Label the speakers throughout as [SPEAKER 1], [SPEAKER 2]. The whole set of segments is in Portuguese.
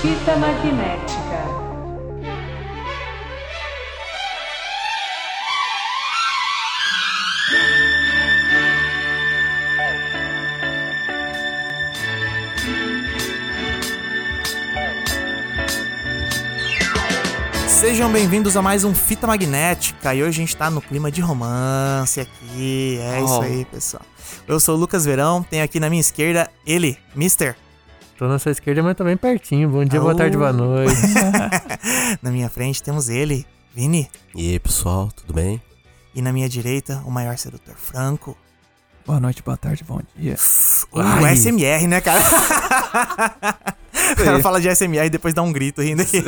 [SPEAKER 1] Fita magnética.
[SPEAKER 2] Sejam bem-vindos a mais um Fita Magnética e hoje a gente tá no clima de romance aqui. É isso
[SPEAKER 3] Oh.
[SPEAKER 2] aí, pessoal. Eu sou o Lucas Verão, tenho aqui na minha esquerda ele, Mister.
[SPEAKER 3] Tô na sua esquerda, mas também pertinho. Bom dia, boa
[SPEAKER 2] Aô.
[SPEAKER 3] tarde, boa noite.
[SPEAKER 2] Na minha frente temos ele, Vini.
[SPEAKER 4] E aí, pessoal, tudo bem?
[SPEAKER 2] E na minha direita, o maior sedutor, Franco.
[SPEAKER 5] Boa noite, boa tarde, bom dia.
[SPEAKER 2] O
[SPEAKER 3] Ai.
[SPEAKER 2] SMR, né, cara? O cara fala de SMR e depois dá um grito rindo aqui.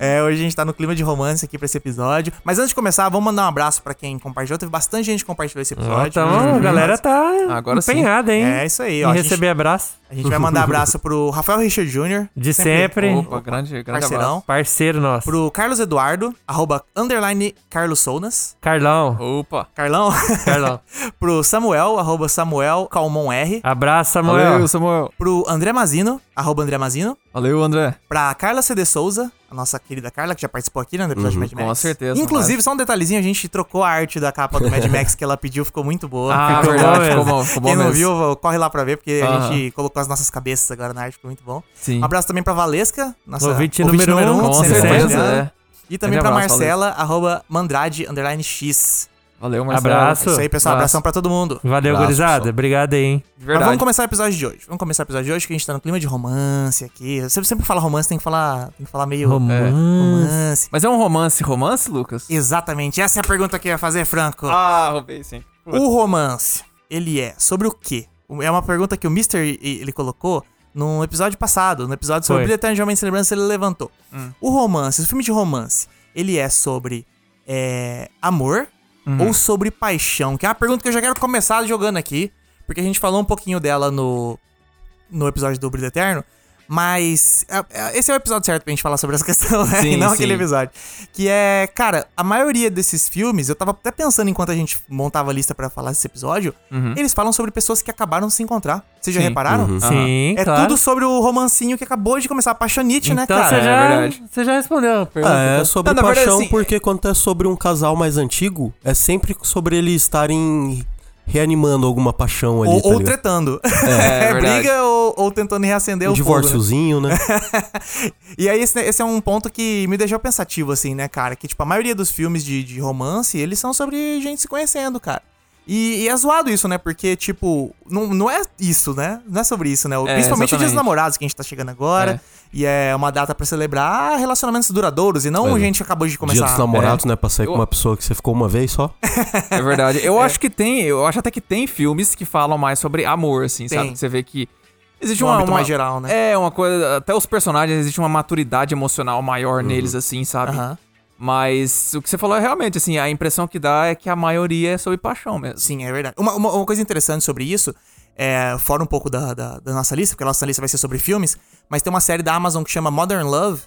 [SPEAKER 2] É, hoje a gente tá no clima de romance aqui pra esse episódio. Mas antes de começar, vamos mandar um abraço pra quem compartilhou. Teve bastante gente que compartilhou esse
[SPEAKER 3] Ó,
[SPEAKER 2] episódio. Uhum.
[SPEAKER 3] Então, a galera tá
[SPEAKER 5] Agora sim.
[SPEAKER 3] empenhada, hein?
[SPEAKER 2] É isso aí,
[SPEAKER 3] Em
[SPEAKER 2] ó. A gente,
[SPEAKER 3] receber abraço.
[SPEAKER 2] a gente vai mandar abraço pro Rafael Richard Jr.
[SPEAKER 3] De sempre.
[SPEAKER 5] Opa, grande, grande
[SPEAKER 2] Parceirão.
[SPEAKER 5] abraço.
[SPEAKER 3] Parceiro nosso.
[SPEAKER 2] Pro Carlos Eduardo, arroba underline Carlos Sounas.
[SPEAKER 3] Carlão.
[SPEAKER 5] Opa.
[SPEAKER 2] Carlão.
[SPEAKER 3] Carlão.
[SPEAKER 2] pro Samuel, arroba Samuel Calmon R.
[SPEAKER 3] Abraço, Samuel.
[SPEAKER 5] Valeu, Samuel.
[SPEAKER 2] Pro André Mazino, arroba André Mazino.
[SPEAKER 5] Valeu, André.
[SPEAKER 2] Pra Carla CD Souza, a nossa querida Carla, que já participou aqui, né, do episódio do Mad Max.
[SPEAKER 5] Uhum. Com certeza,
[SPEAKER 2] Inclusive, só um detalhezinho, a gente trocou a arte da capa do Mad Max que ela pediu, ficou muito boa.
[SPEAKER 3] Ah,
[SPEAKER 2] ficou
[SPEAKER 3] verdade, ficou
[SPEAKER 2] mesmo.
[SPEAKER 5] bom, ficou bom
[SPEAKER 2] Quem não
[SPEAKER 5] mesmo.
[SPEAKER 2] viu, corre lá pra ver, porque a
[SPEAKER 5] Aham.
[SPEAKER 2] gente colocou as nossas cabeças agora na arte, ficou muito bom.
[SPEAKER 5] Sim.
[SPEAKER 2] Um abraço também pra Valesca, nossa
[SPEAKER 3] Ouvinte número um,
[SPEAKER 2] um,
[SPEAKER 5] Com
[SPEAKER 2] sempre
[SPEAKER 5] certeza,
[SPEAKER 2] presente.
[SPEAKER 5] é.
[SPEAKER 2] E também pra
[SPEAKER 5] Grande abraço,
[SPEAKER 2] Marcela, arroba Mandrade, underline X.
[SPEAKER 5] Valeu, Marcelo.
[SPEAKER 3] Abraço.
[SPEAKER 2] É isso aí, pessoal.
[SPEAKER 5] Abraço.
[SPEAKER 2] Abração pra todo mundo.
[SPEAKER 3] Valeu,
[SPEAKER 4] Abraço,
[SPEAKER 3] gurizada.
[SPEAKER 4] pessoal.
[SPEAKER 3] Obrigado aí, hein?
[SPEAKER 5] De
[SPEAKER 2] Mas vamos
[SPEAKER 5] verdade.
[SPEAKER 2] começar o episódio de hoje. Vamos começar o episódio de hoje, que a gente tá no clima de romance aqui. Eu sempre, sempre que fala romance, tem que falar, tem que falar meio
[SPEAKER 3] Romance.
[SPEAKER 2] romance.
[SPEAKER 5] Mas é um romance, romance, Lucas?
[SPEAKER 2] Exatamente. Essa é a pergunta que eu ia fazer, Franco.
[SPEAKER 5] Ah, roubei sim.
[SPEAKER 2] O romance, ele é sobre o quê? É uma pergunta que o Mr. e- ele colocou no episódio passado, no episódio sobre
[SPEAKER 3] Foi.
[SPEAKER 2] o Brilho Eterno de Homem Sem Lembrança, ele levantou. O romance, o filme de romance, ele é sobre é, amor ou sobre paixão? Que é uma pergunta que eu já quero começar jogando aqui, porque a gente falou um pouquinho dela no, no episódio do Brilho Eterno, mas é, é, esse é o episódio certo pra gente falar sobre essa questão, né?
[SPEAKER 5] Sim,
[SPEAKER 2] e não
[SPEAKER 5] sim.
[SPEAKER 2] aquele episódio. Que é, cara, a maioria desses filmes, eu tava até pensando enquanto a gente montava a lista pra falar desse episódio, eles falam sobre pessoas que acabaram de se encontrar. Vocês já
[SPEAKER 5] Uhum. Sim. Uhum.
[SPEAKER 2] repararam?
[SPEAKER 3] Sim,
[SPEAKER 2] É
[SPEAKER 3] claro.
[SPEAKER 2] tudo sobre o romancinho que acabou de começar, apaixonite, né,
[SPEAKER 3] Então
[SPEAKER 2] cara?
[SPEAKER 3] você
[SPEAKER 5] É
[SPEAKER 3] já,
[SPEAKER 5] verdade.
[SPEAKER 3] você já respondeu a pergunta.
[SPEAKER 4] Ah, é
[SPEAKER 3] então.
[SPEAKER 4] sobre
[SPEAKER 5] Não, na
[SPEAKER 4] paixão,
[SPEAKER 5] verdade, assim,
[SPEAKER 4] porque quando é sobre um casal mais antigo, é sempre sobre eles estarem reanimando alguma paixão ali,
[SPEAKER 2] Ou,
[SPEAKER 4] tá
[SPEAKER 2] ou
[SPEAKER 4] ligado?
[SPEAKER 2] tretando.
[SPEAKER 5] É,
[SPEAKER 2] É,
[SPEAKER 5] verdade.
[SPEAKER 2] briga ou, ou tentando reacender
[SPEAKER 4] Um
[SPEAKER 2] o fogo, né?
[SPEAKER 4] divórciozinho, né?
[SPEAKER 2] E aí, esse, esse é um ponto que me deixou pensativo, assim, né, cara? Que, tipo, a maioria dos filmes de, de romance, eles são sobre gente se conhecendo, cara. E, e é zoado isso, né? Porque, tipo, não, não é isso, né? Não é sobre isso, né? O-
[SPEAKER 5] É,
[SPEAKER 2] Principalmente o Dia dos
[SPEAKER 5] exatamente.
[SPEAKER 2] Namorados, que a gente tá chegando agora. E é uma data pra celebrar relacionamentos duradouros e não
[SPEAKER 4] É.
[SPEAKER 2] gente que acabou de
[SPEAKER 4] Dia
[SPEAKER 2] começar.
[SPEAKER 4] dos namorados, né? Pra sair
[SPEAKER 5] Eu-
[SPEAKER 4] com uma pessoa que você ficou uma vez só.
[SPEAKER 5] É verdade. Eu acho que tem, eu acho até que tem filmes que falam mais sobre amor, assim,
[SPEAKER 2] Tem.
[SPEAKER 5] sabe? Que Você vê que existe
[SPEAKER 2] de um
[SPEAKER 5] uma,
[SPEAKER 2] âmbito
[SPEAKER 5] uma-
[SPEAKER 2] mais geral, né?
[SPEAKER 5] É, uma coisa. Até os personagens, existe uma maturidade emocional maior neles, assim, sabe?
[SPEAKER 2] Aham.
[SPEAKER 5] Mas o que você falou é realmente, assim, a impressão que dá é que a maioria é sobre paixão mesmo.
[SPEAKER 2] Sim, é verdade. Uma, uma, uma coisa interessante sobre isso, é, fora um pouco da, da, da nossa lista, porque a nossa lista vai ser sobre filmes, mas tem uma série da Amazon que chama Modern Love,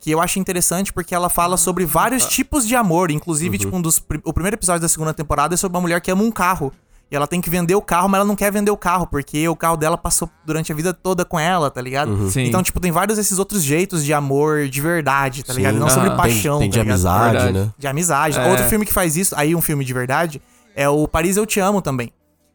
[SPEAKER 2] que eu acho interessante porque ela
[SPEAKER 4] Ah,
[SPEAKER 2] fala sobre
[SPEAKER 4] tá.
[SPEAKER 2] vários tipos de amor.
[SPEAKER 4] Uhum.
[SPEAKER 2] Inclusive, tipo, um dos, pri- o primeiro episódio da segunda temporada é sobre uma mulher que ama um carro. E ela tem que vender o carro, mas ela não quer vender o carro, porque o carro dela passou durante a vida toda com ela, tá ligado?
[SPEAKER 4] Uhum.
[SPEAKER 5] Sim.
[SPEAKER 2] Então, tipo, tem vários desses outros jeitos de amor de verdade, tá
[SPEAKER 4] Sim. Ah,
[SPEAKER 2] ligado? Não sobre
[SPEAKER 5] Aham.
[SPEAKER 2] paixão,
[SPEAKER 4] tem tem de
[SPEAKER 2] tá ligado?
[SPEAKER 4] amizade,
[SPEAKER 5] Verdade.
[SPEAKER 4] né?
[SPEAKER 2] De amizade.
[SPEAKER 5] É.
[SPEAKER 2] Outro filme que faz isso, aí um filme de verdade, é o Paris Eu Te Amo também.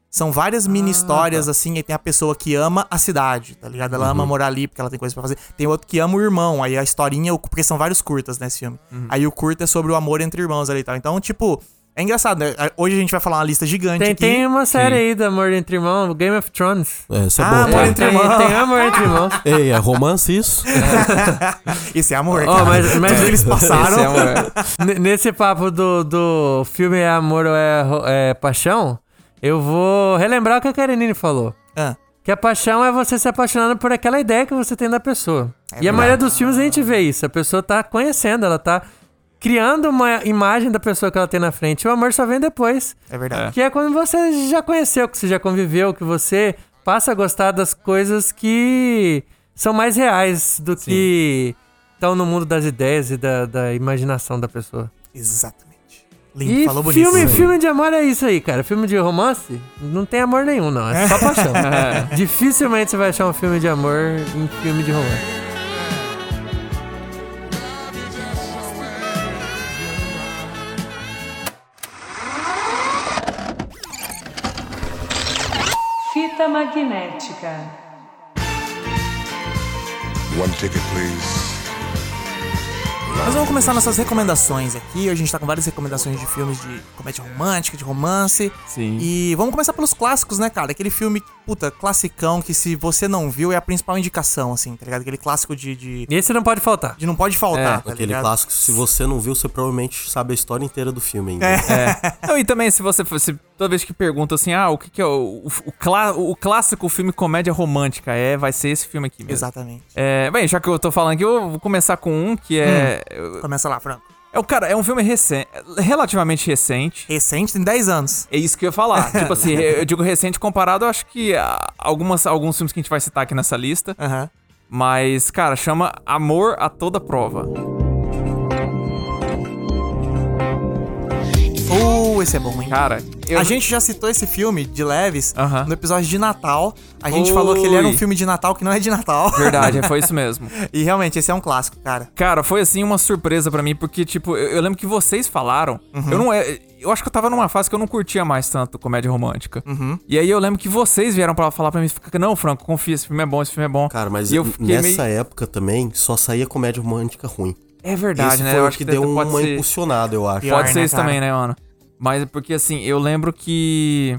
[SPEAKER 2] São várias
[SPEAKER 3] Ah,
[SPEAKER 2] mini histórias,
[SPEAKER 3] tá.
[SPEAKER 2] assim, e tem a pessoa que ama a cidade, tá ligado? Ela
[SPEAKER 3] Uhum.
[SPEAKER 2] ama morar ali porque ela tem coisa pra fazer. Tem outro que ama o irmão, aí a historinha, o- porque são vários curtas nesse filme.
[SPEAKER 3] Uhum.
[SPEAKER 2] Aí o curta é sobre o amor entre irmãos ali e tal. Então, tipo, é engraçado, né? Hoje a gente vai falar uma lista gigante
[SPEAKER 3] Tem,
[SPEAKER 2] aqui.
[SPEAKER 3] tem uma série aí do Amor Entre Irmãos, Game of Thrones.
[SPEAKER 4] É, isso é
[SPEAKER 2] Ah,
[SPEAKER 4] bom.
[SPEAKER 2] amor
[SPEAKER 4] cara.
[SPEAKER 2] entre-
[SPEAKER 3] tem,
[SPEAKER 2] irmãos.
[SPEAKER 3] tem Amor Entre Irmãos.
[SPEAKER 4] Ei, é romance isso?
[SPEAKER 2] Esse é amor,
[SPEAKER 3] Ó,
[SPEAKER 2] cara.
[SPEAKER 3] Oh, mas- mas-
[SPEAKER 2] Tudo que eles passaram.
[SPEAKER 5] Esse é uma-
[SPEAKER 3] N- Nesse papo do, do filme é amor ou é, ro- é paixão, eu vou relembrar o que a Karenine falou.
[SPEAKER 2] Ah,
[SPEAKER 3] Que a paixão é você se apaixonando por aquela ideia que você tem da pessoa.
[SPEAKER 5] É
[SPEAKER 3] e a maioria dos filmes a gente vê isso. A pessoa tá conhecendo, ela tá criando uma imagem da pessoa que ela tem na frente. O amor só vem depois.
[SPEAKER 2] é verdade.
[SPEAKER 3] Que é quando você já conheceu, que você já conviveu, que você passa a gostar das coisas que são mais reais do que estão no mundo das ideias e da, da imaginação da pessoa.
[SPEAKER 2] Exatamente. Lindo,
[SPEAKER 3] É. E
[SPEAKER 2] falou bonito.
[SPEAKER 3] filme, filme de amor é isso aí, cara. Filme de romance não tem amor nenhum, não. É só paixão. Dificilmente você vai achar um filme de amor em filme de romance.
[SPEAKER 1] Fita magnética.
[SPEAKER 6] One ticket, please.
[SPEAKER 2] Mas vamos começar nossas recomendações aqui. A gente tá com várias recomendações de filmes de comédia romântica, de romance.
[SPEAKER 5] Sim.
[SPEAKER 2] E vamos começar pelos clássicos, né, cara? Aquele filme, puta, classicão, que se você não viu é a principal indicação, assim, tá ligado? Aquele clássico de. de,
[SPEAKER 3] E esse não pode faltar.
[SPEAKER 2] de não pode
[SPEAKER 5] É,
[SPEAKER 2] faltar, tá
[SPEAKER 4] Aquele
[SPEAKER 2] ligado?
[SPEAKER 4] clássico, se você não viu, você provavelmente sabe a história inteira do filme ainda.
[SPEAKER 5] Não, e também, se você fosse. Toda vez que pergunta assim, ah, o que, que é o, o, o clá- o clássico filme comédia romântica? É, vai ser esse filme aqui mesmo.
[SPEAKER 2] Exatamente.
[SPEAKER 5] É, bem, já que eu tô falando aqui, eu vou começar com um que é.
[SPEAKER 2] Começa lá, Franco.
[SPEAKER 5] É o cara, é um filme recente, relativamente recente.
[SPEAKER 2] Recente, tem 10 anos.
[SPEAKER 5] É isso que eu ia falar. tipo assim, eu digo recente comparado, eu acho que a, algumas, alguns filmes que a gente vai citar aqui nessa lista.
[SPEAKER 2] Aham.
[SPEAKER 5] Mas, cara, chama Amor a Toda Prova.
[SPEAKER 2] Uh, esse é bom, hein?
[SPEAKER 5] Cara, eu.
[SPEAKER 2] A gente já citou esse filme de leves
[SPEAKER 5] Aham.
[SPEAKER 2] no episódio de Natal. A gente falou que ele era um
[SPEAKER 5] Oi.
[SPEAKER 2] filme de Natal que não é de Natal.
[SPEAKER 5] Verdade, foi isso mesmo.
[SPEAKER 2] E realmente, esse é um clássico, cara.
[SPEAKER 5] Cara, foi assim uma surpresa pra mim, porque, tipo, eu, eu lembro que vocês falaram.
[SPEAKER 4] Uhum.
[SPEAKER 5] Eu não é. Eu acho que eu tava numa fase que eu não curtia mais tanto comédia romântica.
[SPEAKER 4] Uhum.
[SPEAKER 5] E aí eu lembro que vocês vieram pra falar pra mim, fica, não, Franco, confia, esse filme é bom, esse filme é bom.
[SPEAKER 4] Cara, mas
[SPEAKER 5] e eu
[SPEAKER 4] n-
[SPEAKER 5] fiquei
[SPEAKER 4] nessa
[SPEAKER 5] meio...
[SPEAKER 4] época também só saía comédia romântica ruim.
[SPEAKER 5] É verdade,
[SPEAKER 4] Esse
[SPEAKER 5] né?
[SPEAKER 4] foi
[SPEAKER 5] eu
[SPEAKER 4] o
[SPEAKER 5] acho
[SPEAKER 4] que deu
[SPEAKER 5] pode
[SPEAKER 4] uma
[SPEAKER 5] ser-
[SPEAKER 4] impulsionada, eu acho.
[SPEAKER 2] Pior,
[SPEAKER 5] Pode ser
[SPEAKER 2] né,
[SPEAKER 5] isso
[SPEAKER 2] cara?
[SPEAKER 5] também, né, mano? Mas é porque assim, eu lembro que.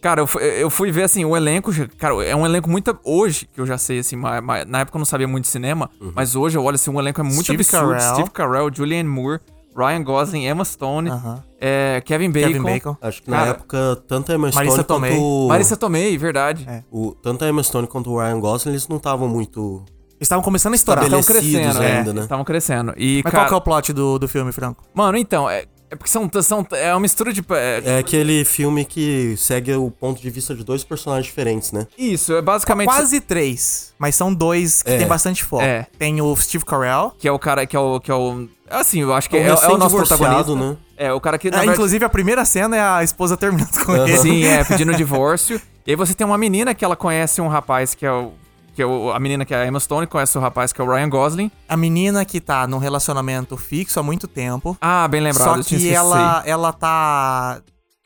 [SPEAKER 5] Cara, eu fui, eu fui ver assim, o elenco. já- Cara, é um elenco muito. Hoje, que eu já sei, assim, ma- ma- na época eu não sabia muito de cinema,
[SPEAKER 4] Uhum.
[SPEAKER 5] mas hoje eu olho assim, o elenco é muito
[SPEAKER 2] Steve
[SPEAKER 5] absurdo.
[SPEAKER 2] Carell.
[SPEAKER 5] Steve Carell, Julianne Moore, Ryan Gosling, Emma Stone,
[SPEAKER 2] Aham.
[SPEAKER 5] é, Kevin Bacon.
[SPEAKER 2] Kevin Bacon.
[SPEAKER 4] Acho que
[SPEAKER 5] Cara,
[SPEAKER 4] na época, tanto a Emma Stone
[SPEAKER 2] Marisa Tomei.
[SPEAKER 4] quanto.
[SPEAKER 5] Marissa Tomei, verdade.
[SPEAKER 2] É.
[SPEAKER 4] O, tanto a Emma Stone quanto o Ryan Gosling, eles não estavam muito
[SPEAKER 2] Eles estavam começando a estourar.
[SPEAKER 5] Estavam
[SPEAKER 2] Então,
[SPEAKER 4] estabelecidos
[SPEAKER 5] crescendo, é.
[SPEAKER 4] ainda, né?
[SPEAKER 5] Estavam crescendo. E,
[SPEAKER 2] mas
[SPEAKER 5] cara,
[SPEAKER 2] qual que é o plot do, do filme, Franco?
[SPEAKER 5] Mano, então, é, é porque são, são. É uma mistura de. é-
[SPEAKER 4] É aquele filme que segue o ponto de vista de dois personagens diferentes, né?
[SPEAKER 5] Isso, é basicamente.
[SPEAKER 2] Quase três, mas são dois que
[SPEAKER 4] É.
[SPEAKER 2] tem bastante foco.
[SPEAKER 5] É.
[SPEAKER 2] Tem o Steve Carell.
[SPEAKER 5] Que é o cara que é o. Que é o assim, eu acho que
[SPEAKER 4] É
[SPEAKER 5] é,
[SPEAKER 4] um
[SPEAKER 5] é o nosso
[SPEAKER 4] recém-divorciado,
[SPEAKER 5] protagonista.
[SPEAKER 4] né?
[SPEAKER 5] É, o cara que. na
[SPEAKER 2] Ah,
[SPEAKER 5] verdade-
[SPEAKER 2] Inclusive, a primeira cena é a esposa terminando com ele.
[SPEAKER 5] Sim, é, pedindo divórcio. E aí você tem uma menina que ela conhece um rapaz que é o. Que é o, a menina que é a Emma Stone conhece o rapaz que é o Ryan Gosling.
[SPEAKER 2] A menina que tá num relacionamento fixo há muito tempo.
[SPEAKER 5] Ah, bem lembrado, eu
[SPEAKER 2] só
[SPEAKER 5] tinha
[SPEAKER 2] que
[SPEAKER 5] esquecido.
[SPEAKER 2] ela, ela tá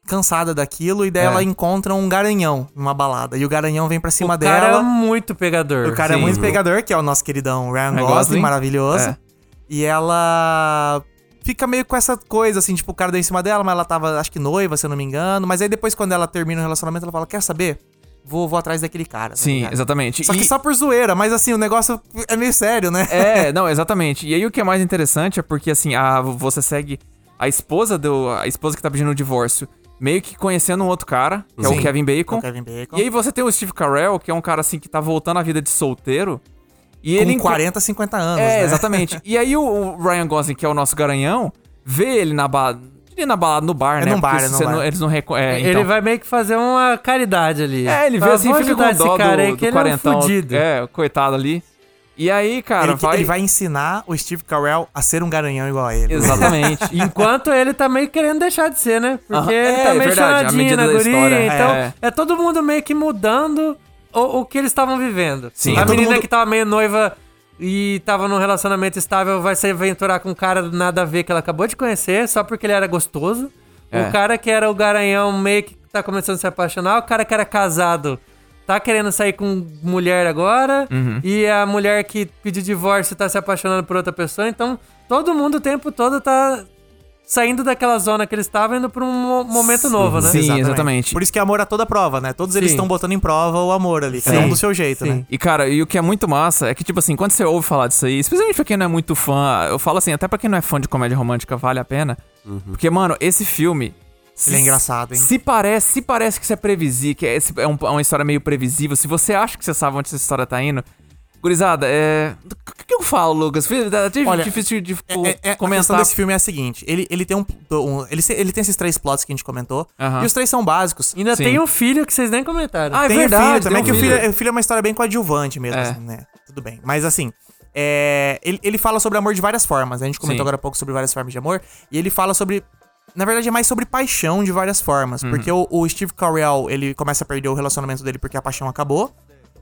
[SPEAKER 2] cansada daquilo e daí
[SPEAKER 5] É.
[SPEAKER 2] ela encontra um garanhão numa balada. E o garanhão vem pra cima
[SPEAKER 3] o cara é
[SPEAKER 2] dela.
[SPEAKER 3] muito pegador.
[SPEAKER 2] O cara é
[SPEAKER 5] Sim.
[SPEAKER 2] muito pegador, que é o nosso queridão Ryan
[SPEAKER 5] Ryan
[SPEAKER 2] Gosling,
[SPEAKER 5] Gosling.
[SPEAKER 2] maravilhoso.
[SPEAKER 5] É.
[SPEAKER 2] E ela fica meio com essa coisa, assim, tipo, o cara deu em cima dela, mas ela tava, acho que noiva, se eu não me engano. Mas aí depois, quando ela termina o relacionamento, ela fala, quer saber? Vou, vou atrás daquele cara. tá
[SPEAKER 5] Sim,
[SPEAKER 2] ligado?
[SPEAKER 5] exatamente.
[SPEAKER 2] Só que
[SPEAKER 5] E-
[SPEAKER 2] só por zoeira, mas assim, o negócio é meio sério, né?
[SPEAKER 5] É, não, exatamente. E aí o que é mais interessante é porque, assim, a, você segue a esposa do. A esposa que tá pedindo o divórcio, meio que conhecendo um outro cara, que é
[SPEAKER 2] Sim.
[SPEAKER 5] o Kevin Bacon.
[SPEAKER 2] O Kevin Bacon.
[SPEAKER 5] E aí você tem o Steve Carell, que é um cara assim que tá voltando à vida de solteiro. E
[SPEAKER 2] com
[SPEAKER 5] ele enco-
[SPEAKER 2] 40, 50 anos,
[SPEAKER 5] É,
[SPEAKER 2] né?
[SPEAKER 5] exatamente. E aí o, o Ryan Gosling, que é o nosso garanhão, vê ele na balada. Ele na balada, no bar,
[SPEAKER 2] É
[SPEAKER 5] né?
[SPEAKER 2] num bar,
[SPEAKER 5] Porque
[SPEAKER 2] é num
[SPEAKER 5] você
[SPEAKER 2] bar.
[SPEAKER 5] não- eles não reconhecem. É,
[SPEAKER 3] Ele
[SPEAKER 5] então.
[SPEAKER 3] vai meio que fazer uma caridade ali.
[SPEAKER 5] É, ele vê
[SPEAKER 3] Fala,
[SPEAKER 5] assim,
[SPEAKER 3] "Vamos
[SPEAKER 5] fica
[SPEAKER 3] ajudar
[SPEAKER 5] com dó
[SPEAKER 3] esse cara
[SPEAKER 5] do,
[SPEAKER 3] aí,
[SPEAKER 5] do
[SPEAKER 3] que ele
[SPEAKER 5] quarentão.
[SPEAKER 3] é um fudido.
[SPEAKER 5] é, coitado ali. E aí, cara,
[SPEAKER 2] Ele, que-
[SPEAKER 5] vai...
[SPEAKER 2] ele vai ensinar o Steve Carell a ser um garanhão igual a ele.
[SPEAKER 5] Exatamente.
[SPEAKER 3] Enquanto ele tá meio querendo deixar de ser, né? Porque
[SPEAKER 5] Ah,
[SPEAKER 3] ele
[SPEAKER 5] é,
[SPEAKER 3] tá meio
[SPEAKER 5] verdade, à
[SPEAKER 3] choradinho
[SPEAKER 5] medida
[SPEAKER 3] na
[SPEAKER 5] da
[SPEAKER 3] guria.
[SPEAKER 5] história.
[SPEAKER 3] Então, é.
[SPEAKER 5] É.
[SPEAKER 3] todo mundo meio que mudando o, o que eles estavam vivendo.
[SPEAKER 5] Sim.
[SPEAKER 3] A
[SPEAKER 5] É todo
[SPEAKER 3] menina
[SPEAKER 2] mundo-
[SPEAKER 3] que tava meio noiva e tava num relacionamento estável vai se aventurar com um cara do nada a ver que ela acabou de conhecer, só porque ele era gostoso.
[SPEAKER 5] É.
[SPEAKER 3] O cara que era o garanhão meio que tá começando a se apaixonar. O cara que era casado tá querendo sair com mulher agora.
[SPEAKER 5] Uhum.
[SPEAKER 3] E a mulher que pediu divórcio tá se apaixonando por outra pessoa. Então, todo mundo o tempo todo tá saindo daquela zona que eles estavam indo pra um mo- momento novo, né?
[SPEAKER 5] Sim, exatamente.
[SPEAKER 2] Por isso que é amor a toda prova, né? Todos eles
[SPEAKER 3] Sim.
[SPEAKER 2] estão botando em prova o amor ali, cada
[SPEAKER 5] Sim.
[SPEAKER 2] um do seu jeito,
[SPEAKER 3] Sim.
[SPEAKER 2] né?
[SPEAKER 5] E, cara, e o que é muito massa é que, tipo assim, quando você ouve falar disso aí, especialmente pra quem não é muito fã, eu falo assim, até pra quem não é fã de comédia romântica, vale a pena. Porque, mano, esse filme. se-
[SPEAKER 2] Uhum. Ele é engraçado, hein?
[SPEAKER 5] Se parece, se parece que isso é previsível, que é, esse- é um- é uma história meio previsível. Se você acha que você sabe onde essa história tá indo. Gurizada, é. O que, que eu falo, Lucas? Filho, É difícil-
[SPEAKER 2] Olha,
[SPEAKER 5] difícil de tipo,
[SPEAKER 2] É, é, A questão
[SPEAKER 5] comentar.
[SPEAKER 2] desse filme é a seguinte: ele, ele tem um. um- ele, se- ele tem esses três plots que a gente comentou.
[SPEAKER 5] Aham.
[SPEAKER 2] E os três são básicos.
[SPEAKER 3] Ainda
[SPEAKER 5] Sim.
[SPEAKER 3] tem o filho que vocês nem comentaram.
[SPEAKER 5] assim. Ah, é
[SPEAKER 2] tem o
[SPEAKER 5] verdade,
[SPEAKER 2] filho um- também,
[SPEAKER 5] tem
[SPEAKER 2] que
[SPEAKER 5] um
[SPEAKER 2] o filho,
[SPEAKER 5] filho.
[SPEAKER 2] é- o filho é uma história bem coadjuvante mesmo,
[SPEAKER 5] É.
[SPEAKER 2] assim, né? Tudo bem. Mas assim, É, ele, ele fala sobre amor de várias formas. né? A gente comentou
[SPEAKER 5] Sim.
[SPEAKER 2] agora há pouco sobre várias formas de amor. E ele fala sobre. Na verdade, é mais sobre paixão de várias formas. Porque o, o Steve Carell, ele começa a perder o relacionamento dele porque a paixão acabou.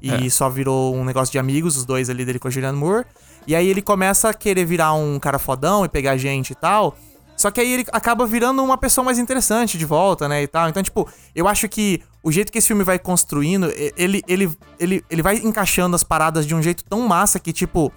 [SPEAKER 2] E
[SPEAKER 5] É.
[SPEAKER 2] só virou um negócio de amigos, os dois ali dele com a Julianne Moore. E aí ele começa a querer virar um cara fodão e pegar gente e tal. Só que aí ele acaba virando uma pessoa mais interessante de volta, né, e tal. Então, tipo, eu acho que o jeito que esse filme vai construindo, e- ele, ele, ele, ele vai encaixando as paradas de um jeito tão massa que, tipo,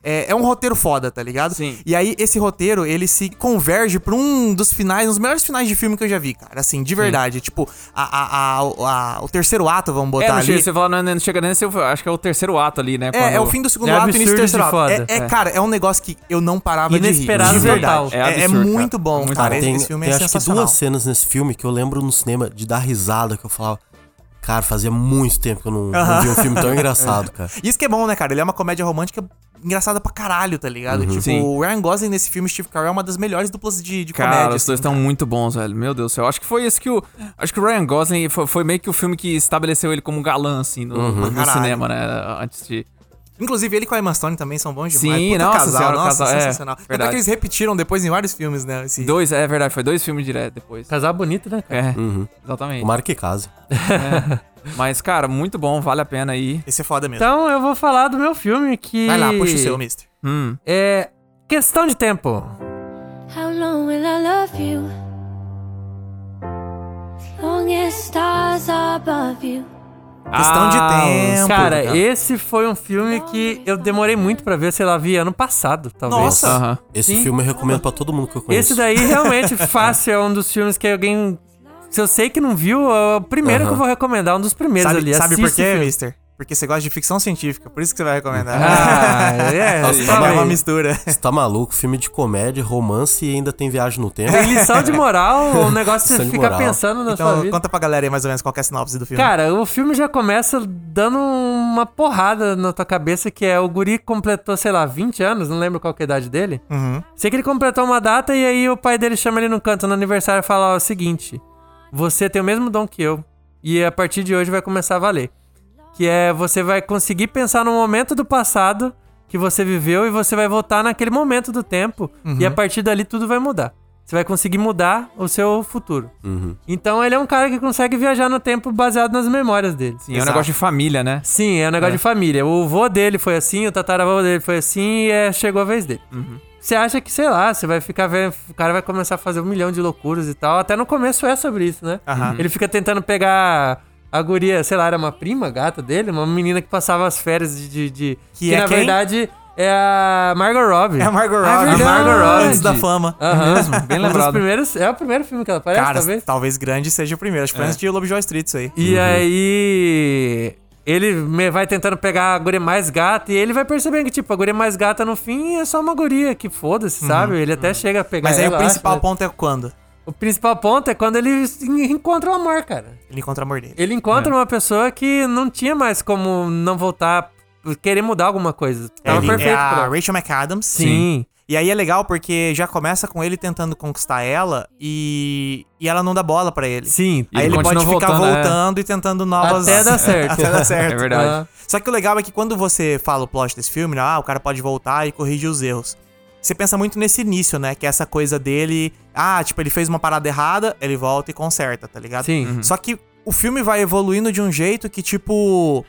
[SPEAKER 2] é, é um roteiro foda, tá ligado?
[SPEAKER 5] Sim.
[SPEAKER 2] E aí, esse roteiro, ele se converge pra um dos finais, um dos melhores finais de filme que eu já vi, cara. Assim, de verdade. Tipo, a, a- a- a- o terceiro ato, vamos botar
[SPEAKER 5] É, não
[SPEAKER 2] ali.
[SPEAKER 5] chega, você fala, não, não chega nem, você- acho que é o terceiro ato ali, né?
[SPEAKER 2] É, é
[SPEAKER 5] quando-
[SPEAKER 2] o fim do segundo
[SPEAKER 3] É
[SPEAKER 2] ato e início do
[SPEAKER 3] absurdo de
[SPEAKER 2] terceiro ato. É,
[SPEAKER 3] foda.
[SPEAKER 2] é, cara, é um negócio que eu não parava
[SPEAKER 3] Inesperado
[SPEAKER 2] de rir. De
[SPEAKER 3] total.
[SPEAKER 2] verdade.
[SPEAKER 5] É
[SPEAKER 2] É, é
[SPEAKER 5] absurdo,
[SPEAKER 2] muito
[SPEAKER 5] cara.
[SPEAKER 2] bom,
[SPEAKER 5] Muito
[SPEAKER 2] cara.
[SPEAKER 5] bom.
[SPEAKER 2] Esse,
[SPEAKER 4] Tem,
[SPEAKER 2] esse filme
[SPEAKER 4] tem
[SPEAKER 2] é
[SPEAKER 4] acho que
[SPEAKER 2] sensacional.
[SPEAKER 4] duas cenas nesse filme que eu lembro no cinema de dar risada, que eu falava. Cara, fazia muito tempo que eu não, não
[SPEAKER 2] Aham.
[SPEAKER 4] vi um filme tão engraçado, cara.
[SPEAKER 2] Isso que é bom, né, cara? Ele é uma comédia romântica engraçada pra caralho, tá ligado? Tipo,
[SPEAKER 5] Sim.
[SPEAKER 2] o Ryan Gosling nesse filme, Steve Carell, é uma das melhores duplas de, de
[SPEAKER 5] Cara,
[SPEAKER 2] comédia.
[SPEAKER 5] os dois
[SPEAKER 2] assim.
[SPEAKER 5] estão muito bons, velho. Meu Deus do céu. Acho que foi esse que o. Acho que o Ryan Gosling foi, foi meio que o filme que estabeleceu ele como galã, assim, no, no
[SPEAKER 2] Caralho.
[SPEAKER 5] cinema, né? Antes de.
[SPEAKER 2] Inclusive, ele com a Emma Stone também são bons demais.
[SPEAKER 5] Sim,
[SPEAKER 2] Puta
[SPEAKER 5] nossa
[SPEAKER 2] casal,
[SPEAKER 5] senhora, o
[SPEAKER 2] nossa,
[SPEAKER 5] casal, é,
[SPEAKER 2] sensacional. Tanto é
[SPEAKER 5] verdade.
[SPEAKER 2] que eles repetiram depois em vários filmes, né? Esse...
[SPEAKER 5] Dois, é verdade, foi dois filmes direto depois.
[SPEAKER 3] Casal bonito, né, cara?
[SPEAKER 5] É,
[SPEAKER 2] Uhum.
[SPEAKER 5] exatamente.
[SPEAKER 4] Tomara que case.
[SPEAKER 5] Mas, cara, muito bom, vale a pena aí.
[SPEAKER 2] Esse é foda mesmo.
[SPEAKER 3] Então eu vou falar do meu filme que.
[SPEAKER 2] Vai lá, puxa o seu, mister.
[SPEAKER 5] Hum.
[SPEAKER 3] É. Questão de tempo.
[SPEAKER 7] How long will I love you? Long as stars are above you.
[SPEAKER 2] Questão de tempo. tá.
[SPEAKER 3] Cara,
[SPEAKER 2] Puta,
[SPEAKER 3] esse foi um filme que eu demorei muito pra ver, sei lá, vi ano passado, talvez.
[SPEAKER 2] Nossa.
[SPEAKER 5] Aham.
[SPEAKER 4] Esse
[SPEAKER 3] Sim.
[SPEAKER 4] filme eu recomendo pra todo mundo que eu conheço.
[SPEAKER 3] Esse daí realmente fácil é um dos filmes que alguém. Se eu sei que não viu, é o primeiro que eu vou recomendar, um dos primeiros
[SPEAKER 2] Sabe,
[SPEAKER 3] ali.
[SPEAKER 2] sabe por
[SPEAKER 3] Assiste o
[SPEAKER 2] quê,
[SPEAKER 3] filme.
[SPEAKER 2] mister? Porque você gosta de ficção científica, por isso que você vai recomendar.
[SPEAKER 3] Ah, é.
[SPEAKER 4] Nossa,
[SPEAKER 2] é uma
[SPEAKER 3] talvez.
[SPEAKER 2] mistura.
[SPEAKER 4] Você tá maluco? Filme de comédia, romance e ainda tem viagem no tempo.
[SPEAKER 3] Tem lição de moral, um negócio que você
[SPEAKER 4] Lição de
[SPEAKER 3] fica
[SPEAKER 4] moral.
[SPEAKER 3] pensando na sua
[SPEAKER 2] Então,
[SPEAKER 3] vida.
[SPEAKER 2] conta pra galera aí mais ou menos qual que é a sinopse do filme.
[SPEAKER 3] Cara, o filme já começa dando uma porrada na tua cabeça, que é o guri completou, sei lá, 20 anos, não lembro qual que é a idade dele. Sei que ele completou uma data e aí o pai dele chama ele no canto no aniversário e fala ó, é o seguinte, você tem o mesmo dom que eu e a partir de hoje vai começar a valer. Que é, você vai conseguir pensar no momento do passado que você viveu e você vai voltar naquele momento do tempo e a partir dali tudo vai mudar. Você vai conseguir mudar o seu futuro. Então ele é um cara que consegue viajar no tempo baseado nas memórias dele.
[SPEAKER 5] Sim, é um negócio de família, né?
[SPEAKER 3] Sim, é um negócio de família. O vô dele foi assim, o tataravô dele foi assim e é, chegou a vez dele.
[SPEAKER 2] Uhum.
[SPEAKER 3] Você acha que, sei lá, você vai ficar vendo. O cara vai começar a fazer um milhão de loucuras e tal. Até no começo é sobre isso, né?
[SPEAKER 2] Aham.
[SPEAKER 3] Ele fica tentando pegar a guria, sei lá, era uma prima gata dele, uma menina que passava as férias de. de, de-
[SPEAKER 2] Que é
[SPEAKER 3] na
[SPEAKER 2] quem?
[SPEAKER 3] verdade é a Margot Robbie.
[SPEAKER 2] É a Margot
[SPEAKER 3] Ah,
[SPEAKER 2] Robbie.
[SPEAKER 3] verdade.
[SPEAKER 2] a Margot Robbie. Antes da
[SPEAKER 3] Aham.
[SPEAKER 2] fama.
[SPEAKER 3] Aham.
[SPEAKER 5] Bem
[SPEAKER 3] Um dos
[SPEAKER 5] lembrado.
[SPEAKER 3] primeiros- é o primeiro filme que ela aparece,
[SPEAKER 2] Cara,
[SPEAKER 3] talvez? É.
[SPEAKER 2] talvez. grande seja o primeiro. Acho que foi antes de Lobo Street isso aí.
[SPEAKER 3] E aí. Ele me- vai tentando pegar a guria mais gata e ele vai percebendo que, tipo, a guria mais gata no fim é só uma guria, que foda-se, sabe? Ele até chega a pegar
[SPEAKER 2] Uhum. Mas aí o
[SPEAKER 3] ela, eu
[SPEAKER 2] principal
[SPEAKER 3] acho, né?
[SPEAKER 2] ponto é quando?
[SPEAKER 3] O principal ponto é quando ele se encontra o amor, cara.
[SPEAKER 2] Ele encontra a amor dele.
[SPEAKER 3] Ele encontra uma pessoa que não tinha mais como não voltar, querer mudar alguma coisa. Tava
[SPEAKER 2] Ele
[SPEAKER 3] perfeito
[SPEAKER 2] é
[SPEAKER 3] pra
[SPEAKER 2] a
[SPEAKER 3] ela.
[SPEAKER 2] Rachel McAdams.
[SPEAKER 3] Sim.
[SPEAKER 2] E aí é legal porque já começa com ele tentando conquistar ela e, e ela não dá bola pra ele.
[SPEAKER 3] Sim.
[SPEAKER 2] Aí ele
[SPEAKER 5] Ele
[SPEAKER 2] pode
[SPEAKER 5] continua
[SPEAKER 2] ficar
[SPEAKER 5] voltando,
[SPEAKER 2] voltando,
[SPEAKER 5] é.
[SPEAKER 2] e tentando novas.
[SPEAKER 3] Até dar certo.
[SPEAKER 2] Até dar certo.
[SPEAKER 5] É verdade.
[SPEAKER 2] Só que o legal é que quando você fala o plot desse filme, né, ah, o cara pode voltar e corrigir os erros. Você pensa muito nesse início, né? Que é essa coisa dele. Ah, tipo, ele fez uma parada errada, ele volta e conserta, tá ligado?
[SPEAKER 3] Sim. Uhum.
[SPEAKER 2] Só que o filme vai evoluindo de um jeito que, tipo.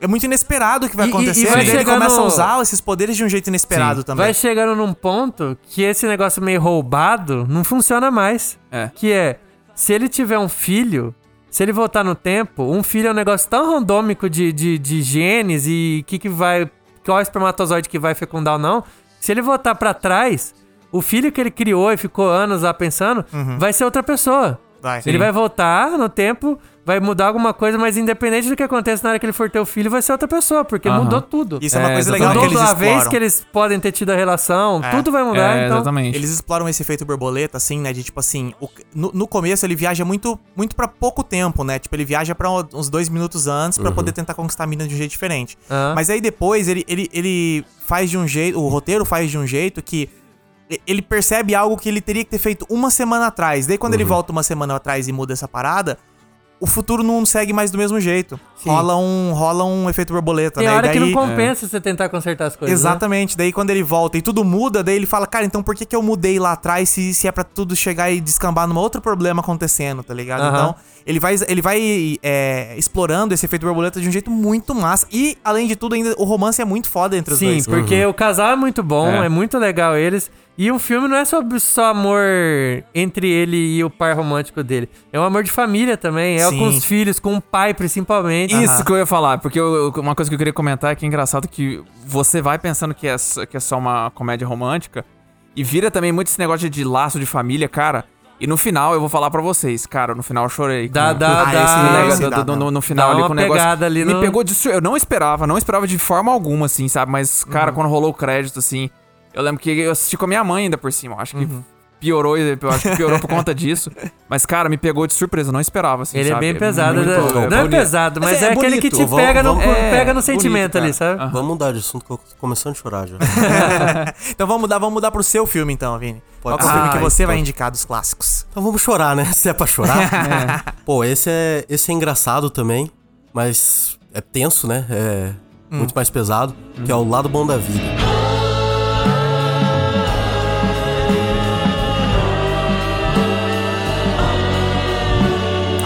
[SPEAKER 2] É muito inesperado o que vai
[SPEAKER 3] E- e- e
[SPEAKER 2] acontecer. E,
[SPEAKER 3] vai
[SPEAKER 2] ele
[SPEAKER 3] chegando-
[SPEAKER 2] começa a usar esses poderes de um jeito inesperado também.
[SPEAKER 3] Vai chegando num ponto que esse negócio meio roubado não funciona mais.
[SPEAKER 5] É.
[SPEAKER 3] Que é, se ele tiver um filho, se ele voltar no tempo, um filho é um negócio tão randômico de, de, de genes e que que vai... Qual espermatozoide que vai fecundar ou não. Se ele voltar pra trás, o filho que ele criou e ficou anos lá pensando,
[SPEAKER 2] Uhum.
[SPEAKER 3] vai ser outra pessoa.
[SPEAKER 2] Vai.
[SPEAKER 3] Ele vai voltar no tempo, vai mudar alguma coisa, mas independente do que aconteça na hora que ele for ter o filho, vai ser outra pessoa, porque
[SPEAKER 5] Aham.
[SPEAKER 3] mudou tudo.
[SPEAKER 2] Isso é uma
[SPEAKER 5] É,
[SPEAKER 2] coisa legal
[SPEAKER 3] Mudou
[SPEAKER 2] que eles
[SPEAKER 3] a
[SPEAKER 2] exploram.
[SPEAKER 3] vez que eles podem ter tido a relação,
[SPEAKER 2] É.
[SPEAKER 3] tudo vai mudar,
[SPEAKER 5] é,
[SPEAKER 3] então.
[SPEAKER 5] exatamente.
[SPEAKER 2] Eles exploram esse efeito borboleta, assim, né? De tipo assim, o- no, no começo ele viaja muito muito para pouco tempo, né? Tipo, ele viaja pra uns dois minutos antes
[SPEAKER 3] Uhum.
[SPEAKER 2] pra poder tentar conquistar a mina de um jeito diferente.
[SPEAKER 3] Ah.
[SPEAKER 2] Mas aí depois ele, ele, ele faz de um jeito, o roteiro faz de um jeito que e- ele
[SPEAKER 3] Uhum.
[SPEAKER 2] percebe algo que ele teria que ter feito uma semana atrás. Daí quando ele volta uma semana atrás e muda essa parada, o futuro não segue mais do mesmo jeito. Rola um, rola um efeito borboleta,
[SPEAKER 3] Tem
[SPEAKER 2] né? E
[SPEAKER 3] hora que não
[SPEAKER 2] daí-
[SPEAKER 3] compensa você tentar consertar as coisas. né?
[SPEAKER 2] Exatamente. Daí quando ele volta e tudo muda, daí ele fala, cara, então por que, que eu mudei lá atrás se, se é pra tudo chegar e descambar num outro problema acontecendo, tá ligado?
[SPEAKER 3] Aham.
[SPEAKER 2] Então, ele vai, ele vai é, explorando esse efeito borboleta de um jeito muito massa. E, além de tudo, ainda o romance é muito foda entre os
[SPEAKER 3] Sim,
[SPEAKER 2] dois.
[SPEAKER 3] porque o casal é muito bom, é.
[SPEAKER 5] É.
[SPEAKER 3] muito legal eles. E o filme não é sobre só amor entre ele e o par romântico dele. É um amor de família também. É
[SPEAKER 2] Sim.
[SPEAKER 3] com os filhos, com o pai principalmente.
[SPEAKER 5] Isso que eu ia falar, porque eu- eu- uma coisa que eu queria comentar é que é engraçado que você vai pensando que é, só- que é só uma comédia romântica e vira também muito esse negócio de laço de família, cara. E no final eu vou falar pra vocês, cara, no final eu chorei.
[SPEAKER 3] Dá,
[SPEAKER 5] com-
[SPEAKER 3] dá,
[SPEAKER 5] com-
[SPEAKER 3] dá.
[SPEAKER 5] esse
[SPEAKER 3] Ah,
[SPEAKER 5] negócio
[SPEAKER 2] esse dá,
[SPEAKER 5] do- do-
[SPEAKER 2] dá.
[SPEAKER 5] no, no final
[SPEAKER 3] Dá
[SPEAKER 5] ali
[SPEAKER 3] uma
[SPEAKER 5] com o negócio.
[SPEAKER 3] pegada ali
[SPEAKER 5] Me
[SPEAKER 3] no-
[SPEAKER 5] pegou de sur... Eu não esperava, não esperava de forma alguma, assim, sabe? Mas, cara,
[SPEAKER 3] Uhum.
[SPEAKER 5] quando rolou o crédito, assim, eu lembro que eu assisti com a minha mãe ainda por cima. eu Acho
[SPEAKER 3] Uhum.
[SPEAKER 5] que piorou, eu acho que piorou por conta disso. Mas, cara, me pegou de surpresa, eu não esperava, assim,
[SPEAKER 3] Ele é
[SPEAKER 5] sabe?
[SPEAKER 3] bem pesado.
[SPEAKER 5] muito-
[SPEAKER 3] né? não é pesado, mas
[SPEAKER 4] Assim,
[SPEAKER 3] é,
[SPEAKER 4] é
[SPEAKER 3] aquele
[SPEAKER 4] bonito,
[SPEAKER 3] que te
[SPEAKER 4] vamos-
[SPEAKER 3] pega, no,
[SPEAKER 4] vamos-
[SPEAKER 5] é,
[SPEAKER 3] pega no
[SPEAKER 5] bonito,
[SPEAKER 3] sentimento ali,
[SPEAKER 5] cara.
[SPEAKER 3] sabe?
[SPEAKER 4] Vamos mudar de assunto que eu tô começando a chorar já.
[SPEAKER 2] Então vamos mudar, vamos mudar pro seu filme, então, Vini. Qual
[SPEAKER 4] Pode
[SPEAKER 2] que é o
[SPEAKER 4] ser.
[SPEAKER 2] filme que
[SPEAKER 4] Ah,
[SPEAKER 2] você
[SPEAKER 4] então.
[SPEAKER 2] vai indicar dos clássicos?
[SPEAKER 4] Então vamos chorar, né? Se é pra chorar. Pô, esse é, esse é engraçado também, mas é tenso, né? É
[SPEAKER 5] Hum.
[SPEAKER 4] muito mais pesado, que é o lado bom da vida.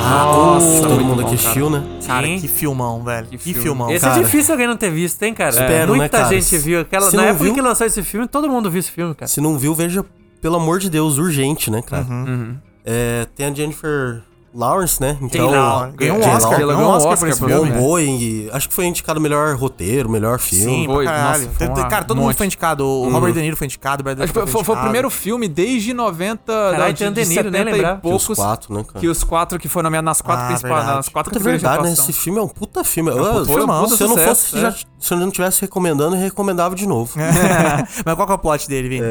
[SPEAKER 4] Ah,
[SPEAKER 5] Nossa,
[SPEAKER 4] todo
[SPEAKER 5] muito
[SPEAKER 4] mundo
[SPEAKER 5] bom,
[SPEAKER 4] aqui
[SPEAKER 5] cara.
[SPEAKER 4] assistiu, né?
[SPEAKER 2] Cara,
[SPEAKER 3] Sim.
[SPEAKER 2] que filmão, velho. Que,
[SPEAKER 5] filme.
[SPEAKER 2] filmão.
[SPEAKER 3] Esse é
[SPEAKER 4] Cara.
[SPEAKER 3] difícil alguém não ter visto, hein, cara?
[SPEAKER 4] Espero, né,
[SPEAKER 3] Muita
[SPEAKER 4] cara?
[SPEAKER 3] gente viu. Aquela,
[SPEAKER 4] Se
[SPEAKER 3] na
[SPEAKER 4] não
[SPEAKER 3] época
[SPEAKER 4] viu-
[SPEAKER 3] que lançou esse filme, todo mundo viu esse filme, cara.
[SPEAKER 4] Se não viu, veja, pelo amor de Deus, urgente, né, cara?
[SPEAKER 5] Uhum.
[SPEAKER 4] É, tem a Jennifer Lawrence, né? Então,
[SPEAKER 2] Law- ganhou um
[SPEAKER 4] Jane
[SPEAKER 2] Oscar,
[SPEAKER 4] Law-
[SPEAKER 2] ganhou um Oscar pra esse filme.
[SPEAKER 4] Bombou em. Acho que foi indicado melhor roteiro, melhor filme.
[SPEAKER 2] Sim, pra
[SPEAKER 5] Foi, nossa,
[SPEAKER 2] caralho.
[SPEAKER 5] foi
[SPEAKER 2] Tem- tem-
[SPEAKER 5] uma-
[SPEAKER 2] cara, todo
[SPEAKER 5] um
[SPEAKER 2] mundo
[SPEAKER 5] monte.
[SPEAKER 2] foi indicado. O Robert De Niro foi indicado, o Brad
[SPEAKER 5] Acho
[SPEAKER 2] Pitt
[SPEAKER 5] que foi, foi o
[SPEAKER 2] indicado.
[SPEAKER 5] primeiro filme desde 90
[SPEAKER 3] Caralho,
[SPEAKER 5] de,
[SPEAKER 3] tem
[SPEAKER 5] de
[SPEAKER 3] De Niro, né?
[SPEAKER 5] 70 e
[SPEAKER 3] Lembrava.
[SPEAKER 5] poucos
[SPEAKER 4] Que os quatro, né, cara?
[SPEAKER 5] que os quatro que foram nomeados nas quatro
[SPEAKER 2] Ah,
[SPEAKER 5] principais,
[SPEAKER 2] verdade.
[SPEAKER 5] nas quatro
[SPEAKER 4] Puta
[SPEAKER 5] categorias de
[SPEAKER 4] verdade, né?
[SPEAKER 5] atuação.
[SPEAKER 4] Esse filme é um puta filme. Eu-
[SPEAKER 5] puta- foi um puta
[SPEAKER 4] se eu não
[SPEAKER 5] sucesso,
[SPEAKER 4] fosse,
[SPEAKER 5] é.
[SPEAKER 4] já- se eu não tivesse recomendando, eu recomendava de novo. É,
[SPEAKER 2] Mas qual que é o plot dele, Vini?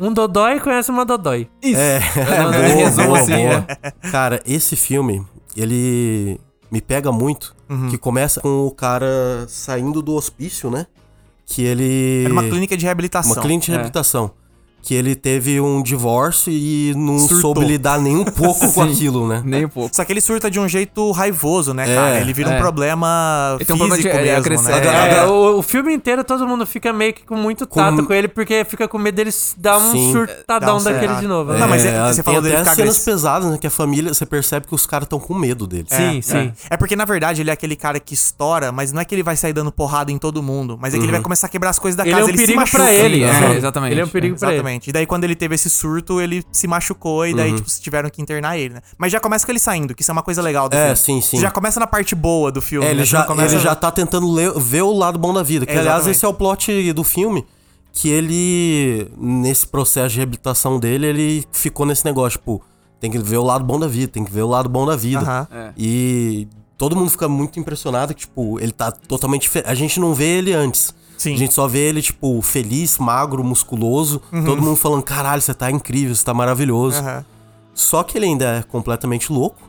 [SPEAKER 3] Um Dodói conhece uma Dodói.
[SPEAKER 5] Isso.
[SPEAKER 4] É,
[SPEAKER 3] É,
[SPEAKER 4] boa,
[SPEAKER 5] em resumo, assim, né?
[SPEAKER 4] Cara, esse filme, ele me pega muito, que começa com o cara saindo do hospício, né? Que ele...
[SPEAKER 2] Era uma É clínica de reabilitação.
[SPEAKER 4] Uma clínica de
[SPEAKER 5] É.
[SPEAKER 4] reabilitação. Que ele teve um divórcio e não
[SPEAKER 2] Surtou.
[SPEAKER 4] soube lidar nem um pouco com
[SPEAKER 5] Sim.
[SPEAKER 4] aquilo, né?
[SPEAKER 5] Nem um pouco.
[SPEAKER 2] Só que ele surta de um jeito raivoso, né, cara? Ele vira um
[SPEAKER 5] é.
[SPEAKER 2] problema
[SPEAKER 5] Ele
[SPEAKER 2] físico
[SPEAKER 5] tem um problema de- é,
[SPEAKER 2] mesmo,
[SPEAKER 5] acresce-
[SPEAKER 2] né?
[SPEAKER 5] é,
[SPEAKER 3] É,
[SPEAKER 4] Agora-
[SPEAKER 3] o, o filme inteiro todo mundo fica meio que com muito tato com,
[SPEAKER 4] Com-
[SPEAKER 3] ele, porque fica com medo dele s- dar um
[SPEAKER 4] Sim.
[SPEAKER 2] Dá
[SPEAKER 3] surtadão
[SPEAKER 2] um
[SPEAKER 3] daquele
[SPEAKER 2] certo.
[SPEAKER 3] de novo. né?
[SPEAKER 2] Não, mas é-
[SPEAKER 4] É,
[SPEAKER 2] você
[SPEAKER 4] você
[SPEAKER 2] falou
[SPEAKER 4] falou tem
[SPEAKER 2] dele
[SPEAKER 4] até
[SPEAKER 2] ficar
[SPEAKER 4] cenas
[SPEAKER 2] agressivo.
[SPEAKER 4] pesadas, né? Que a família, você percebe que os caras estão com medo dele.
[SPEAKER 3] Sim, sim.
[SPEAKER 2] É porque, na verdade, ele é aquele cara que estoura, mas não é que ele vai sair dando porrada em todo mundo, mas é que ele
[SPEAKER 4] Uhum.
[SPEAKER 2] vai começar a quebrar as coisas da
[SPEAKER 3] Ele
[SPEAKER 2] casa.
[SPEAKER 3] é um
[SPEAKER 2] se
[SPEAKER 3] perigo
[SPEAKER 2] machuca.
[SPEAKER 3] pra ele.
[SPEAKER 5] Sim,
[SPEAKER 3] né?
[SPEAKER 5] é, exatamente.
[SPEAKER 3] Ele é um perigo pra ele.
[SPEAKER 2] Exatamente. E daí, quando ele teve esse surto, ele se machucou e
[SPEAKER 4] Uhum.
[SPEAKER 2] daí, tipo, tiveram que internar ele, né? Mas já começa com ele saindo, que isso é uma coisa legal do
[SPEAKER 4] É,
[SPEAKER 2] filme.
[SPEAKER 4] sim, sim.
[SPEAKER 2] Você já começa na parte boa do filme,
[SPEAKER 4] É,
[SPEAKER 2] né?
[SPEAKER 4] ele,
[SPEAKER 2] Você
[SPEAKER 4] já,
[SPEAKER 2] não começa...
[SPEAKER 4] ele já tá tentando le- ver o lado bom da vida. Que, aliás,
[SPEAKER 2] Exatamente.
[SPEAKER 4] esse é o plot do filme. Que ele, nesse processo de reabilitação dele, ele ficou nesse negócio, tipo, tem que ver o lado bom da vida, tem que ver o lado bom da vida.
[SPEAKER 2] Aham.
[SPEAKER 4] E todo mundo fica muito impressionado que, tipo, ele tá totalmente diferente. A gente não vê ele antes.
[SPEAKER 2] Sim.
[SPEAKER 4] A gente só vê ele, tipo, feliz, magro, musculoso. Todo mundo falando, caralho, você tá incrível, você tá maravilhoso.
[SPEAKER 2] Uhum. Aham.
[SPEAKER 4] Só que ele ainda é completamente louco.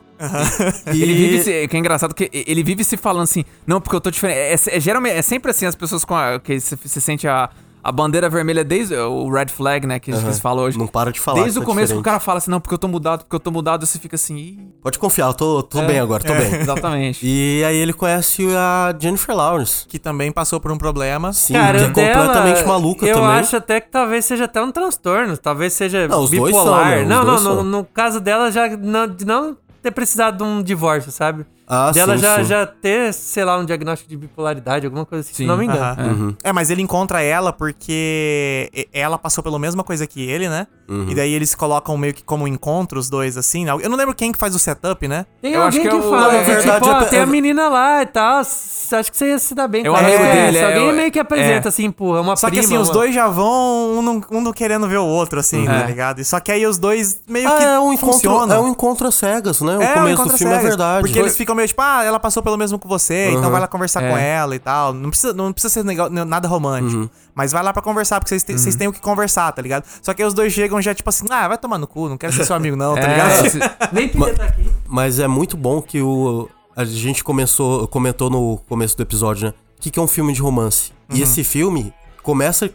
[SPEAKER 4] E-
[SPEAKER 5] Ele vive se, que é engraçado que ele vive se falando assim, não, porque eu tô diferente. É, é- é geralmente, é sempre assim as pessoas com a, que se, se sente a, a bandeira vermelha desde o red flag, né, que eles
[SPEAKER 4] Aham.
[SPEAKER 5] eles falam hoje.
[SPEAKER 4] Não para de falar
[SPEAKER 5] Desde
[SPEAKER 4] que
[SPEAKER 5] o
[SPEAKER 4] tá
[SPEAKER 5] começo que o
[SPEAKER 4] diferente.
[SPEAKER 5] cara fala assim, não, porque eu tô mudado, porque eu tô mudado, você fica assim, "Ih".
[SPEAKER 4] Pode confiar, eu tô,
[SPEAKER 2] É.
[SPEAKER 4] tô bem agora, tô bem.
[SPEAKER 5] exatamente.
[SPEAKER 4] E aí ele conhece a Jennifer Lawrence.
[SPEAKER 2] Que também passou por um problema.
[SPEAKER 4] Sim,
[SPEAKER 3] Cara,
[SPEAKER 4] que é
[SPEAKER 3] o dela,
[SPEAKER 4] completamente maluca
[SPEAKER 3] eu
[SPEAKER 4] também.
[SPEAKER 3] acho até que talvez seja até um transtorno, talvez seja
[SPEAKER 4] Não, os dois
[SPEAKER 3] bipolar.
[SPEAKER 4] são, né? Os
[SPEAKER 3] não, não,
[SPEAKER 4] dois
[SPEAKER 3] no,
[SPEAKER 4] são.
[SPEAKER 3] no caso dela já não, de não ter precisado de um divórcio, sabe?
[SPEAKER 4] Ah,
[SPEAKER 3] dela
[SPEAKER 4] sim,
[SPEAKER 3] já,
[SPEAKER 4] sim.
[SPEAKER 3] já ter, sei lá, um diagnóstico de bipolaridade, alguma coisa assim, se
[SPEAKER 5] Sim,
[SPEAKER 3] não me engano.
[SPEAKER 2] Aham. É, mas ele encontra ela porque e- ela passou pela mesma coisa que ele, né? E daí eles colocam meio que como encontro os dois, assim. né? Eu não lembro quem que faz o setup, né?
[SPEAKER 3] Tem
[SPEAKER 5] Eu acho
[SPEAKER 3] alguém que,
[SPEAKER 5] que é o-
[SPEAKER 3] fala,
[SPEAKER 5] na
[SPEAKER 3] que,
[SPEAKER 4] verdade,
[SPEAKER 3] tipo,
[SPEAKER 4] eu
[SPEAKER 3] ó,
[SPEAKER 4] pe-
[SPEAKER 3] tem a
[SPEAKER 4] eu-
[SPEAKER 3] menina lá e tal, s- acho que você ia se dar bem
[SPEAKER 5] É o
[SPEAKER 3] com ela.
[SPEAKER 5] amigo
[SPEAKER 3] É,
[SPEAKER 5] dele,
[SPEAKER 3] se
[SPEAKER 5] é,
[SPEAKER 3] alguém
[SPEAKER 5] é,
[SPEAKER 3] meio que apresenta, assim, empurra, uma
[SPEAKER 2] Só que
[SPEAKER 3] prima,
[SPEAKER 2] assim, os
[SPEAKER 3] uma-
[SPEAKER 2] dois já vão, um não, um não querendo ver o outro, assim, tá ligado? E Só que aí os dois meio
[SPEAKER 4] Ah,
[SPEAKER 2] que
[SPEAKER 4] é um encontro,
[SPEAKER 2] funcionam.
[SPEAKER 4] é um encontro às cegas, né? O
[SPEAKER 2] É, um
[SPEAKER 4] começo
[SPEAKER 2] encontro
[SPEAKER 4] do filme
[SPEAKER 2] cegas,
[SPEAKER 4] é verdade.
[SPEAKER 2] Porque eles ficam meio tipo, ah, ela passou pelo mesmo que você, então vai lá conversar
[SPEAKER 4] É.
[SPEAKER 2] com ela e tal. Não precisa, não precisa ser nega- nada romântico.
[SPEAKER 4] Uhum.
[SPEAKER 2] Mas vai lá pra conversar, porque vocês, te- vocês têm o que conversar, tá ligado? Só que aí os dois chegam já tipo assim, ah, vai tomar no cu, não quero ser seu amigo não, tá ligado?
[SPEAKER 5] É, se-
[SPEAKER 3] Nem queria tá aqui.
[SPEAKER 4] Mas é muito bom que o a gente começou comentou no começo do episódio, né? O que, que é um filme de romance? E
[SPEAKER 2] Uhum.
[SPEAKER 4] esse filme começa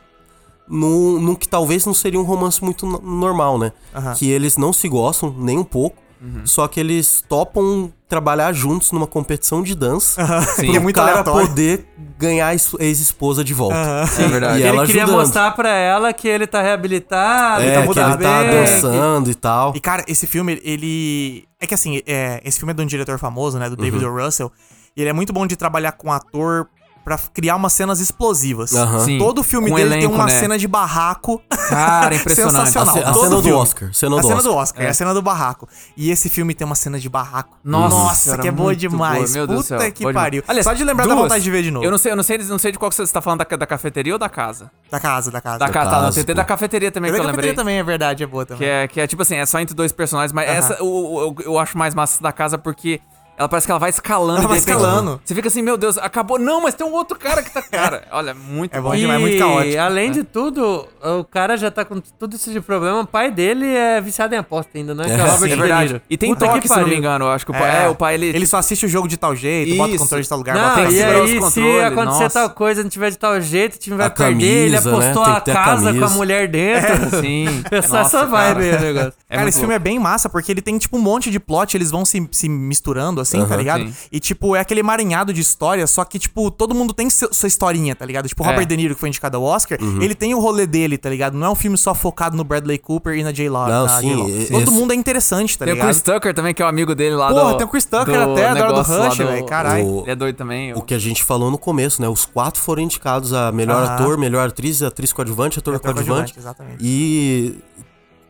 [SPEAKER 4] num, num que talvez não seria um romance muito no- normal, né? Que eles não se gostam nem um pouco.
[SPEAKER 2] Uhum.
[SPEAKER 4] Só que eles topam trabalhar juntos numa competição de dança
[SPEAKER 5] Sim.
[SPEAKER 2] E é
[SPEAKER 4] pro
[SPEAKER 2] muito
[SPEAKER 4] cara
[SPEAKER 2] aleatório.
[SPEAKER 4] poder ganhar a ex- ex-esposa de volta.
[SPEAKER 5] É verdade.
[SPEAKER 4] E
[SPEAKER 3] ele
[SPEAKER 4] ela
[SPEAKER 3] queria
[SPEAKER 4] ajudando.
[SPEAKER 3] mostrar pra ela que ele tá reabilitado,
[SPEAKER 4] é,
[SPEAKER 3] tá
[SPEAKER 4] que ele
[SPEAKER 3] mudando
[SPEAKER 4] tá
[SPEAKER 3] bem,
[SPEAKER 4] dançando e tal.
[SPEAKER 2] E, cara, esse filme, ele. É que assim, é, esse filme é de um diretor famoso, né? Do David
[SPEAKER 4] Uhum.
[SPEAKER 2] O. Russell. E ele é muito bom de trabalhar com ator pra criar umas cenas explosivas.
[SPEAKER 4] Aham.
[SPEAKER 5] Sim,
[SPEAKER 2] Todo filme
[SPEAKER 5] com
[SPEAKER 2] dele tem
[SPEAKER 5] elenco,
[SPEAKER 2] uma
[SPEAKER 5] né?
[SPEAKER 2] cena de barraco.
[SPEAKER 5] Cara, impressionante.
[SPEAKER 4] A,
[SPEAKER 2] sensacional.
[SPEAKER 4] ce- a
[SPEAKER 2] Todo
[SPEAKER 4] cena do
[SPEAKER 2] filme.
[SPEAKER 4] Oscar. Cena do
[SPEAKER 2] a cena
[SPEAKER 4] Oscar.
[SPEAKER 2] do Oscar, é a cena do barraco. E esse filme tem uma cena de barraco.
[SPEAKER 5] Nossa, era
[SPEAKER 2] que é boa
[SPEAKER 5] muito
[SPEAKER 2] demais.
[SPEAKER 5] boa, meu Deus do
[SPEAKER 2] Puta
[SPEAKER 5] céu,
[SPEAKER 2] que
[SPEAKER 5] boa demais.
[SPEAKER 2] pariu.
[SPEAKER 5] Aliás,
[SPEAKER 2] Só de lembrar dá
[SPEAKER 5] duas.
[SPEAKER 2] vontade de ver de novo.
[SPEAKER 5] Eu não sei, eu não sei, não sei de qual que você tá falando, da, da cafeteria ou da casa?
[SPEAKER 2] Da casa, da casa.
[SPEAKER 5] Da casa, tá, não,
[SPEAKER 4] casa,
[SPEAKER 5] tem tem
[SPEAKER 4] pô.
[SPEAKER 5] da cafeteria também
[SPEAKER 2] Eu
[SPEAKER 5] que eu
[SPEAKER 2] lembro que
[SPEAKER 5] lembrei.
[SPEAKER 2] ele também é verdade, é boa
[SPEAKER 5] Que
[SPEAKER 2] também.
[SPEAKER 5] é, que é tipo assim, é só entre dois personagens, mas essa o- o- eu, eu acho mais massa da casa porque ela parece que ela vai escalando.
[SPEAKER 2] Ela vai
[SPEAKER 5] de repente.
[SPEAKER 2] escalando.
[SPEAKER 5] Você fica assim, meu Deus, acabou. Não, mas tem um outro cara que tá. Cara, olha, muito né?
[SPEAKER 2] É bom
[SPEAKER 3] E,
[SPEAKER 2] demais, é muito caótico.
[SPEAKER 3] além de tudo, o cara já tá com tudo isso de problema. O pai dele é viciado em aposta ainda, não é? Que é, o
[SPEAKER 4] É,
[SPEAKER 3] Robert
[SPEAKER 5] É
[SPEAKER 3] De
[SPEAKER 5] verdade.
[SPEAKER 3] Niro.
[SPEAKER 5] E tem
[SPEAKER 3] Puta que
[SPEAKER 5] toque, se não me
[SPEAKER 3] pariu.
[SPEAKER 5] engano. Eu acho que o pai. É, o pai, ele.
[SPEAKER 2] Ele só assiste o jogo de tal jeito, bota o
[SPEAKER 5] Isso. é
[SPEAKER 2] controle de tal lugar,
[SPEAKER 3] Não,
[SPEAKER 2] bota
[SPEAKER 5] tem que
[SPEAKER 3] e
[SPEAKER 2] assim.
[SPEAKER 5] segurar os
[SPEAKER 3] aí, se
[SPEAKER 5] controles,
[SPEAKER 3] acontecer
[SPEAKER 5] nossa.
[SPEAKER 3] tal coisa, não tiver de tal jeito, o time vai
[SPEAKER 4] A
[SPEAKER 3] perder.
[SPEAKER 4] camisa,
[SPEAKER 3] ele
[SPEAKER 4] né?
[SPEAKER 3] apostou
[SPEAKER 4] Tem que
[SPEAKER 3] a
[SPEAKER 4] ter a
[SPEAKER 3] casa com a
[SPEAKER 4] camisa.
[SPEAKER 3] mulher dentro.
[SPEAKER 5] Sim.
[SPEAKER 3] É só essa
[SPEAKER 5] Nossa,
[SPEAKER 3] vibe aí
[SPEAKER 5] cara.
[SPEAKER 3] o negócio.
[SPEAKER 5] É
[SPEAKER 2] cara,
[SPEAKER 5] muito
[SPEAKER 2] esse filme
[SPEAKER 5] louco.
[SPEAKER 2] é bem massa, porque ele tem, tipo, um monte de plot, eles vão se, se misturando, assim, tá
[SPEAKER 4] Aham,
[SPEAKER 2] ligado?
[SPEAKER 5] sim.
[SPEAKER 2] E, tipo, é aquele marinhado de história, só que, tipo, todo mundo tem seu- sua historinha, tá ligado? Tipo, o
[SPEAKER 5] É. Uhum.
[SPEAKER 2] Robert De Niro, que foi indicado ao Oscar, ele tem o rolê dele, tá ligado? Não é um filme só focado no Bradley Cooper e na J. Law.
[SPEAKER 4] Não,
[SPEAKER 2] na
[SPEAKER 4] sim,
[SPEAKER 2] J. Law.
[SPEAKER 4] e-
[SPEAKER 2] Todo
[SPEAKER 4] esse-
[SPEAKER 2] mundo é interessante, tá
[SPEAKER 5] Tem o
[SPEAKER 2] ligado?
[SPEAKER 5] Chris Tucker também, que é o amigo dele lá
[SPEAKER 2] Porra,
[SPEAKER 5] do.
[SPEAKER 2] tem o Chris Tucker até, da hora do
[SPEAKER 5] negócio lá
[SPEAKER 2] Rush, velho, caralho.
[SPEAKER 5] Ele é doido também. eu-
[SPEAKER 4] O que a gente falou no começo, né? Os quatro foram indicados a melhor
[SPEAKER 2] Aham.
[SPEAKER 4] ator, melhor atriz, atriz coadjuvante, ator
[SPEAKER 2] Ator
[SPEAKER 4] coadjuvante.
[SPEAKER 2] coadjuvante, exatamente.
[SPEAKER 4] E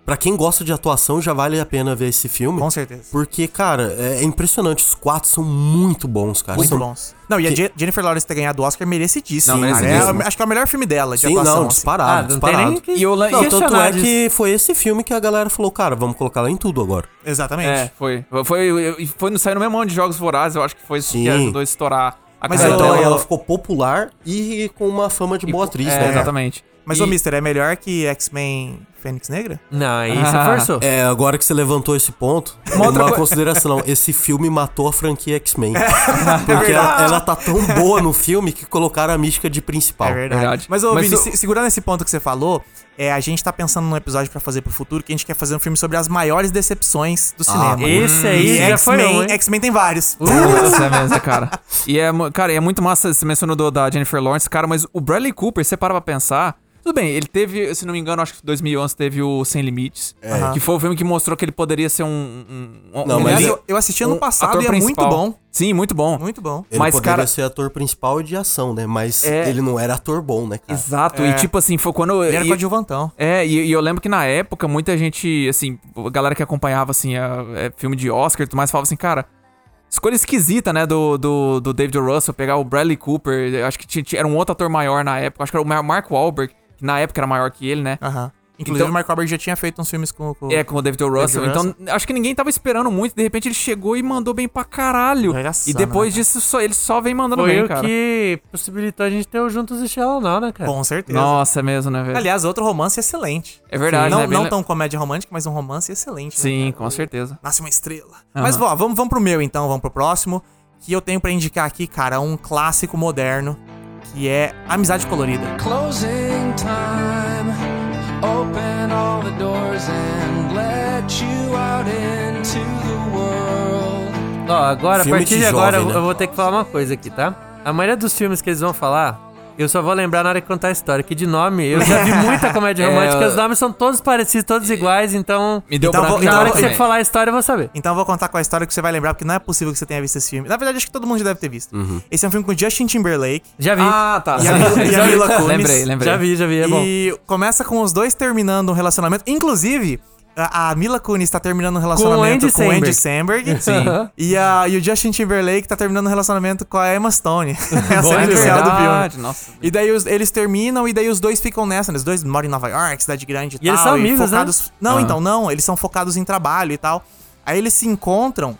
[SPEAKER 4] pra quem gosta de atuação, já vale a pena ver esse filme.
[SPEAKER 2] Com certeza.
[SPEAKER 4] Porque, cara, é impressionante. Os quatro são muito bons, cara.
[SPEAKER 2] Muito
[SPEAKER 4] são...
[SPEAKER 2] bons. Não, e a
[SPEAKER 4] que-
[SPEAKER 2] Je- Jennifer Lawrence ter ganhado o Oscar merecidíssimo.
[SPEAKER 5] Não,
[SPEAKER 2] cara.
[SPEAKER 5] merecidíssimo.
[SPEAKER 2] É, acho que é o melhor filme dela, de
[SPEAKER 4] Sim,
[SPEAKER 2] atuação.
[SPEAKER 4] não,
[SPEAKER 2] assim.
[SPEAKER 4] disparado,
[SPEAKER 3] Ah, não tem
[SPEAKER 4] disparado.
[SPEAKER 3] nem que
[SPEAKER 5] E eu lan-
[SPEAKER 4] Não, tanto
[SPEAKER 3] questionar
[SPEAKER 4] é
[SPEAKER 3] disso.
[SPEAKER 4] que foi esse filme que a galera falou, cara, vamos colocar ela em tudo agora.
[SPEAKER 2] Exatamente.
[SPEAKER 5] É, foi. Foi, foi, no, saiu no mesmo ano de Jogos Vorazes, eu acho que foi isso que
[SPEAKER 4] Sim.
[SPEAKER 5] ajudou a estourar a
[SPEAKER 2] Mas
[SPEAKER 4] Cara,
[SPEAKER 2] eu-
[SPEAKER 4] então
[SPEAKER 5] dela.
[SPEAKER 4] ela, ela ficou popular e com uma fama de boa atriz,
[SPEAKER 5] É,
[SPEAKER 4] né? cara?
[SPEAKER 5] exatamente.
[SPEAKER 2] Mas,
[SPEAKER 5] E-
[SPEAKER 2] ô, Mister, é melhor que X-Men Fênix Negra?
[SPEAKER 3] Não, aí você
[SPEAKER 5] Ah.
[SPEAKER 3] forçou.
[SPEAKER 4] É, agora que você levantou esse ponto,
[SPEAKER 5] Uma
[SPEAKER 4] uma,
[SPEAKER 5] outra coi-
[SPEAKER 4] consideração. Esse filme matou a franquia X-Men.
[SPEAKER 2] É,
[SPEAKER 4] porque ela, ela tá tão boa no filme que colocaram a mística de principal.
[SPEAKER 2] É verdade.
[SPEAKER 5] Verdade.
[SPEAKER 2] Mas, ô,
[SPEAKER 5] Mas
[SPEAKER 2] Vini,
[SPEAKER 5] eu-
[SPEAKER 2] se- segurando esse ponto que você falou, é, a gente tá pensando num episódio pra fazer pro futuro que a gente quer fazer um filme sobre as maiores decepções
[SPEAKER 5] Ah,
[SPEAKER 2] do cinema.
[SPEAKER 3] Ah, Esse aí
[SPEAKER 2] E
[SPEAKER 3] já foi um,
[SPEAKER 2] X-Men
[SPEAKER 3] hein?
[SPEAKER 2] X-Men tem vários.
[SPEAKER 5] Nossa, é mesmo, cara. E é, mu- cara, e é muito massa, você mencionou do, da Jennifer Lawrence, cara, mas o Bradley Cooper, você para pra pensar, tudo bem, ele teve, se não me engano, acho que em 2011 teve o Sem Limites,
[SPEAKER 2] É.
[SPEAKER 5] que foi o filme que mostrou que ele poderia ser um... um, um
[SPEAKER 4] Não,
[SPEAKER 5] um-
[SPEAKER 4] mas
[SPEAKER 2] Aliás,
[SPEAKER 4] ele-
[SPEAKER 2] eu, eu assisti ano
[SPEAKER 5] um
[SPEAKER 2] passado
[SPEAKER 5] ator
[SPEAKER 2] e é
[SPEAKER 5] principal.
[SPEAKER 2] muito bom.
[SPEAKER 5] Sim, muito bom.
[SPEAKER 2] Muito bom.
[SPEAKER 4] Ele
[SPEAKER 5] Mas,
[SPEAKER 4] poderia
[SPEAKER 5] cara-
[SPEAKER 4] ser ator principal e de ação, né? Mas
[SPEAKER 5] É.
[SPEAKER 4] ele não era ator bom, né, cara?
[SPEAKER 5] Exato,
[SPEAKER 2] É.
[SPEAKER 5] e tipo assim, foi quando...
[SPEAKER 2] Ele era
[SPEAKER 5] e-
[SPEAKER 2] coadjuvantão.
[SPEAKER 5] É, e, e eu lembro que na época muita gente, assim, a galera que acompanhava, assim, a- é, filme de Oscar e tudo mais, falava assim, cara, escolha esquisita, né, do, do, do David Russell, pegar o Bradley Cooper, eu acho que tinha- tinha- era um outro ator maior na época, acho que era o Ma- Mark Wahlberg, que na época era maior que ele, né?
[SPEAKER 2] Aham. Inclusive,
[SPEAKER 5] Então-
[SPEAKER 2] o Mark Wahlberg já tinha feito uns filmes com... com...
[SPEAKER 5] É, com o David O. Russell.
[SPEAKER 2] David
[SPEAKER 5] então, acho que ninguém tava esperando muito. De repente, ele chegou e mandou bem pra caralho.
[SPEAKER 2] Arregaçando,
[SPEAKER 5] E depois
[SPEAKER 2] né,
[SPEAKER 5] disso, só, ele só vem mandando
[SPEAKER 3] Foi
[SPEAKER 5] bem,
[SPEAKER 3] o
[SPEAKER 5] cara.
[SPEAKER 3] que possibilitou a gente ter o Juntos e Shallow Now, né, cara?
[SPEAKER 2] Com certeza.
[SPEAKER 5] Nossa, é mesmo, né, velho?
[SPEAKER 2] Aliás, outro romance excelente.
[SPEAKER 5] É verdade,
[SPEAKER 2] Não,
[SPEAKER 5] né? Bem
[SPEAKER 2] não
[SPEAKER 5] le-
[SPEAKER 2] tão comédia romântica, mas um romance excelente. né,
[SPEAKER 5] Sim,
[SPEAKER 2] cara?
[SPEAKER 5] com certeza.
[SPEAKER 2] Nasce uma estrela. Mas vó, vamos, vamos pro meu então, vamos pro próximo. Que eu tenho pra indicar aqui, cara, um clássico moderno, que é Amizade Colorida.
[SPEAKER 8] Closing time. Open all the doors and let you out into the world.
[SPEAKER 3] Ó, agora, a
[SPEAKER 4] Filme
[SPEAKER 3] partir
[SPEAKER 4] de
[SPEAKER 3] de agora,
[SPEAKER 4] jovem,
[SPEAKER 3] eu-
[SPEAKER 4] né?
[SPEAKER 3] eu vou ter que falar uma coisa aqui, tá? A maioria dos filmes que eles vão falar, eu só vou lembrar na hora que contar a história, que de nome, eu já vi muita comédia
[SPEAKER 5] É,
[SPEAKER 3] romântica,
[SPEAKER 5] eu-
[SPEAKER 3] os nomes são todos parecidos, todos iguais, então...
[SPEAKER 5] Me deu
[SPEAKER 2] Então
[SPEAKER 5] branco
[SPEAKER 2] vou-
[SPEAKER 5] na
[SPEAKER 3] Na
[SPEAKER 2] então
[SPEAKER 3] hora
[SPEAKER 2] vou-
[SPEAKER 3] que
[SPEAKER 5] também.
[SPEAKER 3] você falar a história, eu vou saber.
[SPEAKER 2] Então eu vou contar com a história que você vai lembrar, porque não é possível que você tenha visto esse filme. Na verdade, acho que todo mundo já deve ter visto.
[SPEAKER 3] Uhum.
[SPEAKER 2] Esse é um filme com Justin Timberlake
[SPEAKER 3] Já vi.
[SPEAKER 5] Ah, tá.
[SPEAKER 2] e a, e a Mila Kunis.
[SPEAKER 5] Lembrei, lembrei.
[SPEAKER 3] já vi, já vi, é bom.
[SPEAKER 2] E começa com os dois terminando um relacionamento. Inclusive, a, a Mila Kunis tá terminando um
[SPEAKER 3] Andy
[SPEAKER 2] relacionamento com o
[SPEAKER 3] Samberg.
[SPEAKER 2] Andy Samberg.
[SPEAKER 3] Sim.
[SPEAKER 2] E, a, e o Justin Timberlake tá terminando um relacionamento com a Emma Stone. É a
[SPEAKER 5] É
[SPEAKER 2] cena inicial do
[SPEAKER 3] Ah,
[SPEAKER 2] filme.
[SPEAKER 5] verdade, Nossa,
[SPEAKER 2] E daí os- eles terminam e daí os dois ficam nessa, né? Os dois moram em Nova York, cidade grande e,
[SPEAKER 3] E eles
[SPEAKER 2] tal.
[SPEAKER 3] são amigos, né?
[SPEAKER 2] focados...
[SPEAKER 4] Ah.
[SPEAKER 2] Não, então, não. Eles são focados em trabalho e tal. Aí eles se encontram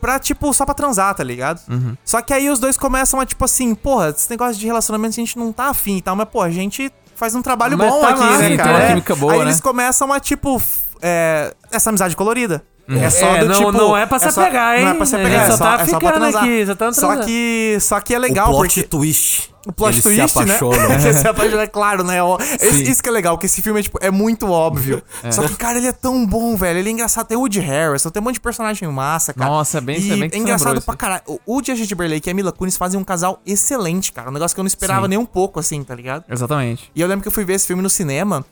[SPEAKER 2] pra, tipo, só pra transar, tá ligado?
[SPEAKER 4] Uhum.
[SPEAKER 2] Só que aí os dois começam a, tipo assim, porra, esse negócio de relacionamento a gente não tá afim e tal, mas, pô, a gente faz um trabalho
[SPEAKER 3] Mas
[SPEAKER 2] bom
[SPEAKER 3] tá
[SPEAKER 2] aqui,
[SPEAKER 3] massa,
[SPEAKER 2] né,
[SPEAKER 3] sim,
[SPEAKER 2] cara?
[SPEAKER 3] tem uma
[SPEAKER 2] É.
[SPEAKER 5] química boa,
[SPEAKER 2] aí
[SPEAKER 5] né?
[SPEAKER 2] eles começam a, tipo, f- é, essa amizade colorida.
[SPEAKER 4] Uhum.
[SPEAKER 2] É só
[SPEAKER 3] É,
[SPEAKER 2] do
[SPEAKER 3] não-
[SPEAKER 2] tipo.
[SPEAKER 3] não é pra se
[SPEAKER 2] só-
[SPEAKER 3] apegar, hein?
[SPEAKER 2] Não é pra se
[SPEAKER 3] A
[SPEAKER 2] apegar,
[SPEAKER 3] gente
[SPEAKER 2] é
[SPEAKER 3] só tá
[SPEAKER 2] é pra
[SPEAKER 3] ficando
[SPEAKER 2] transar.
[SPEAKER 3] aqui, só tá
[SPEAKER 2] só
[SPEAKER 3] transando.
[SPEAKER 2] que Só que é
[SPEAKER 4] O
[SPEAKER 2] legal,
[SPEAKER 4] plot
[SPEAKER 2] porque.
[SPEAKER 4] twist.
[SPEAKER 2] O plot
[SPEAKER 4] eles
[SPEAKER 2] twist,
[SPEAKER 4] se apaixonam.
[SPEAKER 2] né? Você se apaixona, é claro, né? Ó, esse- isso que é legal, que esse filme é, tipo, é muito óbvio. Só que, cara, ele é tão bom, velho. Ele é engraçado. Tem o Woody Harrison, tem um monte de personagem massa, cara.
[SPEAKER 5] Nossa, bem-
[SPEAKER 2] e
[SPEAKER 5] bem que
[SPEAKER 2] É
[SPEAKER 5] você
[SPEAKER 2] engraçado
[SPEAKER 5] lembrou
[SPEAKER 2] pra
[SPEAKER 5] isso.
[SPEAKER 2] caralho. O Woody e a Jade Berlake e a Mila Kunis fazem um casal excelente, cara. Um negócio que eu não esperava nem um pouco, assim, tá ligado?
[SPEAKER 5] Exatamente.
[SPEAKER 2] E eu lembro que eu fui ver esse filme no cinema.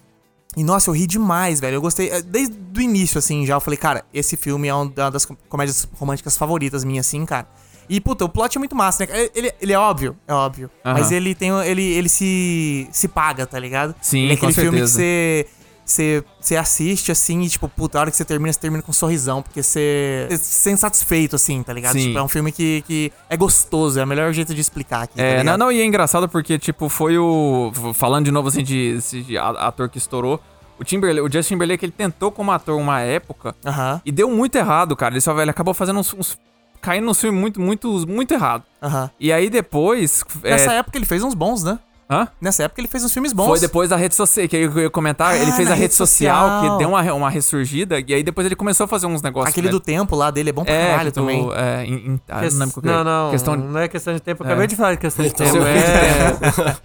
[SPEAKER 2] E, nossa, eu ri demais, velho. Eu gostei. eh, Desde o início, assim, já eu falei, cara, esse filme é uma das com- comédias românticas favoritas minha, assim, cara. E, puta, o plot é muito massa, né? cara? Ele, ele é óbvio, é óbvio.
[SPEAKER 5] Aham.
[SPEAKER 2] Mas ele tem. o- Ele, ele se. se paga, tá ligado?
[SPEAKER 5] Sim,
[SPEAKER 2] ele é aquele
[SPEAKER 5] com
[SPEAKER 2] filme que
[SPEAKER 5] certeza.
[SPEAKER 2] você. Você, você assiste assim e, tipo, puta, a hora que você termina, você termina com um sorrisão, porque você. Você é insatisfeito, assim, tá ligado?
[SPEAKER 5] Sim.
[SPEAKER 2] Tipo, é um filme que, que é gostoso, é o melhor jeito de explicar aqui. tá
[SPEAKER 5] É,
[SPEAKER 2] ligado?
[SPEAKER 5] não, não, e é engraçado porque, tipo, foi o. f- Falando de novo, assim, de, de a- ator que estourou. O, Timberlake, o Justin Timberlake, ele tentou como ator uma época
[SPEAKER 2] Aham,
[SPEAKER 5] e deu muito errado, cara. Ele só, velho, acabou fazendo uns. uns- caindo nos filmes muito, muito, muito errado.
[SPEAKER 2] aham.
[SPEAKER 5] E aí depois.
[SPEAKER 2] Nessa
[SPEAKER 5] é,
[SPEAKER 2] época ele fez uns bons, né?
[SPEAKER 5] hã?
[SPEAKER 2] Nessa época ele fez uns filmes bons.
[SPEAKER 5] Foi depois da rede social, que eu ia comentar,
[SPEAKER 2] Ah,
[SPEAKER 5] ele fez
[SPEAKER 2] na
[SPEAKER 5] a rede
[SPEAKER 2] rede
[SPEAKER 5] social,
[SPEAKER 2] social.
[SPEAKER 5] que deu uma, uma ressurgida, e aí depois ele começou a fazer uns negócios.
[SPEAKER 2] Aquele
[SPEAKER 5] velho.
[SPEAKER 2] do tempo lá dele é bom pra
[SPEAKER 5] é,
[SPEAKER 2] caralho
[SPEAKER 5] do-
[SPEAKER 2] também.
[SPEAKER 5] É, em, em, ah,
[SPEAKER 3] Ques-
[SPEAKER 5] não, lembro qual que é.
[SPEAKER 3] não, não,
[SPEAKER 5] Questão de-
[SPEAKER 3] não é questão de tempo. Eu acabei de falar de questão de
[SPEAKER 4] Então,
[SPEAKER 3] tempo.
[SPEAKER 2] é.
[SPEAKER 5] questão de
[SPEAKER 3] É...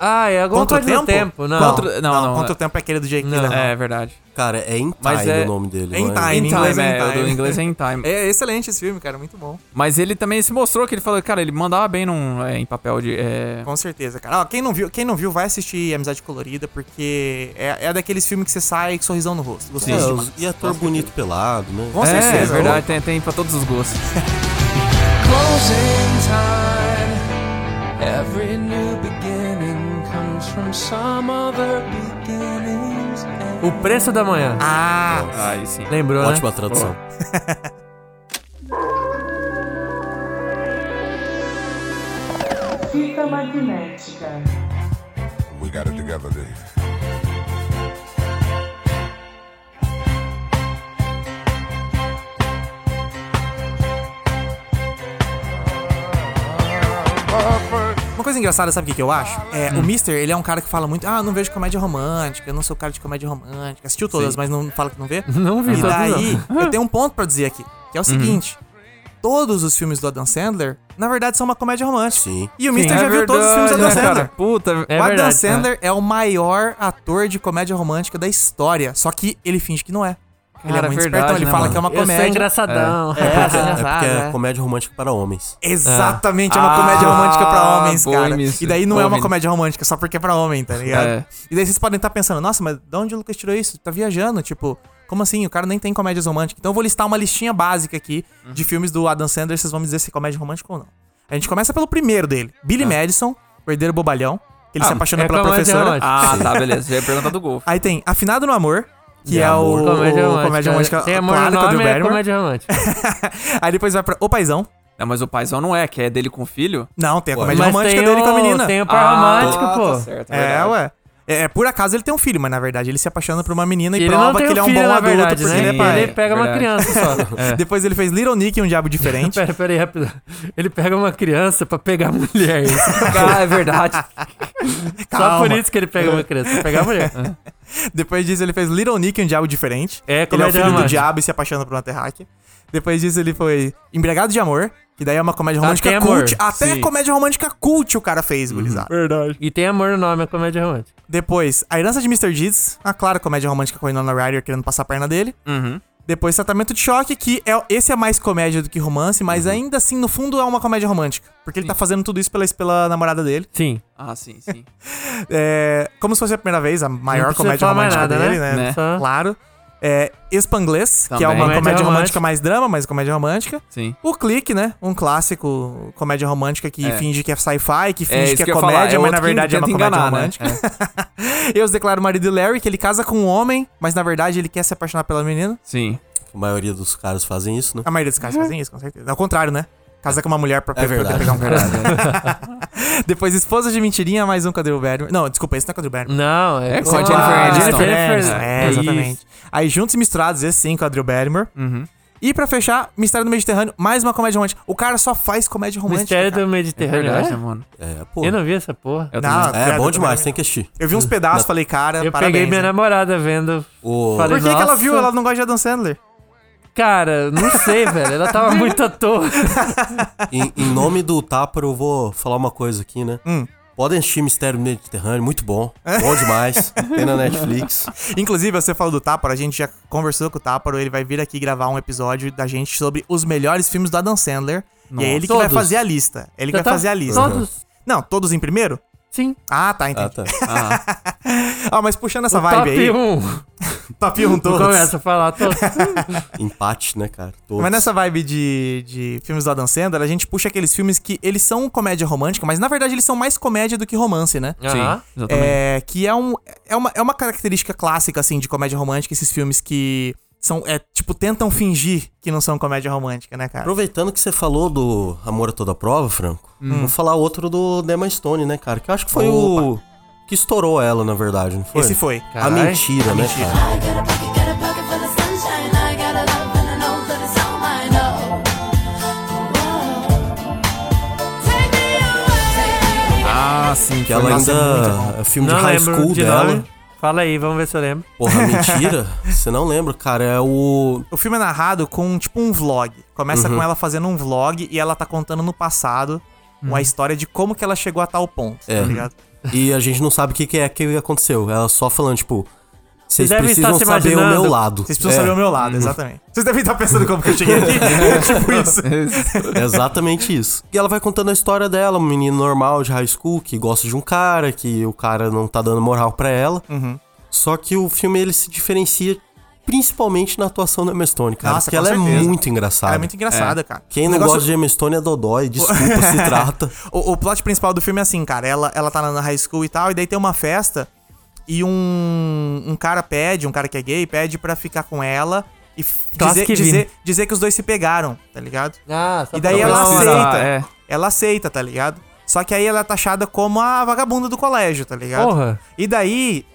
[SPEAKER 3] ah, é alguma
[SPEAKER 2] Contra o
[SPEAKER 3] coisa do
[SPEAKER 2] Tempo?
[SPEAKER 3] tempo, não.
[SPEAKER 5] Contra- não, não,
[SPEAKER 2] Contra
[SPEAKER 5] é.
[SPEAKER 2] o tempo é aquele do Jake
[SPEAKER 3] Não.
[SPEAKER 2] Gyllenhaal.
[SPEAKER 5] É verdade.
[SPEAKER 4] Cara, é In
[SPEAKER 5] Mas
[SPEAKER 4] Time
[SPEAKER 5] é-
[SPEAKER 4] o nome dele.
[SPEAKER 2] In
[SPEAKER 4] não é?
[SPEAKER 2] Time.
[SPEAKER 5] In
[SPEAKER 2] Em
[SPEAKER 5] time,
[SPEAKER 2] inglês é
[SPEAKER 5] é,
[SPEAKER 2] in time.
[SPEAKER 5] o do inglês é in time.
[SPEAKER 2] É excelente esse filme, cara, muito bom.
[SPEAKER 5] Mas ele também se mostrou que ele falou, cara, ele mandava bem num, é, em papel de. é,
[SPEAKER 2] Com certeza, cara. Ó, quem não viu, quem não viu vai assistir Amizade Colorida, porque é, é daqueles filmes que você sai com sorrisão no rosto. Gostei
[SPEAKER 4] É,
[SPEAKER 2] demais.
[SPEAKER 4] os- e ator bonito pelado, né?
[SPEAKER 2] Com
[SPEAKER 5] é, é
[SPEAKER 2] certeza.
[SPEAKER 5] verdade, tem, tem pra todos os gostos.
[SPEAKER 8] Closing time. Every new beginning comes from some other beginnings.
[SPEAKER 3] O preço da manhã.
[SPEAKER 2] Ah,
[SPEAKER 5] Aí sim.
[SPEAKER 3] Lembrou, né?
[SPEAKER 4] Ótima tradução.
[SPEAKER 1] Fita magnética.
[SPEAKER 6] We got it together, Dave.
[SPEAKER 2] uma coisa engraçada, sabe o que, que eu acho? É, O Mister, ele é um cara que fala muito, ah, não vejo comédia romântica, eu não sou cara de comédia romântica. Assistiu todas, mas não fala que não vê?
[SPEAKER 3] Não vi,
[SPEAKER 2] E
[SPEAKER 3] todos não.
[SPEAKER 2] daí, eu tenho um ponto pra dizer aqui, que
[SPEAKER 5] Uhum.
[SPEAKER 2] é o seguinte: todos os filmes do Adam Sandler, na verdade, são uma comédia romântica.
[SPEAKER 4] Sim.
[SPEAKER 2] E o Mister
[SPEAKER 5] Sim,
[SPEAKER 2] já
[SPEAKER 5] é
[SPEAKER 2] viu todos os filmes do
[SPEAKER 5] verdade,
[SPEAKER 2] Adam
[SPEAKER 5] né,
[SPEAKER 2] Sandler.
[SPEAKER 5] cara? Puta,
[SPEAKER 3] É
[SPEAKER 2] o Adam
[SPEAKER 3] verdade,
[SPEAKER 2] Sandler é. o maior ator de comédia romântica da história, só que ele finge que não é. Ele é
[SPEAKER 5] Cara,
[SPEAKER 2] muito
[SPEAKER 5] verdade,
[SPEAKER 2] espertão, ele
[SPEAKER 5] né,
[SPEAKER 2] fala
[SPEAKER 5] mano?
[SPEAKER 2] que é uma
[SPEAKER 3] Eu sou
[SPEAKER 2] comédia.
[SPEAKER 3] engraçadão.
[SPEAKER 2] É, você é
[SPEAKER 4] É porque
[SPEAKER 2] engraçado,
[SPEAKER 4] é
[SPEAKER 2] né?
[SPEAKER 4] comédia romântica para homens.
[SPEAKER 2] Exatamente, é uma
[SPEAKER 5] Ah,
[SPEAKER 2] comédia romântica pra homens,
[SPEAKER 5] boa,
[SPEAKER 2] cara.
[SPEAKER 5] Mister.
[SPEAKER 2] E daí não é
[SPEAKER 5] Boa,
[SPEAKER 2] uma
[SPEAKER 5] Mister.
[SPEAKER 2] comédia romântica, só porque é pra homem, tá ligado?
[SPEAKER 5] É.
[SPEAKER 2] E daí vocês podem estar pensando, nossa, mas de onde o Lucas tirou isso? Tá viajando, tipo, como assim? O cara nem tem comédias românticas. Então eu vou listar uma listinha básica aqui
[SPEAKER 3] Uhum.
[SPEAKER 2] de filmes do Adam Sandler, vocês vão me dizer se é comédia romântica ou não. A gente começa pelo primeiro dele, Billy Madison, Perder o Bobalhão, que ele se apaixona
[SPEAKER 3] Ah. é
[SPEAKER 2] pela
[SPEAKER 3] comédia
[SPEAKER 2] professora.
[SPEAKER 3] romântica.
[SPEAKER 5] Ah, tá, beleza. Eu ia perguntar do Golfo.
[SPEAKER 2] Aí tem Afinado no Amor, que
[SPEAKER 4] De
[SPEAKER 2] é o
[SPEAKER 4] amor.
[SPEAKER 3] Comédia
[SPEAKER 2] o
[SPEAKER 3] romântica. é.
[SPEAKER 2] comédia romântica
[SPEAKER 3] Tem amor
[SPEAKER 2] clássico
[SPEAKER 3] no
[SPEAKER 2] do
[SPEAKER 3] nome, é
[SPEAKER 2] Barrymore.
[SPEAKER 3] comédia romântica.
[SPEAKER 2] Aí depois vai pra O Paizão.
[SPEAKER 5] Não, mas o paizão não é, que é dele com o filho.
[SPEAKER 2] Não, tem a
[SPEAKER 4] Ué.
[SPEAKER 2] comédia
[SPEAKER 3] Mas
[SPEAKER 2] romântica
[SPEAKER 3] tem
[SPEAKER 2] dele
[SPEAKER 3] o,
[SPEAKER 2] com a menina.
[SPEAKER 3] Tem o par romântico, pô.
[SPEAKER 5] Ah, tá certo,
[SPEAKER 2] É, ué. É, por acaso ele tem um filho, mas na verdade ele se apaixona por uma menina e
[SPEAKER 3] Ele não
[SPEAKER 2] prova
[SPEAKER 3] tem
[SPEAKER 2] que ele é um
[SPEAKER 3] filho,
[SPEAKER 2] bom
[SPEAKER 3] na
[SPEAKER 2] adulto
[SPEAKER 3] verdade,
[SPEAKER 2] porque
[SPEAKER 3] né?
[SPEAKER 2] ele é pai.
[SPEAKER 3] Ele é. pega uma
[SPEAKER 5] Verdade.
[SPEAKER 3] criança só.
[SPEAKER 2] Depois ele fez Little Nick, um diabo diferente.
[SPEAKER 3] Pera, pera aí, rápido. Ele pega uma criança pra pegar mulher.
[SPEAKER 5] Ah, é verdade.
[SPEAKER 3] Só
[SPEAKER 2] Calma.
[SPEAKER 3] por isso que ele pega uma criança, pra pegar mulher.
[SPEAKER 2] Depois disso ele fez Little Nick, um diabo diferente.
[SPEAKER 3] É,
[SPEAKER 2] ele é o
[SPEAKER 3] comédia
[SPEAKER 2] filho do
[SPEAKER 3] romântica.
[SPEAKER 2] diabo e se apaixona por uma terráquea. Depois disso ele foi Embriagado de Amor, que daí é uma comédia romântica
[SPEAKER 3] Até Tá, amor,
[SPEAKER 2] cult. Até
[SPEAKER 3] sim. Uhum.
[SPEAKER 2] comédia romântica cult o cara fez, gurizada.
[SPEAKER 3] E tem amor no nome, é comédia romântica.
[SPEAKER 2] Depois, A Herança de Mr. Deeds, a clara comédia romântica com a Winona Ryder querendo passar a perna dele.
[SPEAKER 5] Uhum.
[SPEAKER 2] Depois, Tratamento de Choque, que é, esse é mais comédia do que romance, mas
[SPEAKER 5] Uhum.
[SPEAKER 2] ainda assim, no fundo, é uma comédia romântica. Porque ele tá fazendo tudo isso pela, pela namorada dele.
[SPEAKER 3] Sim.
[SPEAKER 5] Ah, sim, sim.
[SPEAKER 2] É, como se fosse a primeira vez, a maior
[SPEAKER 3] precisa
[SPEAKER 2] comédia
[SPEAKER 3] falar mais
[SPEAKER 2] romântica
[SPEAKER 3] nada,
[SPEAKER 2] dele, né?
[SPEAKER 5] né?
[SPEAKER 3] Né? Só-
[SPEAKER 2] Claro. É, Espanglês, que é uma
[SPEAKER 5] Também.
[SPEAKER 2] comédia,
[SPEAKER 3] Comédia
[SPEAKER 2] romântica.
[SPEAKER 3] romântica.
[SPEAKER 2] mais drama, mas comédia romântica.
[SPEAKER 5] Sim.
[SPEAKER 2] O Clique, né? Um clássico comédia romântica que
[SPEAKER 5] É.
[SPEAKER 2] finge que é sci-fi, que
[SPEAKER 5] É
[SPEAKER 2] finge
[SPEAKER 5] isso
[SPEAKER 2] que é
[SPEAKER 5] que eu ia falar,
[SPEAKER 2] comédia,
[SPEAKER 5] é
[SPEAKER 2] mas
[SPEAKER 5] outro
[SPEAKER 2] na
[SPEAKER 5] que
[SPEAKER 2] verdade é uma
[SPEAKER 5] tenta
[SPEAKER 2] comédia
[SPEAKER 5] enganar, né?
[SPEAKER 2] romântica. Eu os declaro o marido de Larry, que ele casa com um homem, mas na verdade ele quer se apaixonar pela menina.
[SPEAKER 5] Sim.
[SPEAKER 4] A maioria dos caras fazem isso, né?
[SPEAKER 2] A maioria dos caras
[SPEAKER 3] Uhum.
[SPEAKER 2] fazem isso, com certeza. Ao contrário, né? Casa com uma mulher pra, pra
[SPEAKER 4] verdade,
[SPEAKER 2] pegar um
[SPEAKER 4] é
[SPEAKER 2] cara. Depois, esposa de mentirinha, mais um Cadê o Badman. Não, desculpa, esse não é Cadê o Badman.
[SPEAKER 3] Não, é,
[SPEAKER 5] É com a
[SPEAKER 3] Ah,
[SPEAKER 5] Jennifer
[SPEAKER 2] Ah,
[SPEAKER 5] Aniston.
[SPEAKER 2] Jennifer
[SPEAKER 3] Jennifer
[SPEAKER 2] Aniston, É,
[SPEAKER 3] Aniston. Uhum.
[SPEAKER 2] exatamente. Aí, juntos e misturados, esse sim, com a Drew Barrymore. E pra fechar, Mistério do Mediterrâneo, mais uma comédia romântica. O cara só faz comédia romântica.
[SPEAKER 3] Mistério
[SPEAKER 2] cara.
[SPEAKER 3] do Mediterrâneo.
[SPEAKER 5] Verdade, né,
[SPEAKER 3] é?
[SPEAKER 5] mano?
[SPEAKER 4] É, pô.
[SPEAKER 3] Eu não vi essa porra.
[SPEAKER 5] Eu
[SPEAKER 2] Não,
[SPEAKER 5] também.
[SPEAKER 4] É,
[SPEAKER 2] é,
[SPEAKER 4] bom
[SPEAKER 2] eu
[SPEAKER 4] demais,
[SPEAKER 2] também-
[SPEAKER 4] tem que assistir.
[SPEAKER 2] Eu vi uns pedaços, falei, cara,
[SPEAKER 3] Uhum. Eu
[SPEAKER 2] parabéns.
[SPEAKER 3] peguei minha
[SPEAKER 2] né?
[SPEAKER 3] namorada vendo.
[SPEAKER 4] O...
[SPEAKER 3] Falei,
[SPEAKER 2] Por que, que ela
[SPEAKER 3] Nossa.
[SPEAKER 2] viu? Ela não gosta de Adam Sandler.
[SPEAKER 3] Cara, não sei, velho. Ela tava muito à toa.
[SPEAKER 4] Em, em nome do Tupper, eu vou falar uma coisa aqui, né?
[SPEAKER 2] Hum.
[SPEAKER 4] Podem assistir Mistério do Mediterrâneo, muito bom. Bom demais. tem na Netflix.
[SPEAKER 2] Inclusive, você falou do Táparo, a gente já conversou com o Táparo, ele vai vir aqui gravar um episódio da gente sobre os melhores filmes do Adam Sandler. e é ele que vai
[SPEAKER 3] Todos.
[SPEAKER 2] fazer a lista. Ele que
[SPEAKER 3] Já
[SPEAKER 2] vai
[SPEAKER 3] tá
[SPEAKER 2] fazer a lista.
[SPEAKER 3] Todos?
[SPEAKER 2] Não, todos em primeiro?
[SPEAKER 3] Sim.
[SPEAKER 2] Ah, tá,
[SPEAKER 4] Ah,
[SPEAKER 2] entendi.
[SPEAKER 4] tá.
[SPEAKER 2] Ah, mas puxando essa vibe
[SPEAKER 3] Top
[SPEAKER 2] aí.
[SPEAKER 3] 1.
[SPEAKER 2] Top 1
[SPEAKER 3] Não
[SPEAKER 2] todos.
[SPEAKER 3] começa a falar todos.
[SPEAKER 4] Empate, né, cara? Todos.
[SPEAKER 2] Mas nessa vibe de, de filmes do Adam Sandler, a gente puxa aqueles filmes que eles são comédia romântica, mas na verdade eles são mais comédia do que romance, né?
[SPEAKER 3] Aham.
[SPEAKER 5] Sim, exatamente.
[SPEAKER 2] É, que é, um, é, uma, é uma característica clássica, assim, de comédia romântica, esses filmes que são, é, tipo, tentam fingir que não são comédia romântica, né, cara?
[SPEAKER 4] Aproveitando que você falou do Amor a Toda Prova, Franco,
[SPEAKER 2] Hum.
[SPEAKER 4] vou falar outro do Demon Stone, né, cara? Que eu acho que foi o. Que estourou ela, na verdade, não foi?
[SPEAKER 2] Esse foi.
[SPEAKER 4] A mentira, né,
[SPEAKER 2] Mentira.
[SPEAKER 4] cara?
[SPEAKER 7] I got a pocket, got a pocket for the sunshine. I got a love and I know that it's all mine. Oh. Whoa. Take me away.
[SPEAKER 5] Ah, sim.
[SPEAKER 4] Que ela
[SPEAKER 2] Nossa, muito
[SPEAKER 4] ainda.
[SPEAKER 2] bom.
[SPEAKER 4] É filme de
[SPEAKER 3] Não
[SPEAKER 4] high
[SPEAKER 3] lembro
[SPEAKER 4] school
[SPEAKER 3] de
[SPEAKER 4] dela.
[SPEAKER 3] nome. Fala aí, vamos ver se eu lembro.
[SPEAKER 4] Porra, mentira? você não lembra, cara? É o.
[SPEAKER 2] O filme é narrado com, tipo, um vlog. Começa
[SPEAKER 4] Uhum.
[SPEAKER 2] com ela fazendo um vlog e ela tá contando no passado
[SPEAKER 3] Uhum.
[SPEAKER 2] uma história de como que ela chegou a tal ponto,
[SPEAKER 4] É.
[SPEAKER 2] tá ligado?
[SPEAKER 4] E a gente não sabe o que, que é que aconteceu. Ela só falando, tipo. Vocês
[SPEAKER 3] devem
[SPEAKER 4] precisam
[SPEAKER 3] estar se
[SPEAKER 4] saber o
[SPEAKER 3] imaginando.
[SPEAKER 4] meu lado.
[SPEAKER 2] Vocês precisam
[SPEAKER 4] É,
[SPEAKER 2] saber o meu lado, exatamente. Vocês devem estar pensando como que eu cheguei aqui. É tipo isso.
[SPEAKER 4] É exatamente isso. E ela vai contando a história dela, um menino normal de high school que gosta de um cara, que o cara não tá dando moral pra ela.
[SPEAKER 2] Uhum.
[SPEAKER 4] Só que o filme ele se diferencia principalmente na atuação da Emma Stone, cara.
[SPEAKER 2] Nossa,
[SPEAKER 4] porque
[SPEAKER 2] com
[SPEAKER 4] ela é
[SPEAKER 2] certeza.
[SPEAKER 4] muito engraçada.
[SPEAKER 2] Cara, é muito engraçada, cara.
[SPEAKER 4] Quem
[SPEAKER 2] O
[SPEAKER 4] não
[SPEAKER 2] negócio-
[SPEAKER 4] gosta de Emma Stone é Dodói, desculpa, se trata.
[SPEAKER 2] O, o plot principal do filme é assim, cara. Ela, ela tá na na high school e tal, e daí tem uma festa. E um, um cara pede, um cara que é gay, pede pra ficar com ela e f- dizer,
[SPEAKER 3] Clássico que vi.
[SPEAKER 2] dizer, dizer que os dois se pegaram, tá ligado?
[SPEAKER 3] Ah, só
[SPEAKER 2] E daí
[SPEAKER 3] pra-
[SPEAKER 2] ela
[SPEAKER 5] Não,
[SPEAKER 2] aceita.
[SPEAKER 5] não, é.
[SPEAKER 2] Ela aceita, tá ligado? Só que aí ela é taxada como a vagabunda do colégio, tá ligado?
[SPEAKER 3] Porra.
[SPEAKER 2] E daí,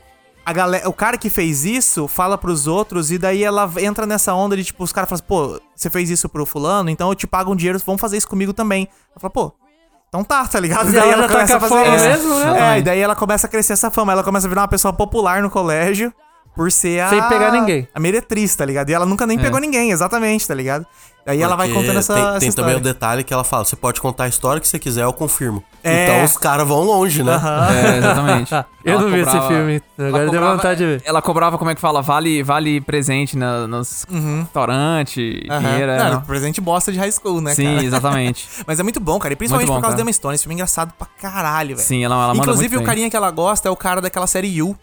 [SPEAKER 2] a galera, o cara que fez isso fala pros outros, e daí ela entra nessa onda de tipo, os caras falam assim, pô, você fez isso pro fulano, então eu te pago um dinheiro, vamos fazer isso comigo também. Ela fala, pô. Então tá, tá ligado?
[SPEAKER 3] E ela já tá com a fama mesmo, né?
[SPEAKER 2] É, e daí ela começa a crescer essa fama. Ela começa a virar uma pessoa popular no colégio por ser a.
[SPEAKER 3] Sem pegar ninguém. É.
[SPEAKER 2] A meretriz, tá ligado? E ela nunca nem pegou ninguém, exatamente, tá ligado? Daí ela vai
[SPEAKER 4] Porque
[SPEAKER 2] contando essa.
[SPEAKER 4] Tem,
[SPEAKER 2] essa
[SPEAKER 4] tem também
[SPEAKER 2] história.
[SPEAKER 4] o detalhe que ela fala: você pode contar a história que você quiser, eu confirmo.
[SPEAKER 2] É.
[SPEAKER 4] Então os caras vão longe, né?
[SPEAKER 5] É, exatamente.
[SPEAKER 3] Eu
[SPEAKER 5] Ela
[SPEAKER 3] não vi esse
[SPEAKER 5] cobrava-
[SPEAKER 3] filme.
[SPEAKER 5] ela
[SPEAKER 3] Agora deu
[SPEAKER 5] cobrava-
[SPEAKER 3] vontade de ver.
[SPEAKER 5] Ela cobrava, como é que fala? Vale, vale presente na, nos restaurantes,
[SPEAKER 2] Uhum. Aham.
[SPEAKER 5] dinheiro. é,
[SPEAKER 2] Não,
[SPEAKER 4] né?
[SPEAKER 5] não.
[SPEAKER 2] o presente bosta de high school, né,
[SPEAKER 5] Sim,
[SPEAKER 2] cara?
[SPEAKER 5] exatamente.
[SPEAKER 2] Mas é muito bom, cara. E principalmente
[SPEAKER 5] Muito bom,
[SPEAKER 2] por causa da
[SPEAKER 5] cara.
[SPEAKER 2] Emma Stone. Esse filme é engraçado pra caralho, velho.
[SPEAKER 5] Sim, ela, ela manda
[SPEAKER 2] Inclusive,
[SPEAKER 5] muito
[SPEAKER 2] o
[SPEAKER 5] bem.
[SPEAKER 2] carinha que ela gosta é o cara daquela série You.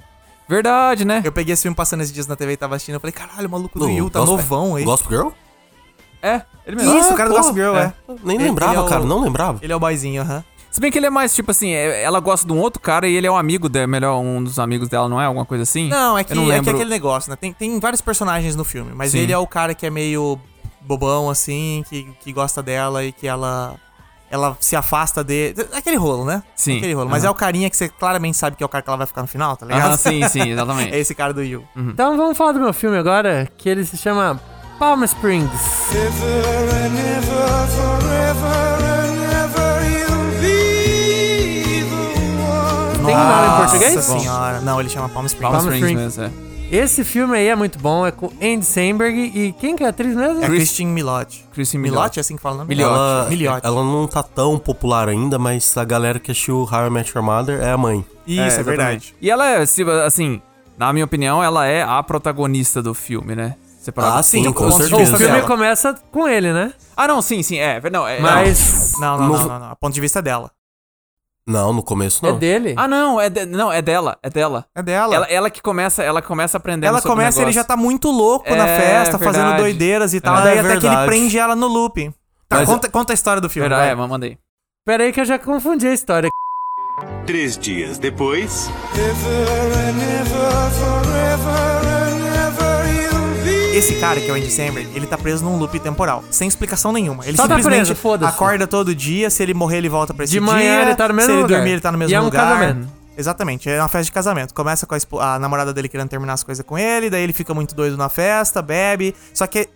[SPEAKER 5] Verdade, né?
[SPEAKER 2] Eu peguei esse filme passando esses dias na TV e tava assistindo. Eu falei, caralho, o maluco do
[SPEAKER 4] No
[SPEAKER 2] You tá
[SPEAKER 4] Gossip-
[SPEAKER 2] novão aí.
[SPEAKER 4] Gossip Girl?
[SPEAKER 5] É, ele mesmo.
[SPEAKER 2] Isso, o cara do Gossip Girl, é.
[SPEAKER 4] Nem
[SPEAKER 2] Ele-
[SPEAKER 4] lembrava,
[SPEAKER 2] ele é o-
[SPEAKER 4] cara, não lembrava.
[SPEAKER 2] Ele é o boyzinho, aham.
[SPEAKER 5] Se bem que ele é mais, tipo assim, é- ela gosta de um outro cara e ele é um amigo dela, melhor, um dos amigos dela, não é? Alguma coisa assim?
[SPEAKER 2] Não, é que,
[SPEAKER 5] Eu não
[SPEAKER 2] é que é
[SPEAKER 5] lembro.
[SPEAKER 2] aquele negócio, né? Tem, tem vários personagens no filme, mas
[SPEAKER 5] Sim.
[SPEAKER 2] ele é o cara que é meio bobão, assim, que, que gosta dela e que ela. Ela se afasta dele. É Aquele rolo, né?
[SPEAKER 5] Sim.
[SPEAKER 2] Aquele rolo. Mas
[SPEAKER 5] Aham.
[SPEAKER 2] é o carinha que você claramente sabe que é o cara que ela vai ficar no final, tá ligado?
[SPEAKER 5] Ah, sim, sim,
[SPEAKER 2] É
[SPEAKER 5] exatamente. Uhum.
[SPEAKER 2] esse cara do You.
[SPEAKER 3] Então vamos falar do meu filme agora, que ele se chama Palm Springs.
[SPEAKER 8] Ever and ever, forever and ever, you'll be the one.
[SPEAKER 3] Tem um nome em português?
[SPEAKER 2] Nossa senhora. Não, ele chama Palm Springs.
[SPEAKER 5] Palm
[SPEAKER 3] Palm
[SPEAKER 5] Springs
[SPEAKER 3] Springs.
[SPEAKER 5] mesmo, é.
[SPEAKER 3] Esse filme aí é muito bom, é com Andy Samberg e quem que é a atriz mesmo?
[SPEAKER 2] É Christine Milotti.
[SPEAKER 5] Christine
[SPEAKER 2] Milotti
[SPEAKER 5] Milotti.
[SPEAKER 2] é assim que fala o nome?
[SPEAKER 5] Miliotti.
[SPEAKER 4] Ela,
[SPEAKER 2] Miliotti.
[SPEAKER 4] ela não tá tão popular ainda, mas a galera que assistiu How I Met Your Mother é a mãe.
[SPEAKER 5] É,
[SPEAKER 2] Isso, é,
[SPEAKER 5] exatamente.
[SPEAKER 2] verdade.
[SPEAKER 5] E ela é, se- assim, na minha opinião, ela é a protagonista do filme, né? Separado.
[SPEAKER 4] Ah, sim,
[SPEAKER 2] Então,
[SPEAKER 4] com
[SPEAKER 2] vamos
[SPEAKER 3] Bom,
[SPEAKER 2] dizer
[SPEAKER 4] certeza.
[SPEAKER 3] o filme
[SPEAKER 2] dela.
[SPEAKER 3] começa com ele, né?
[SPEAKER 5] Ah, não, sim, sim, é. Não, é
[SPEAKER 3] Mas
[SPEAKER 2] Não, não,
[SPEAKER 4] No-
[SPEAKER 2] não, não, não. A ponto de vista é dela.
[SPEAKER 4] Não, no começo não.
[SPEAKER 3] é dele.
[SPEAKER 5] Ah, não, é de- não, é dela, é dela.
[SPEAKER 2] É dela.
[SPEAKER 5] Ela,
[SPEAKER 2] Ela,
[SPEAKER 5] ela que começa, ela começa
[SPEAKER 3] Né,
[SPEAKER 5] aprendendo sobre o
[SPEAKER 2] começa, ele
[SPEAKER 5] negócio.
[SPEAKER 2] já tá muito louco na
[SPEAKER 5] É,
[SPEAKER 2] festa, fazendo
[SPEAKER 5] verdade.
[SPEAKER 2] doideiras e tal.
[SPEAKER 4] É
[SPEAKER 2] daí até que ele
[SPEAKER 4] verdade.
[SPEAKER 2] prende ela no looping. Tá,
[SPEAKER 4] Mas-
[SPEAKER 2] conta, conta a história do filme.
[SPEAKER 5] Verdade, é,
[SPEAKER 2] vai.
[SPEAKER 5] mas manda aí.
[SPEAKER 3] Pera aí que eu já confundi a história.
[SPEAKER 9] Três dias depois.
[SPEAKER 8] Ever and ever, forever and ever, you'll be
[SPEAKER 2] Esse cara, que é o Andy Samberg, ele tá preso num loop temporal, sem explicação nenhuma. Ele
[SPEAKER 3] Só tá
[SPEAKER 2] simplesmente
[SPEAKER 3] preso, foda-se.
[SPEAKER 2] acorda todo dia, se ele morrer, ele volta pra esse
[SPEAKER 3] De manhã,
[SPEAKER 2] dia,
[SPEAKER 3] ele tá no mesmo
[SPEAKER 2] se ele
[SPEAKER 3] lugar.
[SPEAKER 2] dormir, ele tá no mesmo
[SPEAKER 3] E é um
[SPEAKER 2] lugar.
[SPEAKER 3] casamento.
[SPEAKER 2] Exatamente, é uma festa de casamento. Começa com a, espo- a namorada dele querendo terminar as coisas com ele, daí ele fica muito doido na festa, bebe. Só que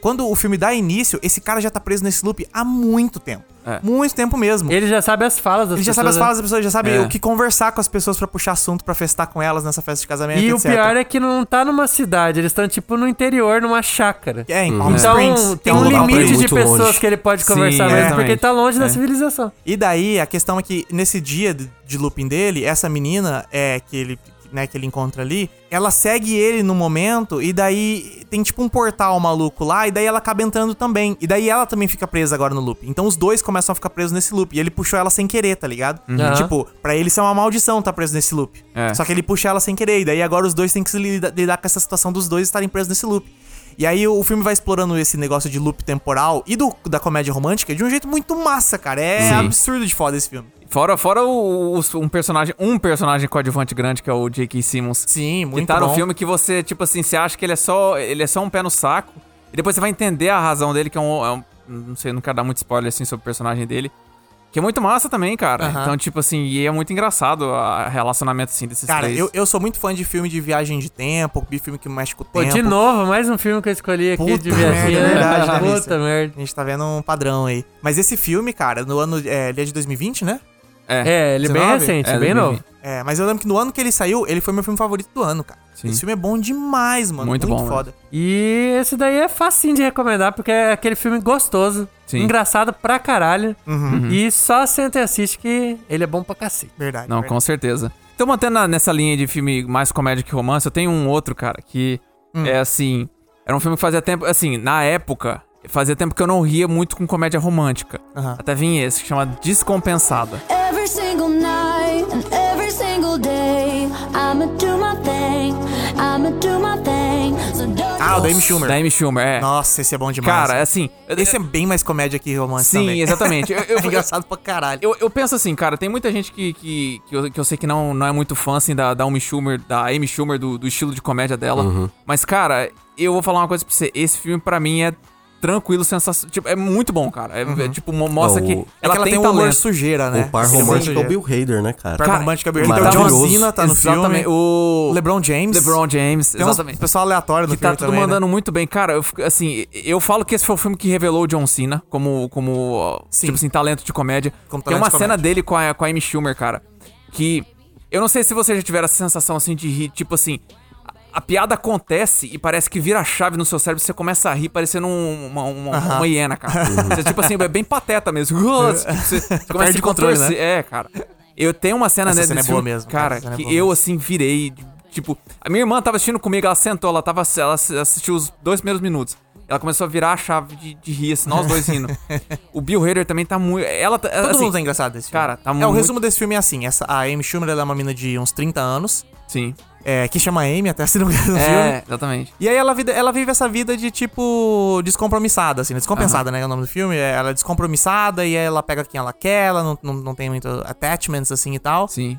[SPEAKER 2] Quando o filme dá início, esse cara já tá preso nesse loop há muito tempo.
[SPEAKER 5] É.
[SPEAKER 2] Muito tempo mesmo.
[SPEAKER 3] Ele já sabe as falas das
[SPEAKER 2] Ele já sabe as
[SPEAKER 3] pessoas, né?
[SPEAKER 2] falas das pessoas, já sabe
[SPEAKER 5] É.
[SPEAKER 2] o que conversar com as pessoas pra puxar assunto, pra festar com elas nessa festa de casamento,
[SPEAKER 3] E o
[SPEAKER 2] etc.
[SPEAKER 3] pior é que não tá numa cidade, eles estão tipo no interior, numa chácara.
[SPEAKER 2] É, em Palm
[SPEAKER 3] Então,
[SPEAKER 2] Springs.
[SPEAKER 3] tem
[SPEAKER 2] é
[SPEAKER 3] um
[SPEAKER 2] lugar pra
[SPEAKER 3] limite
[SPEAKER 2] ele.
[SPEAKER 3] de
[SPEAKER 4] muito
[SPEAKER 3] pessoas
[SPEAKER 4] longe.
[SPEAKER 3] que ele pode
[SPEAKER 5] Sim,
[SPEAKER 3] conversar
[SPEAKER 5] é,
[SPEAKER 3] mesmo, porque ele tá longe da
[SPEAKER 5] é.
[SPEAKER 3] civilização.
[SPEAKER 2] E daí, a questão é que nesse dia de de looping dele, essa menina é que ele, né, que ele encontra ali, ela segue ele no momento e daí tem tipo um portal maluco lá e daí ela acaba entrando também. E daí ela também fica presa agora no loop. Então os dois começam a ficar presos nesse loop e ele puxou ela sem querer, tá ligado?
[SPEAKER 3] Uhum.
[SPEAKER 2] Tipo, pra ele isso é uma maldição tá preso nesse loop.
[SPEAKER 5] É.
[SPEAKER 2] Só que ele puxa ela sem querer e daí agora os dois têm que se lida- lidar com essa situação dos dois estarem presos nesse loop. E aí o filme vai explorando esse negócio de loop temporal e do, da comédia romântica de um jeito muito massa, cara. É
[SPEAKER 5] Sim.
[SPEAKER 2] absurdo de foda esse filme.
[SPEAKER 5] Fora, fora o- os- um personagem, um personagem coadjuvante grande que é o J.K. Simmons.
[SPEAKER 2] Sim,
[SPEAKER 5] que
[SPEAKER 2] muito
[SPEAKER 5] tá
[SPEAKER 2] bom.
[SPEAKER 5] no filme que você, tipo assim, você acha que ele é só, ele é só um pé no saco. E depois você vai entender a razão dele, que é um, é um- não sei, não quero dar muito spoiler assim sobre o personagem dele. Que é muito massa também, cara.
[SPEAKER 2] Aham.
[SPEAKER 5] Então, tipo assim, e é muito engraçado o relacionamento assim desses
[SPEAKER 2] Cara,
[SPEAKER 5] três.
[SPEAKER 2] eu, eu sou muito fã de filme de viagem de tempo, de filme que mexe com o
[SPEAKER 3] Pô,
[SPEAKER 2] tempo.
[SPEAKER 3] de novo, mais um filme que eu escolhi aqui
[SPEAKER 2] Puta
[SPEAKER 3] de
[SPEAKER 2] merda,
[SPEAKER 3] viadinha.
[SPEAKER 2] é verdade, né, Vinícius?
[SPEAKER 3] Puta merda.
[SPEAKER 2] A gente tá vendo um padrão aí. Mas esse filme, cara, no ano. É, ele é de 2020, né?
[SPEAKER 3] É, ele é bem
[SPEAKER 2] 19?
[SPEAKER 3] recente,
[SPEAKER 5] É,
[SPEAKER 3] bem
[SPEAKER 5] 2020.
[SPEAKER 3] novo.
[SPEAKER 2] É, mas eu lembro que no ano que ele saiu, ele foi meu filme favorito do ano, cara.
[SPEAKER 5] Sim.
[SPEAKER 2] Esse filme é bom demais, mano.
[SPEAKER 5] Muito bom, né?
[SPEAKER 2] foda.
[SPEAKER 3] E esse daí é facinho de recomendar, porque é aquele filme gostoso,
[SPEAKER 5] Sim.
[SPEAKER 3] engraçado pra caralho. E só senta e assiste que ele é bom pra cacete.
[SPEAKER 2] Verdade.
[SPEAKER 5] Não,
[SPEAKER 2] verdade.
[SPEAKER 5] com certeza. Então, mantendo na- nessa linha de filme mais comédia que romance, eu tenho um outro, cara, que
[SPEAKER 2] Hum.
[SPEAKER 5] é assim. Era um filme que fazia tempo. Assim, na época, fazia tempo que eu não ria muito com comédia romântica.
[SPEAKER 2] Aham.
[SPEAKER 5] Até vim esse, que chama Descompensada.
[SPEAKER 7] Every single night and every single day, I'ma do my thing, I'ma do my thing. So don't
[SPEAKER 2] Ah, o da Amy Schumer.
[SPEAKER 5] Da Amy Schumer, é.
[SPEAKER 2] Nossa, esse é bom demais.
[SPEAKER 5] cara, assim. eu-
[SPEAKER 2] Esse é bem mais comédia que romance
[SPEAKER 5] Sim,
[SPEAKER 2] também.
[SPEAKER 5] exatamente. Eu, eu,
[SPEAKER 2] é engraçado pra caralho.
[SPEAKER 5] eu, eu penso assim, cara, tem muita gente que, que, que, eu, que eu sei que não, não é muito fã, assim, da, da Amy Schumer, da Amy Schumer, do, do estilo de comédia dela.
[SPEAKER 4] Uhum.
[SPEAKER 5] Mas, cara, eu vou falar uma coisa pra você. Esse filme, pra mim, é tranquilo, sensacional. Tipo, é muito bom, cara. É, é, tipo, mo- mostra
[SPEAKER 4] É, o-
[SPEAKER 5] que,
[SPEAKER 4] é que
[SPEAKER 2] Uhum. é que
[SPEAKER 5] ela, tem,
[SPEAKER 2] um humor
[SPEAKER 5] talento.
[SPEAKER 2] sujeira, né?
[SPEAKER 4] O par
[SPEAKER 2] Esse é um
[SPEAKER 4] romântico é o
[SPEAKER 2] sujeira.
[SPEAKER 4] Bill Hader, né, cara?
[SPEAKER 2] Par
[SPEAKER 5] Cara,
[SPEAKER 2] romântico é o Bill Hader. Então,
[SPEAKER 4] maravilhoso.
[SPEAKER 2] John Cena tá no
[SPEAKER 5] Exatamente.
[SPEAKER 2] filme.
[SPEAKER 5] O
[SPEAKER 2] LeBron James.
[SPEAKER 5] LeBron James,
[SPEAKER 2] Tem
[SPEAKER 5] exatamente.
[SPEAKER 2] um pessoal aleatório no
[SPEAKER 5] Que tá
[SPEAKER 2] filme
[SPEAKER 5] tudo
[SPEAKER 2] também, né?
[SPEAKER 5] mandando muito bem. Cara, eu, fico- assim, eu falo que esse foi o filme que revelou o John Cena como, como ó,
[SPEAKER 2] Sim.
[SPEAKER 5] tipo assim, talento de comédia.
[SPEAKER 2] Como
[SPEAKER 5] Tem
[SPEAKER 2] talento
[SPEAKER 5] uma
[SPEAKER 2] de
[SPEAKER 5] cena
[SPEAKER 2] comédia.
[SPEAKER 5] dele com a, com a Amy Schumer, cara, que... Eu não sei se vocês já tiveram essa sensação, assim, de rir, tipo assim... a- A piada acontece e parece que vira a chave no seu cérebro você começa a rir parecendo um- uma, uma, uma hiena, cara. Você, tipo assim, é bem pateta mesmo. Você, você começa a
[SPEAKER 2] Uhum. Perde
[SPEAKER 5] se
[SPEAKER 2] o controle, né?
[SPEAKER 5] contorcer. É, cara. Eu tenho uma cena,
[SPEAKER 2] Essa
[SPEAKER 5] né,
[SPEAKER 2] cena
[SPEAKER 5] desse
[SPEAKER 2] é boa
[SPEAKER 5] filme,
[SPEAKER 2] mesmo, cara.
[SPEAKER 5] Cara,
[SPEAKER 2] Essa cena é
[SPEAKER 5] que
[SPEAKER 2] boa
[SPEAKER 5] eu,
[SPEAKER 2] mesmo.
[SPEAKER 5] assim, virei. de- Tipo, a minha irmã tava assistindo comigo, ela sentou, ela tava ela ass- assistiu os dois primeiros minutos. Ela começou a virar a chave de, de rir, assim, nós dois rindo. o Bill Hader também tá muito. Ela tá.
[SPEAKER 2] Todo
[SPEAKER 5] assim,
[SPEAKER 2] mundo é engraçado desse filme.
[SPEAKER 5] cara, tá
[SPEAKER 2] é,
[SPEAKER 5] muito-
[SPEAKER 2] O resumo desse filme é assim. Essa, a Amy Schumer ela é uma mina de uns 30 anos.
[SPEAKER 5] Sim.
[SPEAKER 2] é, que chama Amy, até se não me engano no filme.
[SPEAKER 5] É, exatamente.
[SPEAKER 2] E aí ela, vida- ela vive essa vida de tipo descompromissada, assim, né? descompensada, né? É o nome do filme. É, Ela é descompromissada e aí ela pega quem ela quer, ela não, não, não tem muito attachments assim e tal.
[SPEAKER 5] Sim,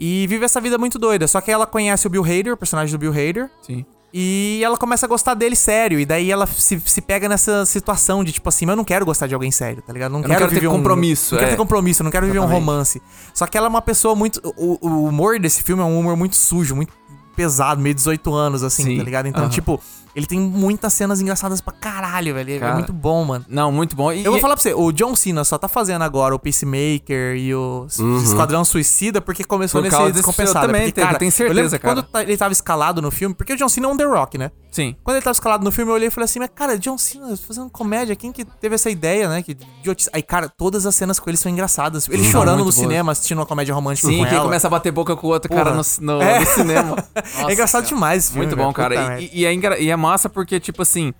[SPEAKER 2] E vive essa vida muito doida. Só que ela conhece o Bill Hader, o personagem do Bill Hader.
[SPEAKER 5] sim.
[SPEAKER 2] E ela começa a gostar dele sério. E daí ela se, se pega nessa situação de tipo assim: eu não quero gostar de alguém sério, tá ligado? Não,
[SPEAKER 5] não quero ter
[SPEAKER 2] viver um-
[SPEAKER 5] compromisso,
[SPEAKER 2] Não
[SPEAKER 5] é.
[SPEAKER 2] quero ter compromisso, eu não quero viver um
[SPEAKER 5] Exatamente.
[SPEAKER 2] romance. Só que ela é uma pessoa muito. O, o humor desse filme é um humor muito sujo, muito pesado, meio 18 anos, assim,
[SPEAKER 5] Sim,
[SPEAKER 2] tá ligado? Então,
[SPEAKER 5] aham.
[SPEAKER 2] tipo, ele tem muitas cenas engraçadas pra caralho, velho.
[SPEAKER 5] Cara.
[SPEAKER 2] É muito bom, mano.
[SPEAKER 5] Não, muito bom. E, é,
[SPEAKER 2] Eu vou
[SPEAKER 5] e-
[SPEAKER 2] falar pra você, o John Cena só tá fazendo agora o Peacemaker e o Esquadrão Suicida porque começou
[SPEAKER 5] Por
[SPEAKER 2] nesse
[SPEAKER 5] causa desse
[SPEAKER 2] descompensado.
[SPEAKER 5] filme, eu também
[SPEAKER 2] porque,
[SPEAKER 5] tenho- eu tenho certeza,
[SPEAKER 2] lembro que
[SPEAKER 5] cara.
[SPEAKER 2] Quando tá- ele tava escalado no filme, porque o John Cena é um The Rock, né?
[SPEAKER 5] Sim.
[SPEAKER 2] Quando ele tava escalado no filme, eu olhei e falei assim, mas cara, John Cena fazendo comédia, quem que teve essa ideia, né? Que idiotice. Aí, cara, todas as cenas com ele são engraçadas. Ele chorando
[SPEAKER 5] muito
[SPEAKER 2] no
[SPEAKER 5] boas.
[SPEAKER 2] cinema, assistindo uma comédia romântica
[SPEAKER 5] Sim,
[SPEAKER 2] com
[SPEAKER 5] que ele
[SPEAKER 2] ela.
[SPEAKER 5] começa a bater boca com o outro cara no, no-
[SPEAKER 2] É.
[SPEAKER 5] no cinema.
[SPEAKER 2] é engraçado
[SPEAKER 5] demais.
[SPEAKER 2] demais esse filme,
[SPEAKER 5] Muito bom,
[SPEAKER 2] velho. né? Puta
[SPEAKER 5] cara.
[SPEAKER 2] merda.
[SPEAKER 5] E, e é engra- e é massa porque, tipo assim,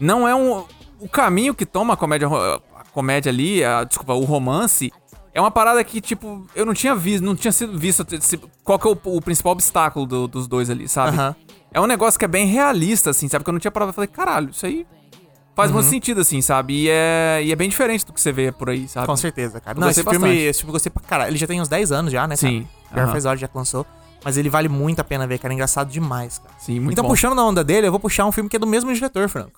[SPEAKER 5] não é um. O caminho que toma a comédia, ro- a comédia ali, a- desculpa, o romance, é uma parada que, tipo, eu não tinha visto, não tinha sido visto se- qual que é o, o principal obstáculo do- dos dois ali, sabe?
[SPEAKER 2] Aham.
[SPEAKER 5] É um negócio que é bem realista, assim, sabe? Que eu não tinha parado e falei, caralho, isso aí faz
[SPEAKER 2] Uhum.
[SPEAKER 5] muito sentido, assim, sabe? E é, e é bem diferente do que você vê por aí, sabe?
[SPEAKER 2] Com certeza, cara.
[SPEAKER 5] Eu
[SPEAKER 2] Não,
[SPEAKER 5] gostei
[SPEAKER 2] esse filme,
[SPEAKER 5] bastante.
[SPEAKER 2] esse filme eu gostei pra caralho. Ele já tem uns 10 anos já, né, cara?
[SPEAKER 5] Sim,
[SPEAKER 2] Já
[SPEAKER 5] aham.
[SPEAKER 2] faz hora já que lançou. Mas ele vale muito a pena ver, cara. É engraçado demais, cara.
[SPEAKER 5] Sim, muito
[SPEAKER 2] então,
[SPEAKER 5] bom. Hum.
[SPEAKER 2] puxando na onda dele, eu vou puxar um filme que é do mesmo diretor, Franco.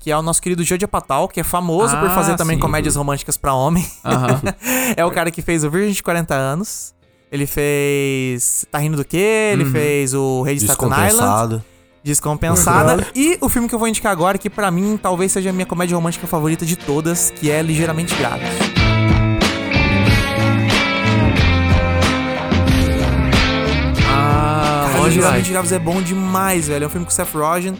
[SPEAKER 2] Que é o nosso querido Jodie Patal, que é famoso por
[SPEAKER 5] Ah,
[SPEAKER 2] fazer também
[SPEAKER 5] sim.
[SPEAKER 2] comédias românticas pra homem.
[SPEAKER 5] Aham.
[SPEAKER 2] é o cara que fez o Virgem de 40
[SPEAKER 5] Uhum.
[SPEAKER 2] anos. Ele fez Tá Rindo do Quê? Ele fez o Rei de Staten Island.
[SPEAKER 4] Descompensado.
[SPEAKER 5] Uhum.
[SPEAKER 2] Descompensada. E o filme que eu vou indicar agora, que pra mim talvez seja a minha comédia romântica favorita de todas, que é Ligeiramente Grávidos.
[SPEAKER 5] Ah,
[SPEAKER 2] Cara,
[SPEAKER 5] onde vai?
[SPEAKER 2] Ligeiramente Grávidos é bom demais, velho. É um filme com o Seth Rogen,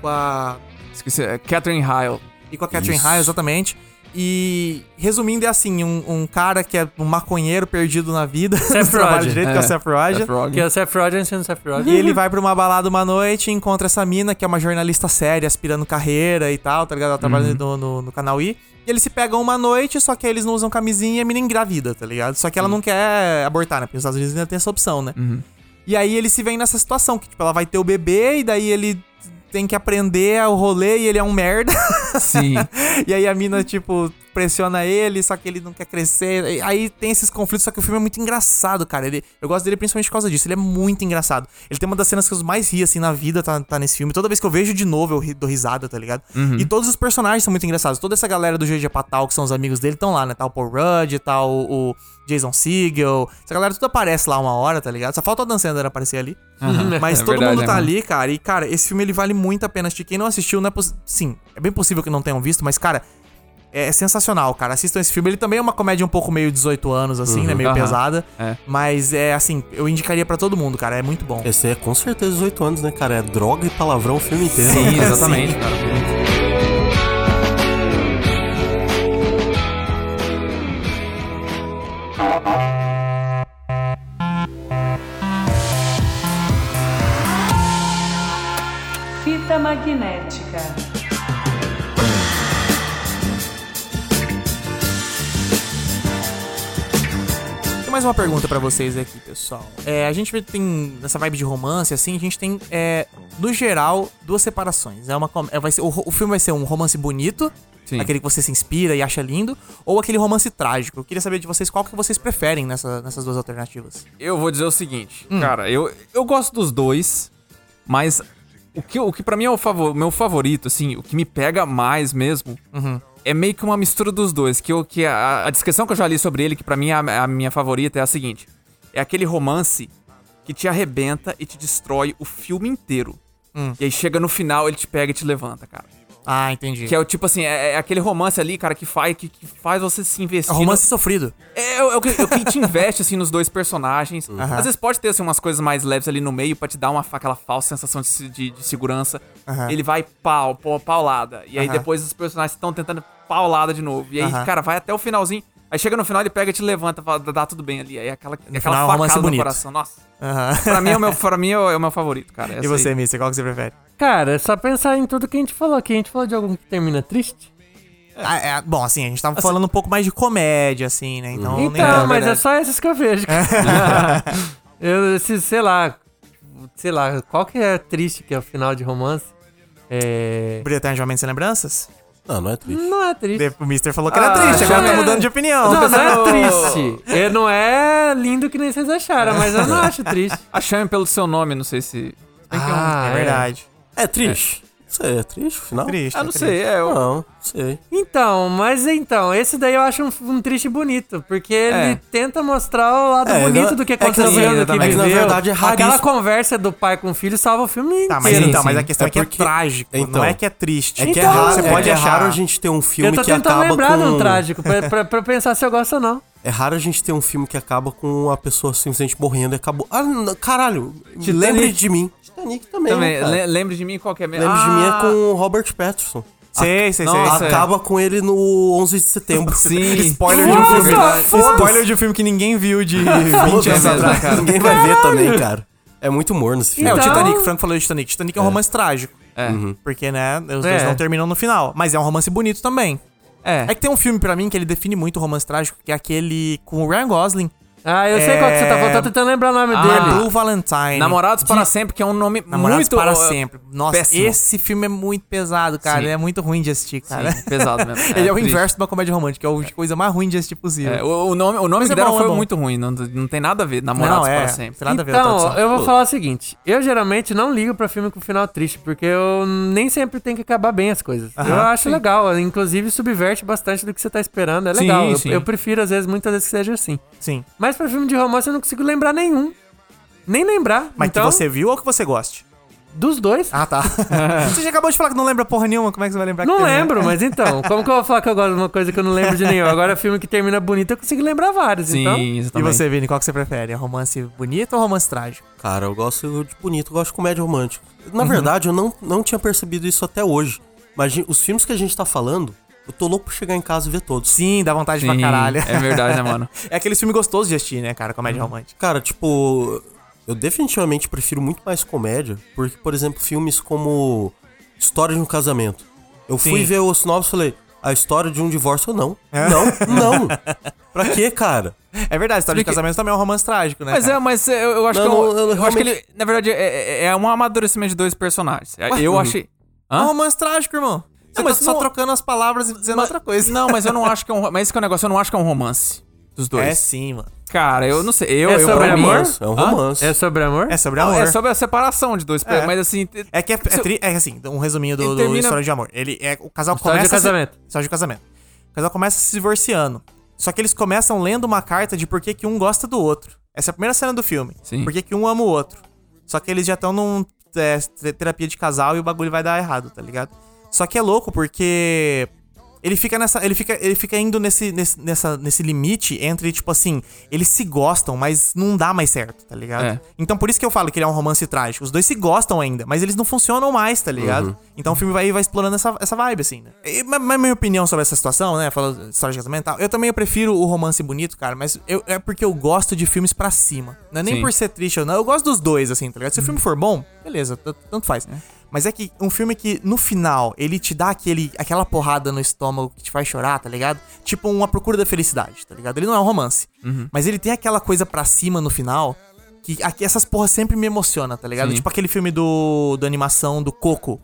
[SPEAKER 2] com a
[SPEAKER 5] Esqueci. é Catherine Heil.
[SPEAKER 2] E com a Catherine High, exatamente. E resumindo, é assim: um, um cara que é um maconheiro perdido na vida. não trabalha
[SPEAKER 3] Rogen,
[SPEAKER 2] direito, que é o Seth Rogen.
[SPEAKER 3] Que é o Seth Rogen sendo Seth
[SPEAKER 2] E
[SPEAKER 3] Rogen.
[SPEAKER 2] ele vai pra uma balada uma noite e encontra essa mina, que é uma jornalista séria, aspirando carreira e tal, tá ligado? Ela trabalha no, no- no canal I. E eles se pegam uma noite, só que eles não usam camisinha e a mina engravida, tá ligado? Só que ela não quer abortar, né? Porque nos Estados Unidos ainda tem essa opção, né? E aí ele se vê nessa situação, que tipo, ela vai ter o bebê e daí ele tem que aprender o rolê e ele é um merda. assim,
[SPEAKER 5] Sim.
[SPEAKER 2] E aí a mina, tipo, pressiona ele, só que ele não quer crescer. E Aí tem esses conflitos, só que o filme é muito engraçado, cara. Ele, eu gosto dele principalmente por causa disso. Ele é muito engraçado. Ele tem uma das cenas que eu mais ri, assim, na vida, tá, tá nesse filme. Toda vez que eu vejo de novo, eu ri- dou risada, tá ligado? E todos os personagens são muito engraçados. Toda essa galera do GG Patal, que são os amigos dele, estão lá, né? Tá o Paul Rudd, tá o, o Jason Segel. Essa galera tudo aparece lá uma hora, tá ligado? Só falta o Dan Sandler aparecer ali. Mas
[SPEAKER 5] É
[SPEAKER 2] todo
[SPEAKER 5] verdade,
[SPEAKER 2] mundo tá
[SPEAKER 5] né,
[SPEAKER 2] ali, cara. E, cara, esse filme ele vale muito a pena assistir. Quem não assistiu, não é possível. Sim, é bem possível que não tenham visto, mas, cara, é sensacional, cara. Assistam esse filme. Ele também é uma comédia um pouco meio 18 anos, assim, né? Meio
[SPEAKER 5] Uhum. Aham.
[SPEAKER 2] pesada.
[SPEAKER 5] É.
[SPEAKER 2] Mas é assim, eu indicaria pra todo mundo, cara. É muito bom.
[SPEAKER 4] Esse é com certeza 18 anos, né, cara? É droga e palavrão o filme inteiro.
[SPEAKER 5] Sim, exatamente, cara.
[SPEAKER 1] Fita magnética.
[SPEAKER 2] Tem mais uma pergunta pra vocês aqui, pessoal. É, a gente tem, nessa vibe de romance, assim, a gente tem, é, no geral, duas separações. É uma, com- é, vai ser, o, ro- o filme vai ser um romance bonito,
[SPEAKER 5] Sim.
[SPEAKER 2] aquele que você se inspira e acha lindo, ou aquele romance trágico. Eu queria saber de vocês qual que vocês preferem nessa- nessas duas alternativas.
[SPEAKER 5] Eu vou dizer o seguinte,
[SPEAKER 2] Hum.
[SPEAKER 5] cara, eu, eu gosto dos dois, mas o que, o que para mim é o favor, meu favorito, assim, o que me pega mais mesmo,
[SPEAKER 2] Uhum.
[SPEAKER 5] é meio que uma mistura dos dois. Que, eu, que a, a descrição que eu já li sobre ele, que pra mim é a, a minha favorita, é a seguinte: é aquele romance que te arrebenta e te destrói o filme inteiro.
[SPEAKER 2] Hum.
[SPEAKER 5] E aí chega no final, ele te pega e te levanta, cara.
[SPEAKER 2] Ah, entendi.
[SPEAKER 5] Que é o tipo assim, é, é aquele romance ali, cara, que faz, que, que faz você se investir.
[SPEAKER 2] É um
[SPEAKER 5] no-
[SPEAKER 2] romance sofrido.
[SPEAKER 5] é, é o, é o que, é o que te investe, assim, nos dois personagens. Às vezes pode ter, assim, umas coisas mais leves ali no meio pra te dar uma, fa- aquela falsa sensação de, se- de- de segurança. Ele vai pau, pau, paulada. E aí
[SPEAKER 2] Aham.
[SPEAKER 5] depois os personagens estão tentando paulada de novo. E aí,
[SPEAKER 2] Aham.
[SPEAKER 5] cara, vai até o finalzinho. Aí chega no final, ele pega e te levanta, fala, dá tudo bem ali. Aí é aquela,
[SPEAKER 2] final,
[SPEAKER 5] é aquela
[SPEAKER 2] um romance
[SPEAKER 5] facada no
[SPEAKER 2] bonito.
[SPEAKER 5] coração. Nossa,
[SPEAKER 2] Aham.
[SPEAKER 5] pra mim é o meu, pra mim é o, é o meu favorito, cara.
[SPEAKER 2] E
[SPEAKER 5] Essa
[SPEAKER 2] você,
[SPEAKER 5] aí.
[SPEAKER 2] Missa, qual que você prefere?
[SPEAKER 3] Cara, é só pensar em tudo que a gente falou aqui. A gente falou de algum que termina triste.
[SPEAKER 2] Ah, é, bom, assim, a gente tava falando um pouco mais de comédia, assim, né? Então, nem
[SPEAKER 3] então,
[SPEAKER 2] tanto.
[SPEAKER 3] mas é só esses que eu vejo. eu, esses, sei lá. Sei lá, qual que é triste que é o final de romance? É.
[SPEAKER 2] Britânia de Homem Sem Lembranças?
[SPEAKER 4] Não, não é triste.
[SPEAKER 3] Não é triste.
[SPEAKER 2] O Mister falou que era
[SPEAKER 5] Ah,
[SPEAKER 2] triste, agora tá
[SPEAKER 3] é.
[SPEAKER 2] mudando de opinião.
[SPEAKER 3] Não, não
[SPEAKER 5] pensando-
[SPEAKER 3] é triste. É, não é lindo que nem vocês acharam, mas eu não acho triste.
[SPEAKER 5] A chame pelo seu nome, não sei se.
[SPEAKER 3] Ah,
[SPEAKER 2] É verdade.
[SPEAKER 4] É triste. Isso aí é triste, o final?
[SPEAKER 2] Triste.
[SPEAKER 5] Ah, não
[SPEAKER 2] triste.
[SPEAKER 5] sei, é. Eu,
[SPEAKER 4] Não, sei.
[SPEAKER 3] Então, mas então, esse daí eu acho um, um triste bonito, porque ele tenta mostrar o lado
[SPEAKER 4] É,
[SPEAKER 3] bonito
[SPEAKER 4] não-
[SPEAKER 3] do que
[SPEAKER 4] é que
[SPEAKER 3] aconteceu,
[SPEAKER 4] assim,
[SPEAKER 3] do que
[SPEAKER 4] exatamente.
[SPEAKER 3] viveu.
[SPEAKER 4] Mas, na verdade, é
[SPEAKER 3] Aquela
[SPEAKER 4] raríssimo.
[SPEAKER 3] conversa do pai com o filho salva o filme inteiro.
[SPEAKER 2] Tá, mas
[SPEAKER 5] Sim,
[SPEAKER 2] então,
[SPEAKER 5] sim.
[SPEAKER 2] mas a questão é,
[SPEAKER 4] É
[SPEAKER 2] que é
[SPEAKER 4] porque-
[SPEAKER 2] trágico, não
[SPEAKER 4] então.
[SPEAKER 2] é que é triste.
[SPEAKER 4] É que é
[SPEAKER 3] Então,
[SPEAKER 4] raro,
[SPEAKER 2] Você
[SPEAKER 4] é
[SPEAKER 2] pode
[SPEAKER 4] que é
[SPEAKER 2] achar.
[SPEAKER 4] raro a gente ter um
[SPEAKER 3] eu
[SPEAKER 4] filme
[SPEAKER 3] tô
[SPEAKER 4] que
[SPEAKER 3] tentando
[SPEAKER 4] acaba
[SPEAKER 3] lembrar de
[SPEAKER 4] com...
[SPEAKER 3] um trágico, pra, pra, pra pensar se eu gosto ou não.
[SPEAKER 4] É raro a gente ter um filme que acaba com a pessoa simplesmente morrendo e acabou. Ah, n- caralho,
[SPEAKER 5] Titanic.
[SPEAKER 4] lembre de mim. Titanic também,
[SPEAKER 5] também,
[SPEAKER 4] né, cara?
[SPEAKER 5] le- lembre de mim qual que é mesmo.
[SPEAKER 4] Lembre de mim é
[SPEAKER 5] Ah,
[SPEAKER 4] com o Robert Pattinson.
[SPEAKER 2] Sei, sei, sei.
[SPEAKER 5] Nossa,
[SPEAKER 2] sei.
[SPEAKER 5] é.
[SPEAKER 4] Acaba com ele no 11 de setembro.
[SPEAKER 5] Sim.
[SPEAKER 2] Spoiler de um
[SPEAKER 3] Nossa,
[SPEAKER 2] filme.
[SPEAKER 3] foda-se.
[SPEAKER 2] Spoiler de um filme que ninguém viu de 20
[SPEAKER 4] Foda-se,
[SPEAKER 2] anos
[SPEAKER 5] mesmo,
[SPEAKER 2] atrás.
[SPEAKER 5] cara.
[SPEAKER 4] Ninguém vai ver também, cara. É muito morno esse filme.
[SPEAKER 2] É, o
[SPEAKER 3] Então-
[SPEAKER 2] Titanic, o Franco falou de Titanic. Titanic é um romance trágico.
[SPEAKER 5] É.
[SPEAKER 2] Porque, né, os dois
[SPEAKER 3] É.
[SPEAKER 2] não terminam no final. Mas é um romance bonito também.
[SPEAKER 5] É.
[SPEAKER 2] É que tem um filme pra mim que ele define muito o romance trágico, que é aquele com o Ryan Gosling.
[SPEAKER 3] Ah, eu sei qual que você tá falando, tô tentando lembrar o nome
[SPEAKER 5] Ah,
[SPEAKER 3] dele.
[SPEAKER 2] Blue Valentine.
[SPEAKER 5] Namorados para sempre, que é um nome
[SPEAKER 2] Namorados
[SPEAKER 5] muito
[SPEAKER 2] para
[SPEAKER 5] uh,
[SPEAKER 2] sempre. Nossa,
[SPEAKER 5] péssimo.
[SPEAKER 2] esse filme é muito pesado, cara.
[SPEAKER 5] Sim.
[SPEAKER 2] É muito ruim de assistir, cara.
[SPEAKER 5] Sim, pesado mesmo.
[SPEAKER 2] Ele é, o
[SPEAKER 5] triste.
[SPEAKER 2] inverso de uma comédia romântica, é a coisa mais ruim de assistir possível.
[SPEAKER 5] É, o, o nome, o nome
[SPEAKER 2] Mas
[SPEAKER 5] que
[SPEAKER 2] é
[SPEAKER 5] deram
[SPEAKER 2] bom, é
[SPEAKER 5] foi
[SPEAKER 2] bom.
[SPEAKER 5] muito ruim, não, não tem nada a ver.
[SPEAKER 2] Não,
[SPEAKER 5] Namorados
[SPEAKER 2] é.
[SPEAKER 5] para
[SPEAKER 2] Não
[SPEAKER 5] sempre.
[SPEAKER 2] tem nada a ver a
[SPEAKER 3] Então,
[SPEAKER 2] tradução.
[SPEAKER 3] eu vou falar o seguinte: eu geralmente não ligo pra filme com final triste, porque eu nem sempre tem que acabar bem as coisas. eu acho legal, inclusive subverte bastante do que você tá esperando. É
[SPEAKER 5] Sim,
[SPEAKER 3] legal. Eu-
[SPEAKER 5] sim.
[SPEAKER 3] Eu, prefiro, às vezes, muitas vezes que seja assim.
[SPEAKER 2] Sim.
[SPEAKER 3] Mas pra filme de romance eu não consigo lembrar nenhum. Nem lembrar.
[SPEAKER 2] Mas
[SPEAKER 3] então,
[SPEAKER 2] que você viu ou que você goste?
[SPEAKER 3] Dos dois.
[SPEAKER 2] Ah, tá. você já acabou de falar que não lembra porra nenhuma, como é que você vai lembrar que
[SPEAKER 3] Não
[SPEAKER 2] tem, né?
[SPEAKER 3] lembro, mas então, como que eu vou falar que eu gosto de uma coisa que eu não lembro de nenhum? Agora, filme que termina bonito, eu consigo lembrar vários, então.
[SPEAKER 5] Sim,
[SPEAKER 2] E
[SPEAKER 5] exatamente.
[SPEAKER 2] você, Vini, qual que você prefere? Um Romance bonito ou um romance trágico?
[SPEAKER 4] Cara, eu gosto de bonito, eu gosto de comédia romântica. Na verdade, eu não, não tinha percebido isso até hoje. Mas gen- os filmes que a gente tá falando, eu tô louco pra chegar em casa e ver todos.
[SPEAKER 2] Sim, dá vontade pra
[SPEAKER 5] Sim,
[SPEAKER 2] caralho.
[SPEAKER 5] É verdade, né, mano?
[SPEAKER 2] É aquele filme gostoso de assistir, né, cara? Comédia romântica.
[SPEAKER 4] Cara, tipo, eu definitivamente prefiro muito mais comédia, porque, por exemplo, filmes como História de um Casamento. Eu fui
[SPEAKER 2] Sim.
[SPEAKER 4] ver os novos e falei, a história de um divórcio, não. Não, não. Pra quê, cara?
[SPEAKER 2] É verdade, história de
[SPEAKER 5] Porque-
[SPEAKER 2] casamento também é um romance trágico, né?
[SPEAKER 5] Mas
[SPEAKER 2] cara?
[SPEAKER 5] é, mas é, eu, eu acho
[SPEAKER 4] Não,
[SPEAKER 5] que é um-
[SPEAKER 4] não,
[SPEAKER 5] eu,
[SPEAKER 4] eu
[SPEAKER 5] acho que
[SPEAKER 4] realmente-
[SPEAKER 5] ele, na verdade, é, é- é um amadurecimento de dois personagens. É,
[SPEAKER 2] Ué?
[SPEAKER 5] eu
[SPEAKER 2] Uhum.
[SPEAKER 5] achei.
[SPEAKER 2] É
[SPEAKER 5] Hã?
[SPEAKER 2] um romance trágico, irmão. Você
[SPEAKER 5] mas
[SPEAKER 2] tá só
[SPEAKER 5] não-
[SPEAKER 2] trocando as palavras e dizendo outra coisa.
[SPEAKER 5] Não, mas eu não acho que é um. ro- Mas esse que é o negócio, eu não acho que é um romance dos dois.
[SPEAKER 2] É sim, mano.
[SPEAKER 5] Cara, eu não sei. Eu,
[SPEAKER 3] É
[SPEAKER 5] eu,
[SPEAKER 3] sobre
[SPEAKER 5] pra mim-
[SPEAKER 3] amor?
[SPEAKER 4] É um
[SPEAKER 5] Hã?
[SPEAKER 4] romance.
[SPEAKER 3] É sobre amor?
[SPEAKER 2] É sobre
[SPEAKER 5] Não,
[SPEAKER 2] amor.
[SPEAKER 5] é sobre a separação de dois,
[SPEAKER 2] É.
[SPEAKER 5] mas assim.
[SPEAKER 2] É que é, é tri- é assim, um resuminho do,
[SPEAKER 5] Ele
[SPEAKER 2] do
[SPEAKER 5] termina-
[SPEAKER 2] História de Amor. Ele é, o casal
[SPEAKER 3] História de
[SPEAKER 2] começa. a se-
[SPEAKER 3] casamento.
[SPEAKER 2] História de casamento. O casal começa se divorciando. Só que eles começam lendo uma carta de por que, que um gosta do outro. Essa é a primeira cena do filme.
[SPEAKER 5] Sim.
[SPEAKER 2] Por que, que um ama o outro. Só que eles já estão num é, te- terapia de casal e o bagulho vai dar errado, tá ligado? Só que é louco porque ele fica nessa, ele fica, ele fica indo nesse, nesse, nessa, nesse limite entre tipo assim, eles se gostam, mas não dá mais certo, tá ligado?
[SPEAKER 5] É.
[SPEAKER 2] Então por isso que eu falo que ele é um romance trágico. Os dois se gostam ainda, mas eles não funcionam mais, tá ligado?
[SPEAKER 5] Uhum.
[SPEAKER 2] Então o filme vai, vai explorando essa, essa vibe, assim, né? E, mas, mas minha opinião sobre essa situação, né? Falando de história de casamento e tal, eu também prefiro o romance bonito, cara, mas eu- é porque eu gosto de filmes pra cima. Não é nem
[SPEAKER 5] Sim. Uhum.
[SPEAKER 2] por ser triste ou não, eu gosto dos dois, assim, tá ligado? Se o filme for bom, beleza, t- tanto faz. Mas é que um filme que, no final, ele te dá aquele, aquela porrada no estômago que te faz chorar, tá ligado? Tipo uma procura da felicidade, tá ligado? Ele não é um romance.
[SPEAKER 5] Uhum.
[SPEAKER 2] Mas ele tem aquela coisa pra cima no final que aqui, essas porras sempre me emocionam, tá ligado?
[SPEAKER 5] Sim.
[SPEAKER 2] Tipo aquele filme do, do animação do Coco.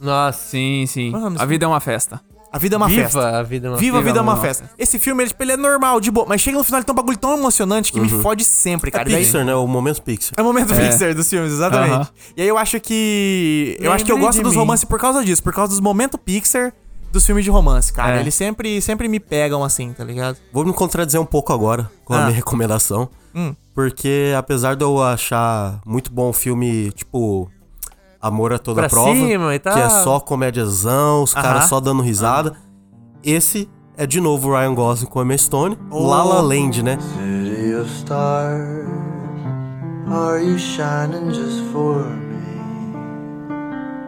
[SPEAKER 3] Nossa.
[SPEAKER 5] Sim, sim.
[SPEAKER 2] Vamos.
[SPEAKER 5] A vida é uma festa.
[SPEAKER 2] A vida é uma
[SPEAKER 3] viva
[SPEAKER 2] festa.
[SPEAKER 3] a vida é uma
[SPEAKER 2] Viva a vida é uma
[SPEAKER 5] Viva a
[SPEAKER 2] festa. Esse filme, ele, tipo, ele é normal, de boa. Mas chega no final, ele tem um bagulho tão emocionante que me fode sempre,
[SPEAKER 4] É
[SPEAKER 2] cara. E daí-
[SPEAKER 4] Pixar, né? O momento Pixar.
[SPEAKER 2] É o momento Pixar dos filmes, exatamente.
[SPEAKER 5] Aham.
[SPEAKER 2] E aí eu acho que. Eu acho que eu
[SPEAKER 3] Lembre
[SPEAKER 2] gosto
[SPEAKER 3] de
[SPEAKER 2] dos
[SPEAKER 3] mim.
[SPEAKER 2] romances por causa disso, por causa dos momentos Pixar dos filmes de romance, cara.
[SPEAKER 5] É.
[SPEAKER 2] Eles sempre, sempre me pegam assim, tá ligado?
[SPEAKER 4] Vou me contradizer um pouco agora com a
[SPEAKER 2] Ah. Hum.
[SPEAKER 4] minha recomendação. Porque apesar de eu achar muito bom o filme, tipo, Amor a Toda
[SPEAKER 3] Pra
[SPEAKER 4] Prova,
[SPEAKER 3] cima e tal.
[SPEAKER 4] que é só comédiazão, os caras só dando risada, esse é de novo o Ryan Gosling com a Emma Stone,
[SPEAKER 2] Oh.
[SPEAKER 4] La La Land, né?
[SPEAKER 10] City of stars, are you shining just for me?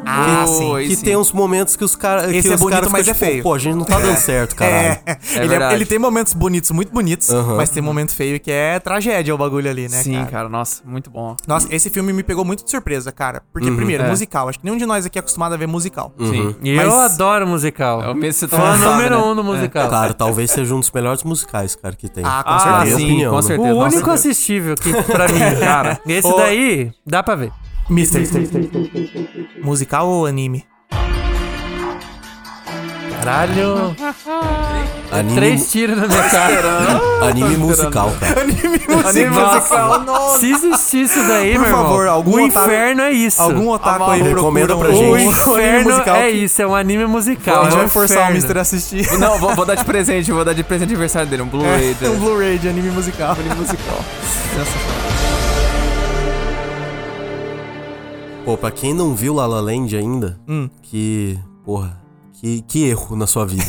[SPEAKER 2] Ah, sim.
[SPEAKER 5] Oi,
[SPEAKER 4] que
[SPEAKER 5] sim.
[SPEAKER 4] tem uns momentos que os caras.
[SPEAKER 2] Esse é bonito, mas é feio.
[SPEAKER 4] Pô, a gente não tá dando certo, caralho.
[SPEAKER 2] É, ele, é-
[SPEAKER 5] verdade.
[SPEAKER 2] ele tem momentos bonitos, muito bonitos,
[SPEAKER 4] Aham.
[SPEAKER 2] mas tem momento feio que é tragédia o bagulho ali, né,
[SPEAKER 5] Sim,
[SPEAKER 2] cara?
[SPEAKER 5] cara. nossa, muito bom.
[SPEAKER 2] Nossa, esse filme me pegou muito de surpresa, cara. Porque, primeiro,
[SPEAKER 5] É. Uhum.
[SPEAKER 2] musical. Acho que nenhum de nós aqui é acostumado a ver musical.
[SPEAKER 5] Sim.
[SPEAKER 3] Hum. E
[SPEAKER 2] Mas-
[SPEAKER 3] eu adoro musical.
[SPEAKER 5] É o mês que você tá
[SPEAKER 3] Fã
[SPEAKER 5] lançado,
[SPEAKER 3] número
[SPEAKER 5] né?
[SPEAKER 3] um do musical.
[SPEAKER 4] Claro, talvez seja um dos melhores musicais, cara, que tem.
[SPEAKER 2] Ah, com
[SPEAKER 5] Ah,
[SPEAKER 4] Na
[SPEAKER 2] certeza.
[SPEAKER 4] minha
[SPEAKER 5] sim,
[SPEAKER 4] opinião,
[SPEAKER 5] com
[SPEAKER 4] né?
[SPEAKER 5] certeza.
[SPEAKER 3] O
[SPEAKER 5] Nossa,
[SPEAKER 3] único assistível que, pra mim, cara. Esse
[SPEAKER 2] Ô.
[SPEAKER 3] daí, dá pra ver.
[SPEAKER 2] Mister. Musical ou anime?
[SPEAKER 3] Caralho.
[SPEAKER 4] Anime,
[SPEAKER 3] Três tiros na minha cara.
[SPEAKER 4] anime musical, cara.
[SPEAKER 2] Anime
[SPEAKER 3] musical. Se existir isso daí,
[SPEAKER 2] Por
[SPEAKER 3] meu irmão,
[SPEAKER 2] favor, algum
[SPEAKER 3] o
[SPEAKER 2] otário-
[SPEAKER 3] inferno é isso.
[SPEAKER 2] Algum otaku aí
[SPEAKER 4] Recomenda
[SPEAKER 2] procura
[SPEAKER 4] pra
[SPEAKER 2] um-
[SPEAKER 4] gente.
[SPEAKER 3] O
[SPEAKER 2] um anime
[SPEAKER 3] inferno
[SPEAKER 2] musical
[SPEAKER 3] é
[SPEAKER 2] que
[SPEAKER 3] isso, é um anime musical.
[SPEAKER 2] A gente
[SPEAKER 3] é um
[SPEAKER 2] vai forçar o
[SPEAKER 3] inferno.
[SPEAKER 2] Mister a assistir.
[SPEAKER 5] Não, vou, vou dar de presente, vou dar de presente de aniversário dele, um Blu-ray.
[SPEAKER 2] É, um
[SPEAKER 5] dele.
[SPEAKER 2] Blu-ray de anime musical. Anime musical.
[SPEAKER 4] Pô, pra quem não viu La La Land ainda,
[SPEAKER 2] Hum.
[SPEAKER 4] que. Porra, que, que erro na sua vida.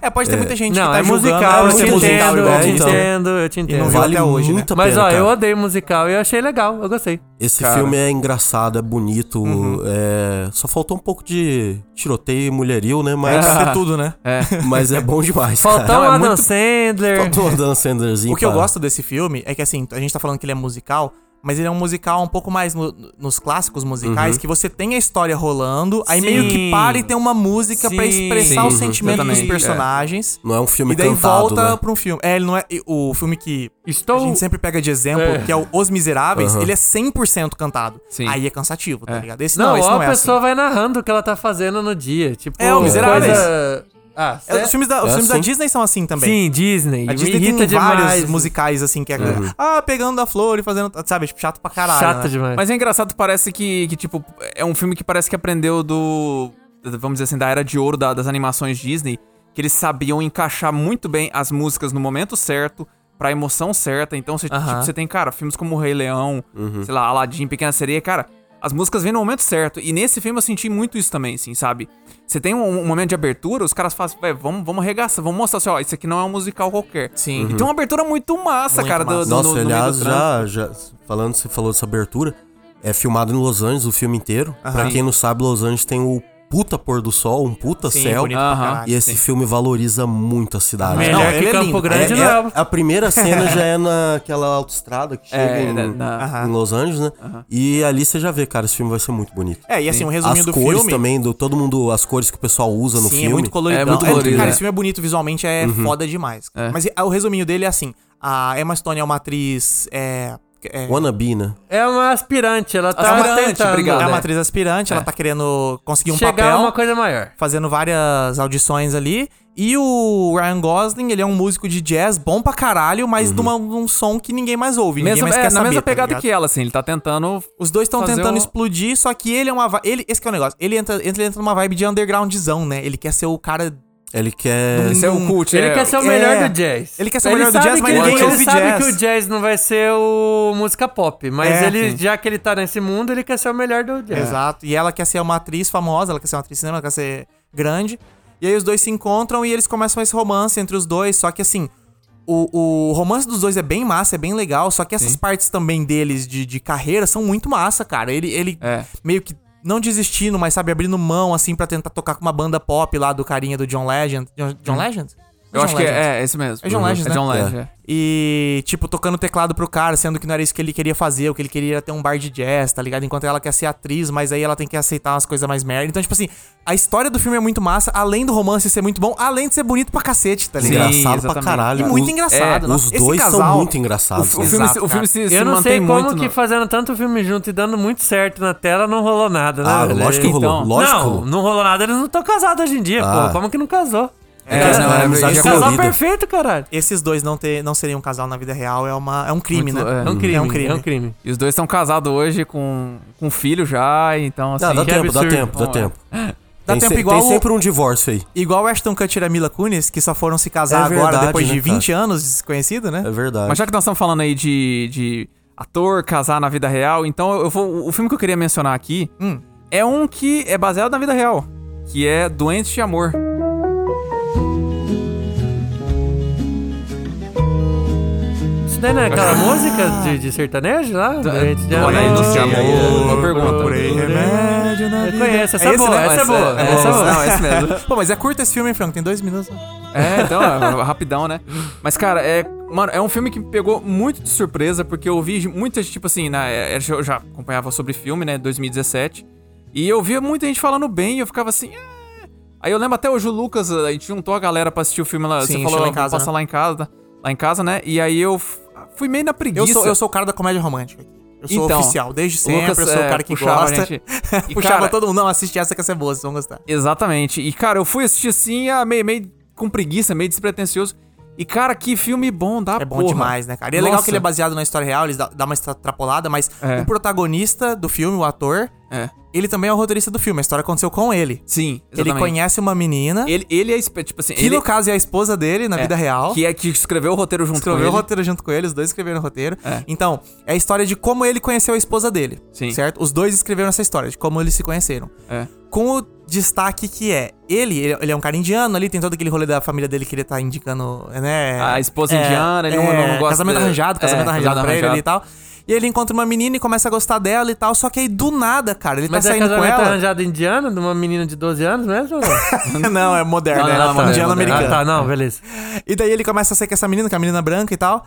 [SPEAKER 2] É, pode ter muita gente que
[SPEAKER 3] Não,
[SPEAKER 2] tá
[SPEAKER 3] é
[SPEAKER 2] julgando,
[SPEAKER 3] musical,
[SPEAKER 2] ah,
[SPEAKER 3] eu
[SPEAKER 2] você
[SPEAKER 3] te
[SPEAKER 2] é musical
[SPEAKER 3] entendo, eu
[SPEAKER 2] igual,
[SPEAKER 3] te
[SPEAKER 2] então.
[SPEAKER 3] entendo, eu te
[SPEAKER 2] não
[SPEAKER 3] entendo.
[SPEAKER 2] viu
[SPEAKER 4] vale
[SPEAKER 2] até hoje, né?
[SPEAKER 4] muito a
[SPEAKER 3] Mas
[SPEAKER 4] pena,
[SPEAKER 3] ó, eu
[SPEAKER 4] cara.
[SPEAKER 3] odeio musical e eu achei legal, eu gostei.
[SPEAKER 4] Esse filme é engraçado, é bonito,
[SPEAKER 2] Uhum.
[SPEAKER 4] é... só faltou um pouco de tiroteio e mulherio, né? Mas,
[SPEAKER 2] Tem tudo, né?
[SPEAKER 4] mas é bom demais,
[SPEAKER 3] Faltou
[SPEAKER 4] cara.
[SPEAKER 3] o
[SPEAKER 5] é
[SPEAKER 3] Adam
[SPEAKER 5] muito-
[SPEAKER 3] Sandler.
[SPEAKER 4] Faltou o Dan Sandersinho,
[SPEAKER 2] O que eu
[SPEAKER 4] cara.
[SPEAKER 2] gosto desse filme é que, assim, a gente tá falando que ele é musical, mas ele é um musical um pouco mais no- nos clássicos musicais, que você tem a história rolando, aí
[SPEAKER 3] Sim.
[SPEAKER 2] meio que para e tem uma música pra
[SPEAKER 3] Sim.
[SPEAKER 2] expressar o
[SPEAKER 5] Sim,
[SPEAKER 2] sentimento dos
[SPEAKER 5] exatamente,
[SPEAKER 2] personagens.
[SPEAKER 4] Não é um filme
[SPEAKER 2] E daí
[SPEAKER 4] cantado,
[SPEAKER 2] volta
[SPEAKER 4] né?
[SPEAKER 2] pra um filme. É, ele não é. e O filme que
[SPEAKER 3] Estou-
[SPEAKER 2] a gente sempre pega de exemplo,
[SPEAKER 3] Oh. É.
[SPEAKER 2] que é o Os Miseráveis,
[SPEAKER 4] Aham.
[SPEAKER 2] ele é 100% cantado.
[SPEAKER 5] Sim.
[SPEAKER 2] Aí é cansativo, tá
[SPEAKER 5] É. assim.
[SPEAKER 2] ligado? Esse não,
[SPEAKER 3] Não,
[SPEAKER 2] esse
[SPEAKER 3] ó,
[SPEAKER 2] não
[SPEAKER 3] a
[SPEAKER 2] é.
[SPEAKER 3] pessoa vai narrando o que ela tá fazendo no dia. Tipo,
[SPEAKER 2] É, o Miseráveis.
[SPEAKER 3] coisa- Ah,
[SPEAKER 2] assim. É, os filmes, da, os
[SPEAKER 4] É
[SPEAKER 2] filmes da
[SPEAKER 4] assim.
[SPEAKER 2] Disney são assim também.
[SPEAKER 3] Sim, Disney.
[SPEAKER 2] A
[SPEAKER 3] me
[SPEAKER 2] Disney
[SPEAKER 3] irrita
[SPEAKER 2] tem vários
[SPEAKER 3] demais.
[SPEAKER 2] musicais, assim, que é. Ah, pegando a flor e fazendo. Sabe, tipo, chato pra caralho.
[SPEAKER 3] Chato
[SPEAKER 2] né?
[SPEAKER 3] demais.
[SPEAKER 5] Mas é engraçado, parece que, que, tipo, é um filme que parece que aprendeu do. Vamos dizer assim, da era de ouro da- das animações Disney, que eles sabiam encaixar muito bem as músicas no momento certo, pra
[SPEAKER 2] Uhum.
[SPEAKER 5] emoção certa. Então, você, tipo, você tem, cara, filmes como O Rei Leão, sei lá, Aladdin, Pequena Sereia, cara. as músicas vêm no momento certo. E nesse filme eu senti muito isso também, assim, sabe? Você tem um, um momento de abertura, os caras fazem, "Vé, vamos, vamos arregaçar, vamos mostrar assim, ó, isso aqui não é um musical qualquer.
[SPEAKER 2] Sim.
[SPEAKER 5] E tem uma abertura muito massa,
[SPEAKER 2] Muito
[SPEAKER 5] cara, do-
[SPEAKER 2] massa.
[SPEAKER 5] do- no,
[SPEAKER 4] Nossa,
[SPEAKER 5] no meio do
[SPEAKER 4] aliás,
[SPEAKER 5] trânsito.
[SPEAKER 4] já, já falando, você falou dessa abertura, é filmado em Los Angeles o filme inteiro. Pra quem não sabe, Los Angeles tem o puta pôr do sol, um puta
[SPEAKER 2] Sim,
[SPEAKER 4] céu.
[SPEAKER 2] bonito pra
[SPEAKER 5] Aham.
[SPEAKER 2] caralho,
[SPEAKER 4] E esse
[SPEAKER 2] sim.
[SPEAKER 4] filme valoriza muito a cidade.
[SPEAKER 3] Melhor
[SPEAKER 2] Não, ele
[SPEAKER 3] que
[SPEAKER 2] é
[SPEAKER 3] Campo
[SPEAKER 2] lindo.
[SPEAKER 3] Grande
[SPEAKER 4] É- é-
[SPEAKER 3] não.
[SPEAKER 4] a primeira cena já é naquela autoestrada que chega
[SPEAKER 5] É,
[SPEAKER 4] em,
[SPEAKER 5] na- na-
[SPEAKER 4] em Los Angeles, né? E ali você já vê, cara, esse filme vai ser muito bonito.
[SPEAKER 2] É, e assim, um resuminho
[SPEAKER 4] as
[SPEAKER 2] do
[SPEAKER 4] cores
[SPEAKER 2] filme.
[SPEAKER 4] também, do, todo mundo, as cores que o pessoal usa no
[SPEAKER 2] Sim,
[SPEAKER 4] filme.
[SPEAKER 2] é muito colorido.
[SPEAKER 5] É muito colorido,
[SPEAKER 2] cara,
[SPEAKER 5] é.
[SPEAKER 2] esse filme é bonito visualmente, é foda demais.
[SPEAKER 5] É.
[SPEAKER 2] Mas ah, o resuminho dele é assim: a Emma Stone é uma atriz. É, é,
[SPEAKER 4] Wannabe, né?
[SPEAKER 3] É uma aspirante, ela tá
[SPEAKER 5] Aspirante,
[SPEAKER 3] tentando
[SPEAKER 5] obrigado.
[SPEAKER 2] é uma
[SPEAKER 5] né?
[SPEAKER 2] atriz aspirante, ela tá querendo conseguir um
[SPEAKER 3] chegar
[SPEAKER 2] papel.
[SPEAKER 3] a uma coisa maior.
[SPEAKER 2] Fazendo várias audições ali. E o Ryan Gosling, ele é um músico de jazz bom pra caralho, mas numa- num som que ninguém mais ouve. Ninguém
[SPEAKER 5] Mesma-
[SPEAKER 2] mais
[SPEAKER 5] Uhum. é,
[SPEAKER 2] quer
[SPEAKER 5] na
[SPEAKER 2] saber,
[SPEAKER 5] mesma
[SPEAKER 2] tá
[SPEAKER 5] pegada
[SPEAKER 2] ligado?
[SPEAKER 5] que ela, assim, ele tá tentando.
[SPEAKER 2] Os dois estão
[SPEAKER 5] fazer
[SPEAKER 2] tentando
[SPEAKER 5] um-
[SPEAKER 2] explodir, só que ele é uma. vi- Ele, esse que é o negócio. Ele entra, ele entra numa vibe de undergroundzão, né? Ele quer ser o cara.
[SPEAKER 4] Ele quer.
[SPEAKER 5] Esse é o cult,
[SPEAKER 3] Ele
[SPEAKER 5] é,
[SPEAKER 3] quer ser o
[SPEAKER 2] é.
[SPEAKER 3] melhor do jazz.
[SPEAKER 2] Ele quer ser o melhor do
[SPEAKER 3] sabe
[SPEAKER 2] jazz, mas
[SPEAKER 3] que
[SPEAKER 2] ninguém
[SPEAKER 3] ele,
[SPEAKER 2] ouve
[SPEAKER 3] ele sabe
[SPEAKER 2] jazz.
[SPEAKER 3] que o jazz não vai ser o música pop, mas
[SPEAKER 2] É,
[SPEAKER 3] ele,
[SPEAKER 2] sim.
[SPEAKER 3] já que ele tá nesse mundo, ele quer ser o melhor do
[SPEAKER 5] É.
[SPEAKER 3] jazz.
[SPEAKER 2] Exato. E ela quer ser uma atriz famosa, ela quer ser uma atriz de cinema, ela quer ser grande. E aí os dois se encontram e eles começam esse romance entre os dois. Só que assim, o, o romance dos dois é bem massa, é bem legal. Só que essas partes também deles de, de carreira são muito massa, cara. Ele, ele
[SPEAKER 5] É.
[SPEAKER 2] meio que não desistindo, mas sabe, abrindo mão, assim, pra tentar tocar com uma banda pop lá do carinha do John Legend. John, John Legend?
[SPEAKER 5] Hum. Eu
[SPEAKER 2] John
[SPEAKER 5] acho que
[SPEAKER 2] Legend.
[SPEAKER 5] é, é esse mesmo.
[SPEAKER 2] É John Legend,
[SPEAKER 5] É
[SPEAKER 2] né?
[SPEAKER 5] John Legend,
[SPEAKER 4] É.
[SPEAKER 5] é.
[SPEAKER 2] E, tipo, tocando teclado pro cara, sendo que não era isso que ele queria fazer, o que ele queria era ter um bar de jazz, tá ligado? Enquanto ela quer ser atriz, mas aí ela tem que aceitar umas coisas mais merda. Então, tipo assim, a história do filme é muito massa, além do romance ser muito bom, além de ser bonito pra cacete, tá ligado?
[SPEAKER 5] Sim,
[SPEAKER 4] engraçado pra
[SPEAKER 5] exatamente.
[SPEAKER 4] caralho.
[SPEAKER 2] E muito
[SPEAKER 4] Os- é,
[SPEAKER 2] engraçado, nossa.
[SPEAKER 4] Os
[SPEAKER 2] Esse
[SPEAKER 4] dois
[SPEAKER 2] casal-
[SPEAKER 4] são muito engraçados.
[SPEAKER 5] O filme,
[SPEAKER 4] cara.
[SPEAKER 5] se-
[SPEAKER 2] Exato,
[SPEAKER 5] o filme
[SPEAKER 2] cara.
[SPEAKER 5] se, se
[SPEAKER 3] Eu não
[SPEAKER 5] mantém
[SPEAKER 3] sei como
[SPEAKER 5] muito
[SPEAKER 3] que
[SPEAKER 5] no-
[SPEAKER 3] fazendo tanto filme junto e dando muito certo na tela não rolou nada, né?
[SPEAKER 4] Ah,
[SPEAKER 3] velho?
[SPEAKER 4] lógico que rolou.
[SPEAKER 5] Então-
[SPEAKER 4] lógico que
[SPEAKER 3] Não,
[SPEAKER 4] rolou.
[SPEAKER 3] não rolou nada, eles não estão casados hoje em dia,
[SPEAKER 4] Ah.
[SPEAKER 3] pô. Como que não casou?
[SPEAKER 5] É,
[SPEAKER 4] Cara,
[SPEAKER 5] não, é,
[SPEAKER 4] é amizade
[SPEAKER 5] já-
[SPEAKER 3] casal
[SPEAKER 4] colorida.
[SPEAKER 3] perfeito, caralho.
[SPEAKER 2] Esses dois não, ter, não seriam um casal na vida real é, uma, é um crime,
[SPEAKER 5] Muito-
[SPEAKER 2] né?
[SPEAKER 5] é. É um
[SPEAKER 2] É um
[SPEAKER 3] crime.
[SPEAKER 2] crime.
[SPEAKER 3] É um crime.
[SPEAKER 5] E os dois estão casados hoje com, com filho já, então assim.
[SPEAKER 4] Não, dá
[SPEAKER 5] que
[SPEAKER 4] tempo, dá
[SPEAKER 5] absurdo.
[SPEAKER 4] tempo, dá
[SPEAKER 5] Bom,
[SPEAKER 4] tempo.
[SPEAKER 2] Dá
[SPEAKER 4] tem
[SPEAKER 2] tempo
[SPEAKER 4] se-
[SPEAKER 2] igual
[SPEAKER 4] Tem
[SPEAKER 2] o-
[SPEAKER 4] sempre um divórcio aí.
[SPEAKER 2] Igual o Ashton Kutcher e a Mila Kunis, que só foram se casar
[SPEAKER 4] É
[SPEAKER 2] agora
[SPEAKER 4] verdade,
[SPEAKER 2] depois de
[SPEAKER 4] né,
[SPEAKER 2] 20 anos, desconhecido, né?
[SPEAKER 4] É verdade.
[SPEAKER 5] Mas já que nós estamos falando aí de, de ator casar na vida real, então eu vou. O filme que eu queria mencionar aqui é um que é baseado na vida real. Que é Doentes de Amor.
[SPEAKER 3] Isso daí não é aquela música de, de sertanejo lá? Doente de amor.
[SPEAKER 5] Doentes de Amor. Boa
[SPEAKER 2] Procurei
[SPEAKER 5] é pergunta.
[SPEAKER 2] remédio na
[SPEAKER 3] Eu
[SPEAKER 2] vida.
[SPEAKER 3] conheço, essa é,
[SPEAKER 2] esse,
[SPEAKER 3] boa,
[SPEAKER 2] né?
[SPEAKER 3] essa é boa,
[SPEAKER 2] é
[SPEAKER 3] essa é
[SPEAKER 2] boa.
[SPEAKER 3] boa.
[SPEAKER 5] Não, é esse mesmo.
[SPEAKER 2] Pô, mas é curto esse filme, hein, Franco? Tem dois minutos.
[SPEAKER 5] É, então, é rapidão, né? Mas, cara, é. Mano, é um filme que me pegou muito de surpresa, porque eu vi muita gente, tipo assim, na, é, eu já acompanhava sobre filme, né? 2017. E eu via muita gente falando bem, e eu ficava assim. "É". Aí eu lembro até hoje o Lucas, a gente juntou a galera pra assistir o filme lá.
[SPEAKER 2] Sim,
[SPEAKER 5] você falou, "Ah,
[SPEAKER 2] lá em
[SPEAKER 5] "Vamos
[SPEAKER 2] casa,
[SPEAKER 5] passar
[SPEAKER 2] né?"
[SPEAKER 5] lá em casa, lá em casa, né? E aí eu f- fui meio na preguiça.
[SPEAKER 2] Eu sou, eu sou o cara da comédia romântica. Eu sou
[SPEAKER 5] Então,
[SPEAKER 2] oficial, desde
[SPEAKER 5] o
[SPEAKER 2] sempre.
[SPEAKER 5] Lucas,
[SPEAKER 2] eu sou o
[SPEAKER 5] é,
[SPEAKER 2] cara que
[SPEAKER 5] puxava a
[SPEAKER 2] gosta.
[SPEAKER 5] gente. E,
[SPEAKER 2] puxava
[SPEAKER 5] cara,
[SPEAKER 2] todo mundo. Não, assiste essa que essa é boa, vocês vão gostar.
[SPEAKER 5] Exatamente. E, cara, eu fui assistir assim, ah, meio, meio com preguiça, meio despretensioso. E, cara, que filme bom, dá
[SPEAKER 2] É bom
[SPEAKER 5] porra.
[SPEAKER 2] demais, né, cara? E é legal
[SPEAKER 5] Nossa.
[SPEAKER 2] que ele é baseado na história real, eles dá, dá uma extrapolada, mas
[SPEAKER 5] É.
[SPEAKER 2] o protagonista do filme, o ator,
[SPEAKER 5] É.
[SPEAKER 2] ele também é o roteirista do filme. A história aconteceu com ele.
[SPEAKER 5] Sim,
[SPEAKER 2] Ele conhece uma menina,
[SPEAKER 5] Ele, ele é, espe- tipo assim,
[SPEAKER 2] que
[SPEAKER 5] ele
[SPEAKER 2] no caso é a esposa dele na
[SPEAKER 5] é,
[SPEAKER 2] vida real.
[SPEAKER 5] Que é que escreveu o roteiro junto
[SPEAKER 2] escreveu o
[SPEAKER 5] com ele.
[SPEAKER 2] roteiro junto com ele, os dois escreveram o roteiro.
[SPEAKER 5] É.
[SPEAKER 2] Então, é a história de como ele conheceu a esposa dele,
[SPEAKER 5] Sim.
[SPEAKER 2] certo? Os dois escreveram essa história de como eles se conheceram.
[SPEAKER 5] É.
[SPEAKER 2] Com o destaque que é, ele, ele ele é um cara indiano ali, tem todo aquele rolê da família dele que ele tá indicando, né? É,
[SPEAKER 5] A esposa indiana, ele não- não gosta
[SPEAKER 2] Casamento
[SPEAKER 5] de-
[SPEAKER 2] arranjado, casamento
[SPEAKER 5] é,
[SPEAKER 2] arranjado
[SPEAKER 5] casado
[SPEAKER 2] pra ele
[SPEAKER 5] arranjado.
[SPEAKER 2] ali e tal. E ele encontra uma menina e começa a gostar dela e tal, só que aí do nada, cara, ele
[SPEAKER 3] Mas
[SPEAKER 2] tá
[SPEAKER 3] é
[SPEAKER 2] saindo com
[SPEAKER 3] casamento
[SPEAKER 2] ela.
[SPEAKER 3] arranjado indiano, de uma menina de 12 anos mesmo?
[SPEAKER 2] não, é moderno,
[SPEAKER 5] Não,
[SPEAKER 2] é
[SPEAKER 5] não, não,
[SPEAKER 2] indiano
[SPEAKER 5] moderno,
[SPEAKER 2] americano.
[SPEAKER 5] moderno.
[SPEAKER 3] ah, tá, não, beleza.
[SPEAKER 2] E daí ele começa a sair com essa menina, com a menina branca e tal.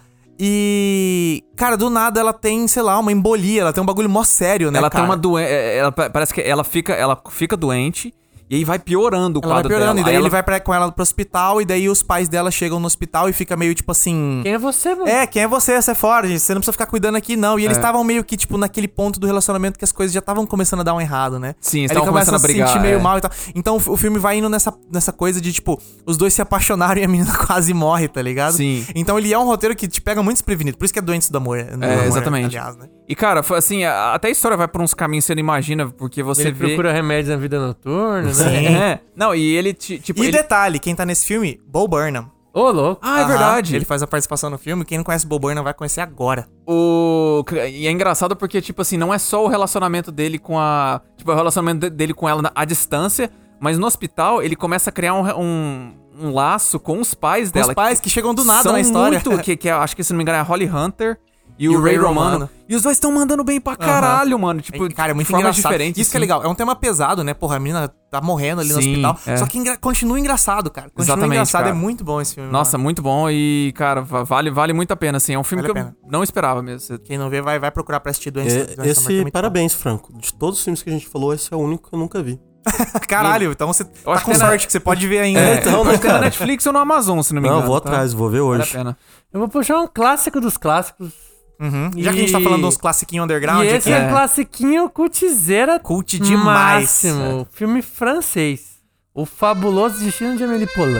[SPEAKER 2] E, cara, do nada ela tem, sei lá, uma embolia, ela tem um bagulho mó sério, né?
[SPEAKER 5] Ela tem
[SPEAKER 2] cara?
[SPEAKER 5] uma doença. Ela pa- parece que ela fica, ela fica doente e aí vai piorando o
[SPEAKER 2] Ela vai
[SPEAKER 5] quadro
[SPEAKER 2] piorando,
[SPEAKER 5] dela.
[SPEAKER 2] e daí
[SPEAKER 5] Aí
[SPEAKER 2] ele
[SPEAKER 5] ela-
[SPEAKER 2] vai pra, com ela pro hospital, e daí os pais dela chegam no hospital e fica meio tipo assim.
[SPEAKER 3] Quem é você, mano?
[SPEAKER 2] É, quem é você? Você é fora, gente. Você não precisa ficar cuidando aqui, não. E
[SPEAKER 5] É.
[SPEAKER 2] eles estavam meio que, tipo, naquele ponto do relacionamento que as coisas já estavam começando a dar um errado, né? Aí
[SPEAKER 5] Sim, eles
[SPEAKER 2] ele
[SPEAKER 5] estavam
[SPEAKER 2] começa
[SPEAKER 5] começando a brigar,
[SPEAKER 2] se sentir meio
[SPEAKER 5] é.
[SPEAKER 2] mal e tal. Então o filme vai indo nessa, nessa coisa de, tipo, os dois se apaixonaram e a menina quase morre, tá ligado?
[SPEAKER 5] Sim.
[SPEAKER 2] Então ele é um roteiro que te pega muito desprevenido. Por isso que é doente do amor. do amor,
[SPEAKER 5] É, exatamente.
[SPEAKER 2] Aliás, né?
[SPEAKER 5] E, cara, foi assim, a- até a história vai por uns caminhos que você não imagina, porque você
[SPEAKER 3] Ele
[SPEAKER 5] vê.
[SPEAKER 3] procura remédios na vida noturna, né?
[SPEAKER 2] Sim.
[SPEAKER 5] É. Não, e ele, ti- tipo.
[SPEAKER 2] E
[SPEAKER 5] ele-
[SPEAKER 2] detalhe, quem tá nesse filme? Bo Burnham.
[SPEAKER 3] Ô, louco.
[SPEAKER 5] Ah, é verdade.
[SPEAKER 2] Ele faz a participação no filme. Quem não conhece Bob Burnham vai conhecer agora.
[SPEAKER 5] O... E é engraçado porque, tipo assim, não é só o relacionamento dele com a. Tipo, é o relacionamento de- dele com ela na- à distância, mas no hospital ele começa a criar um, um, um laço com os pais
[SPEAKER 2] Os
[SPEAKER 5] dela.
[SPEAKER 2] pais que chegam do nada
[SPEAKER 5] são
[SPEAKER 2] na história.
[SPEAKER 5] Muito, que, que é- acho que se não me engano é a Holly Hunter e, o Ray Romano. E os dois estão mandando bem pra caralho, mano. Tipo,
[SPEAKER 2] É, cara, é muito
[SPEAKER 5] de formas
[SPEAKER 2] engraçado.
[SPEAKER 5] diferentes. assim.
[SPEAKER 2] Isso que é legal. É um tema pesado, né? Porra, a menina tá morrendo ali
[SPEAKER 5] Sim,
[SPEAKER 2] no hospital.
[SPEAKER 5] é.
[SPEAKER 2] Só que engra- continua engraçado, cara. Continua
[SPEAKER 5] Exatamente,
[SPEAKER 2] engraçado.
[SPEAKER 5] cara.
[SPEAKER 2] É muito bom esse filme.
[SPEAKER 5] Nossa,
[SPEAKER 2] mano.
[SPEAKER 5] muito bom e, cara, va- vale, vale muito a pena, assim. É um filme
[SPEAKER 2] Vale
[SPEAKER 5] que
[SPEAKER 2] a
[SPEAKER 5] eu
[SPEAKER 2] pena.
[SPEAKER 5] não esperava mesmo.
[SPEAKER 2] Quem não vê, vai, vai procurar pra assistir Doença. Doença da
[SPEAKER 4] É,
[SPEAKER 2] Morte, é
[SPEAKER 4] esse,
[SPEAKER 2] muito bom.
[SPEAKER 4] parabéns, Franco. De todos os filmes que a gente falou, esse é o único que eu nunca vi.
[SPEAKER 2] Caralho, então você tá
[SPEAKER 5] acho
[SPEAKER 2] com
[SPEAKER 5] que era-
[SPEAKER 2] sorte que você pode ver ainda.
[SPEAKER 4] É, então, né,
[SPEAKER 5] Tem na
[SPEAKER 4] cara?
[SPEAKER 5] Netflix ou no Amazon, se não me
[SPEAKER 4] Não,
[SPEAKER 5] engano.
[SPEAKER 4] eu vou
[SPEAKER 5] tá?
[SPEAKER 4] atrás, vou ver
[SPEAKER 5] Vale a
[SPEAKER 4] hoje.
[SPEAKER 5] pena.
[SPEAKER 3] Eu vou puxar um clássico dos clássicos.
[SPEAKER 2] Uhum. Já que a gente tá
[SPEAKER 3] E-
[SPEAKER 2] falando dos classiquinhos underground
[SPEAKER 3] e esse
[SPEAKER 2] aqui,
[SPEAKER 3] é,
[SPEAKER 5] é.
[SPEAKER 3] classiquinho cultizeira
[SPEAKER 2] Cult demais.
[SPEAKER 3] máximo. Filme francês. O Fabuloso Destino de Amélie Poulain.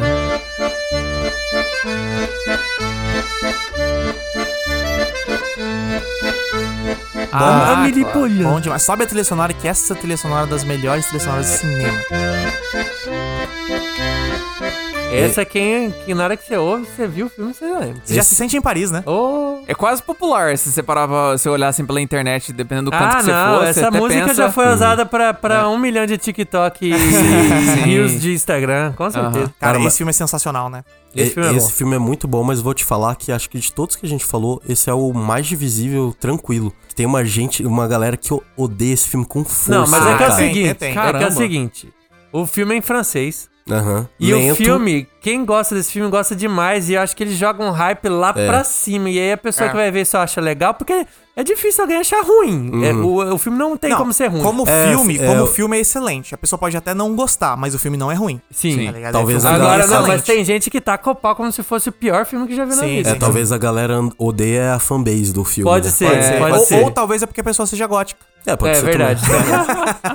[SPEAKER 5] Ah,
[SPEAKER 3] Amélie
[SPEAKER 5] claro.
[SPEAKER 3] Poulain.
[SPEAKER 2] É Bom demais. Sobe a trilha sonora, que essa trilha sonora é das melhores trilhas sonoras de cinema.
[SPEAKER 3] Essa é quem, que na hora que você ouve, você viu o filme, você já lembra.
[SPEAKER 2] Você já se sente em Paris, né?
[SPEAKER 3] Oh.
[SPEAKER 5] É quase popular se você parava, se olhar assim pela internet, dependendo do canto
[SPEAKER 3] Ah,
[SPEAKER 5] que você
[SPEAKER 3] não,
[SPEAKER 5] for. você
[SPEAKER 3] essa
[SPEAKER 5] até
[SPEAKER 3] música
[SPEAKER 5] pensa- assim. É.
[SPEAKER 3] já foi usada pra, pra um milhão de TikTok e
[SPEAKER 5] Sim,
[SPEAKER 3] views
[SPEAKER 5] sim.
[SPEAKER 3] de Instagram, com certeza.
[SPEAKER 2] Cara,
[SPEAKER 4] Caramba.
[SPEAKER 2] esse filme é sensacional, né?
[SPEAKER 4] E-
[SPEAKER 3] Esse
[SPEAKER 4] Esse,
[SPEAKER 3] filme é
[SPEAKER 4] filme,
[SPEAKER 3] bom.
[SPEAKER 4] é muito bom, mas vou te falar que acho que de todos que a gente falou, esse é o mais divisível, tranquilo. Tem uma gente, uma galera que o- odeia esse filme com força.
[SPEAKER 3] Não, mas é que é o
[SPEAKER 4] cara.
[SPEAKER 2] tem,
[SPEAKER 3] seguinte,
[SPEAKER 2] tem.
[SPEAKER 3] é que é
[SPEAKER 5] Caramba.
[SPEAKER 3] o seguinte, o filme é em francês
[SPEAKER 4] Aham.
[SPEAKER 3] e o
[SPEAKER 4] Lento.
[SPEAKER 3] filme, quem gosta desse filme gosta demais e eu acho que ele joga um hype lá pra cima e aí a pessoa
[SPEAKER 2] É.
[SPEAKER 3] que vai ver só acha legal porque é difícil alguém achar ruim. É, o, o filme não tem
[SPEAKER 2] Não,
[SPEAKER 3] como ser ruim.
[SPEAKER 2] Como
[SPEAKER 4] É,
[SPEAKER 2] filme,
[SPEAKER 4] é,
[SPEAKER 2] como
[SPEAKER 4] eu-
[SPEAKER 2] filme é excelente. A pessoa pode até não gostar, mas o filme não é ruim.
[SPEAKER 3] Sim.
[SPEAKER 2] Tá ligado?
[SPEAKER 4] Talvez
[SPEAKER 2] É um filme
[SPEAKER 3] Agora não, mas
[SPEAKER 2] excelente.
[SPEAKER 3] tem gente que tá copal como se fosse o pior filme que já viu na
[SPEAKER 2] Sim,
[SPEAKER 3] vida.
[SPEAKER 4] É,
[SPEAKER 2] sim.
[SPEAKER 4] talvez a galera and- odeia a fanbase do filme.
[SPEAKER 3] Pode
[SPEAKER 4] né?
[SPEAKER 3] ser, pode ser.
[SPEAKER 2] É, ou, ou talvez é porque a pessoa seja gótica.
[SPEAKER 4] É, pode
[SPEAKER 3] é
[SPEAKER 4] ser também.
[SPEAKER 3] verdade.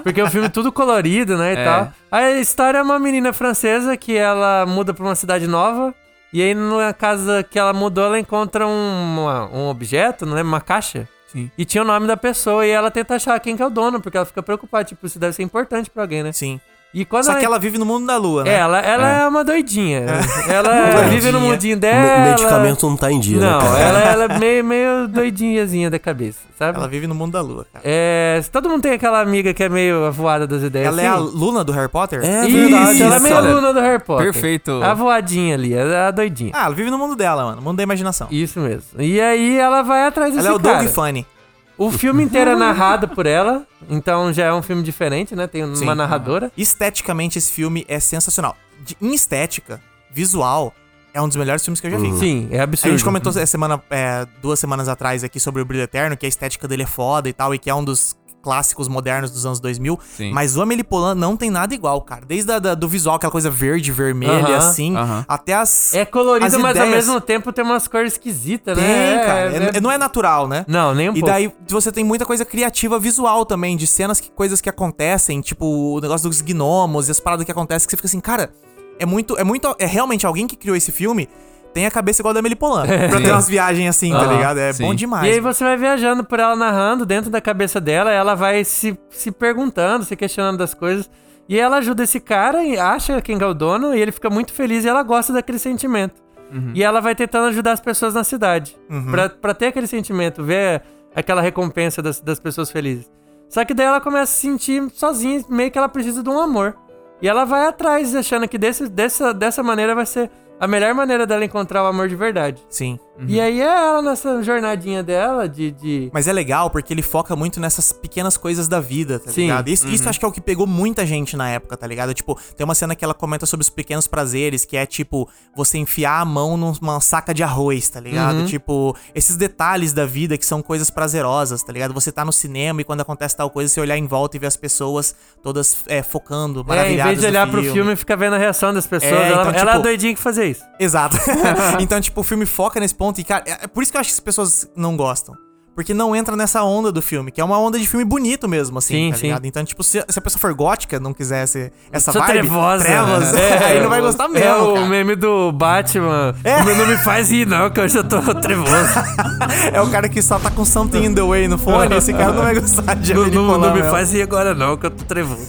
[SPEAKER 3] Porque o filme é tudo colorido, né, e
[SPEAKER 5] É.
[SPEAKER 3] tal. A história é uma menina francesa que ela muda pra uma cidade nova. E aí, na casa que ela mudou, ela encontra um, uma- um objeto, não lembro, uma caixa.
[SPEAKER 5] Sim.
[SPEAKER 3] E tinha o nome da pessoa. E ela tenta achar quem que é o dono, porque ela fica preocupada. Tipo, isso deve ser importante pra alguém, né?
[SPEAKER 2] Sim.
[SPEAKER 3] E quando
[SPEAKER 2] Só que ela vive no mundo da lua, né?
[SPEAKER 3] Ela, ela é. uma doidinha. Ela vive no
[SPEAKER 2] Doidinha.
[SPEAKER 3] mundinho
[SPEAKER 4] Me-
[SPEAKER 3] dela.
[SPEAKER 4] Medicamento não tá em dia, né,
[SPEAKER 3] É, Não,
[SPEAKER 4] cara?
[SPEAKER 3] ela, ela é meio, meio doidinhazinha da cabeça, sabe?
[SPEAKER 2] Ela vive no mundo da lua, cara.
[SPEAKER 3] É, todo mundo tem aquela amiga que é meio avoada das ideias.
[SPEAKER 2] Ela é a
[SPEAKER 3] assim.
[SPEAKER 2] Luna do Harry Potter?
[SPEAKER 4] É
[SPEAKER 3] Isso,
[SPEAKER 4] verdade.
[SPEAKER 3] ela é meio
[SPEAKER 4] cara.
[SPEAKER 3] aluna do Harry Potter.
[SPEAKER 5] Perfeito.
[SPEAKER 3] A voadinha ali, a, a doidinha.
[SPEAKER 2] Ah, ela vive no mundo dela, mano. Mundo da imaginação.
[SPEAKER 3] Isso mesmo. E aí ela vai atrás desse
[SPEAKER 2] Ela é o
[SPEAKER 3] cara.
[SPEAKER 2] Doug Funny.
[SPEAKER 3] O filme inteiro é narrado por ela, então já é um filme diferente, né? Tem uma
[SPEAKER 2] Sim.
[SPEAKER 3] narradora.
[SPEAKER 2] Esteticamente, esse filme é sensacional. De, em estética, visual, é um dos melhores filmes que eu já vi.
[SPEAKER 3] Sim, é
[SPEAKER 2] A
[SPEAKER 3] absurdo.
[SPEAKER 2] gente comentou essa semana, é, duas semanas atrás aqui sobre o Brilho Eterno, que a estética dele é foda e tal, e que é um dos clássicos modernos dos anos 2000.
[SPEAKER 5] Sim.
[SPEAKER 2] Mas o Amélie Polan não tem nada igual, cara. Desde a, da- do visual, aquela coisa verde, vermelha,
[SPEAKER 3] Aham,
[SPEAKER 2] assim,
[SPEAKER 5] aham.
[SPEAKER 2] até as.
[SPEAKER 3] É colorido,
[SPEAKER 2] as
[SPEAKER 3] mas ao
[SPEAKER 2] ideias-
[SPEAKER 3] mesmo tempo tem umas cores esquisitas,
[SPEAKER 2] Tem,
[SPEAKER 3] né? É,
[SPEAKER 2] cara. É-
[SPEAKER 3] é-
[SPEAKER 2] Não é natural, né?
[SPEAKER 3] Não, nem um
[SPEAKER 2] E
[SPEAKER 3] pouco.
[SPEAKER 2] daí você tem muita coisa criativa visual também, de cenas, que, coisas que acontecem, tipo o negócio dos gnomos e as paradas que acontecem, que você fica assim, cara, é muito, é muito, é realmente alguém que criou esse filme tem a cabeça igual a da Amélie Polan, pra ter umas viagens assim, tá
[SPEAKER 5] Aham,
[SPEAKER 2] ligado? É
[SPEAKER 5] sim.
[SPEAKER 2] bom demais.
[SPEAKER 3] E aí
[SPEAKER 2] mano.
[SPEAKER 3] você vai viajando por ela narrando dentro da cabeça dela, ela vai se, se perguntando, se questionando das coisas. E ela ajuda esse cara e acha quem é o dono, e ele fica muito feliz e ela gosta daquele sentimento.
[SPEAKER 2] Uhum.
[SPEAKER 3] E ela vai tentando ajudar as pessoas na cidade. Pra, pra ter aquele sentimento, ver aquela recompensa das, das pessoas felizes. Só que daí ela começa a se sentir sozinha, meio que ela precisa de um amor. E ela vai atrás, achando que desse, dessa, dessa maneira vai ser a melhor maneira dela encontrar o amor de verdade.
[SPEAKER 2] Sim.
[SPEAKER 3] E aí é ela nessa jornadinha dela de. de...
[SPEAKER 2] Mas é legal porque ele foca muito nessas pequenas coisas da vida, tá
[SPEAKER 3] Sim. Uhum.
[SPEAKER 2] ligado? Isso, isso acho que é o que pegou muita gente na época, tá ligado? Tipo, tem uma cena que ela comenta sobre os pequenos prazeres, que é tipo, você enfiar a mão numa saca de arroz, tá ligado?
[SPEAKER 3] Uhum.
[SPEAKER 2] Tipo, esses detalhes da vida que são coisas prazerosas, tá ligado? Você tá no cinema e quando acontece tal coisa, você olhar em volta e ver as pessoas todas é, focando,
[SPEAKER 3] É, em
[SPEAKER 2] maravilhadas.
[SPEAKER 3] vez de
[SPEAKER 2] no
[SPEAKER 3] olhar pro filme e ficar vendo a reação das pessoas,
[SPEAKER 2] É,
[SPEAKER 3] ela,
[SPEAKER 2] então,
[SPEAKER 3] ela é
[SPEAKER 2] tipo-
[SPEAKER 3] doidinha que fazia isso.
[SPEAKER 2] Exato. então, tipo, o filme foca nesse ponto e, cara, é é por isso que eu acho que as pessoas não gostam. Porque não entra nessa onda do filme, que é uma onda de filme bonito mesmo, assim,
[SPEAKER 3] Sim,
[SPEAKER 2] tá
[SPEAKER 3] sim.
[SPEAKER 2] ligado? Então, tipo, se, se a pessoa for gótica, não quisesse essa
[SPEAKER 3] Sou
[SPEAKER 2] tá vibe,
[SPEAKER 3] trevosa.
[SPEAKER 2] trevas,
[SPEAKER 3] né?
[SPEAKER 2] aí não vai gostar mesmo,
[SPEAKER 3] É o
[SPEAKER 2] cara.
[SPEAKER 3] meme do Batman. Não, não me faz rir, não, que eu já tô trevoso.
[SPEAKER 2] É o cara que só tá com something in the way no fone, esse cara não vai gostar de
[SPEAKER 3] não,
[SPEAKER 2] Amelie
[SPEAKER 3] não-
[SPEAKER 2] Poulain
[SPEAKER 3] não me
[SPEAKER 2] mesmo.
[SPEAKER 3] faz rir agora, não, que eu tô trevoso.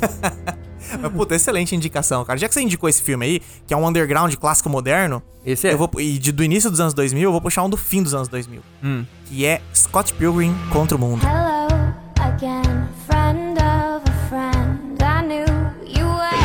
[SPEAKER 2] Mas, puta, excelente indicação, cara. Já que você indicou esse filme aí, que é um underground clássico moderno,
[SPEAKER 3] Esse é.
[SPEAKER 2] eu vou, e de- do início dos anos 2000, eu vou puxar um do fim dos anos 2000.
[SPEAKER 3] Hum.
[SPEAKER 2] Que é Scott Pilgrim contra o Mundo.
[SPEAKER 7] Hello again, friend of a friend. I knew you were.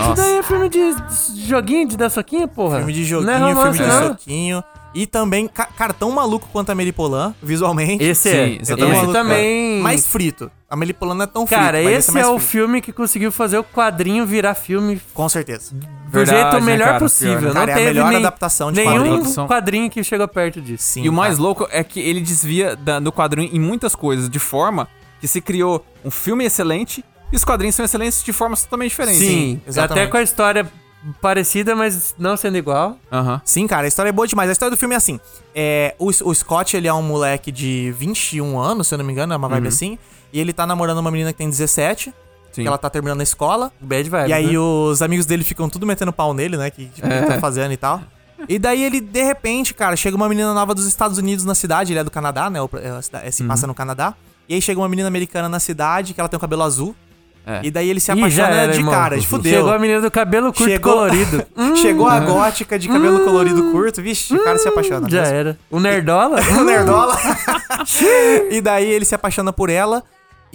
[SPEAKER 3] Isso daí é filme de de joguinho, de dar soquinha, porra.
[SPEAKER 2] Filme de
[SPEAKER 3] Não
[SPEAKER 2] joguinho,
[SPEAKER 3] é romance,
[SPEAKER 2] filme de
[SPEAKER 3] não.
[SPEAKER 2] soquinho. E também ca cartão maluco quanto a Melipolan, visualmente.
[SPEAKER 3] Esse
[SPEAKER 5] Sim,
[SPEAKER 3] é.
[SPEAKER 5] exatamente.
[SPEAKER 3] Esse também.
[SPEAKER 2] Mais frito. A Melipolan não é tão
[SPEAKER 3] Cara,
[SPEAKER 2] frito. mas
[SPEAKER 3] esse é
[SPEAKER 2] mais
[SPEAKER 3] o
[SPEAKER 2] frito.
[SPEAKER 3] filme que conseguiu fazer o quadrinho virar filme
[SPEAKER 2] Com certeza.
[SPEAKER 3] do
[SPEAKER 5] Verdade,
[SPEAKER 3] jeito
[SPEAKER 5] né,
[SPEAKER 3] melhor
[SPEAKER 5] cara?
[SPEAKER 3] possível.
[SPEAKER 5] Pior,
[SPEAKER 3] Não
[SPEAKER 5] né?
[SPEAKER 2] Cara, é a
[SPEAKER 3] teve
[SPEAKER 2] melhor
[SPEAKER 3] nem-
[SPEAKER 2] adaptação de
[SPEAKER 3] nenhum
[SPEAKER 5] quadrinho.
[SPEAKER 3] quadrinho que chegou perto disso.
[SPEAKER 2] Sim,
[SPEAKER 5] E o mais
[SPEAKER 2] cara.
[SPEAKER 5] louco é que ele desvia da- do quadrinho em muitas coisas, de forma que se criou um filme excelente e os quadrinhos são excelentes de formas totalmente diferentes.
[SPEAKER 3] Sim,
[SPEAKER 2] exatamente.
[SPEAKER 3] até com a história parecida, mas não sendo igual.
[SPEAKER 5] Aham.
[SPEAKER 2] Sim, cara, a história é boa demais. A história do filme é assim: é, o, o Scott ele é um moleque de 21 anos, se eu não me engano, é uma
[SPEAKER 3] Uhum.
[SPEAKER 2] vibe assim. E ele tá namorando uma menina que tem 17. Que ela tá terminando a escola.
[SPEAKER 3] Bad vibes,
[SPEAKER 2] E aí
[SPEAKER 3] né? É.
[SPEAKER 2] os amigos dele ficam tudo metendo pau nele, né? Que tipo, ele tá fazendo e tal. E daí ele, de repente, cara, chega uma menina nova dos Estados Unidos na cidade, ele é do Canadá, né? o- é, a cida- é, se
[SPEAKER 3] Uhum.
[SPEAKER 2] passa no Canadá. E aí chega uma menina americana na cidade, que ela tem o cabelo azul.
[SPEAKER 5] É.
[SPEAKER 2] E daí ele se
[SPEAKER 3] Ih, já
[SPEAKER 2] apaixona é
[SPEAKER 3] era,
[SPEAKER 2] de
[SPEAKER 3] irmão.
[SPEAKER 2] cara, de fudeu.
[SPEAKER 3] Chegou a menina do cabelo curto
[SPEAKER 2] Chegou-
[SPEAKER 3] colorido. Uhum.
[SPEAKER 2] Chegou a gótica de cabelo colorido curto, vixe, o cara se apaixona. né?
[SPEAKER 3] Já
[SPEAKER 2] mesmo.
[SPEAKER 3] era. O Nerdola? Hum,
[SPEAKER 2] O nerdola. e daí ele se apaixona por ela.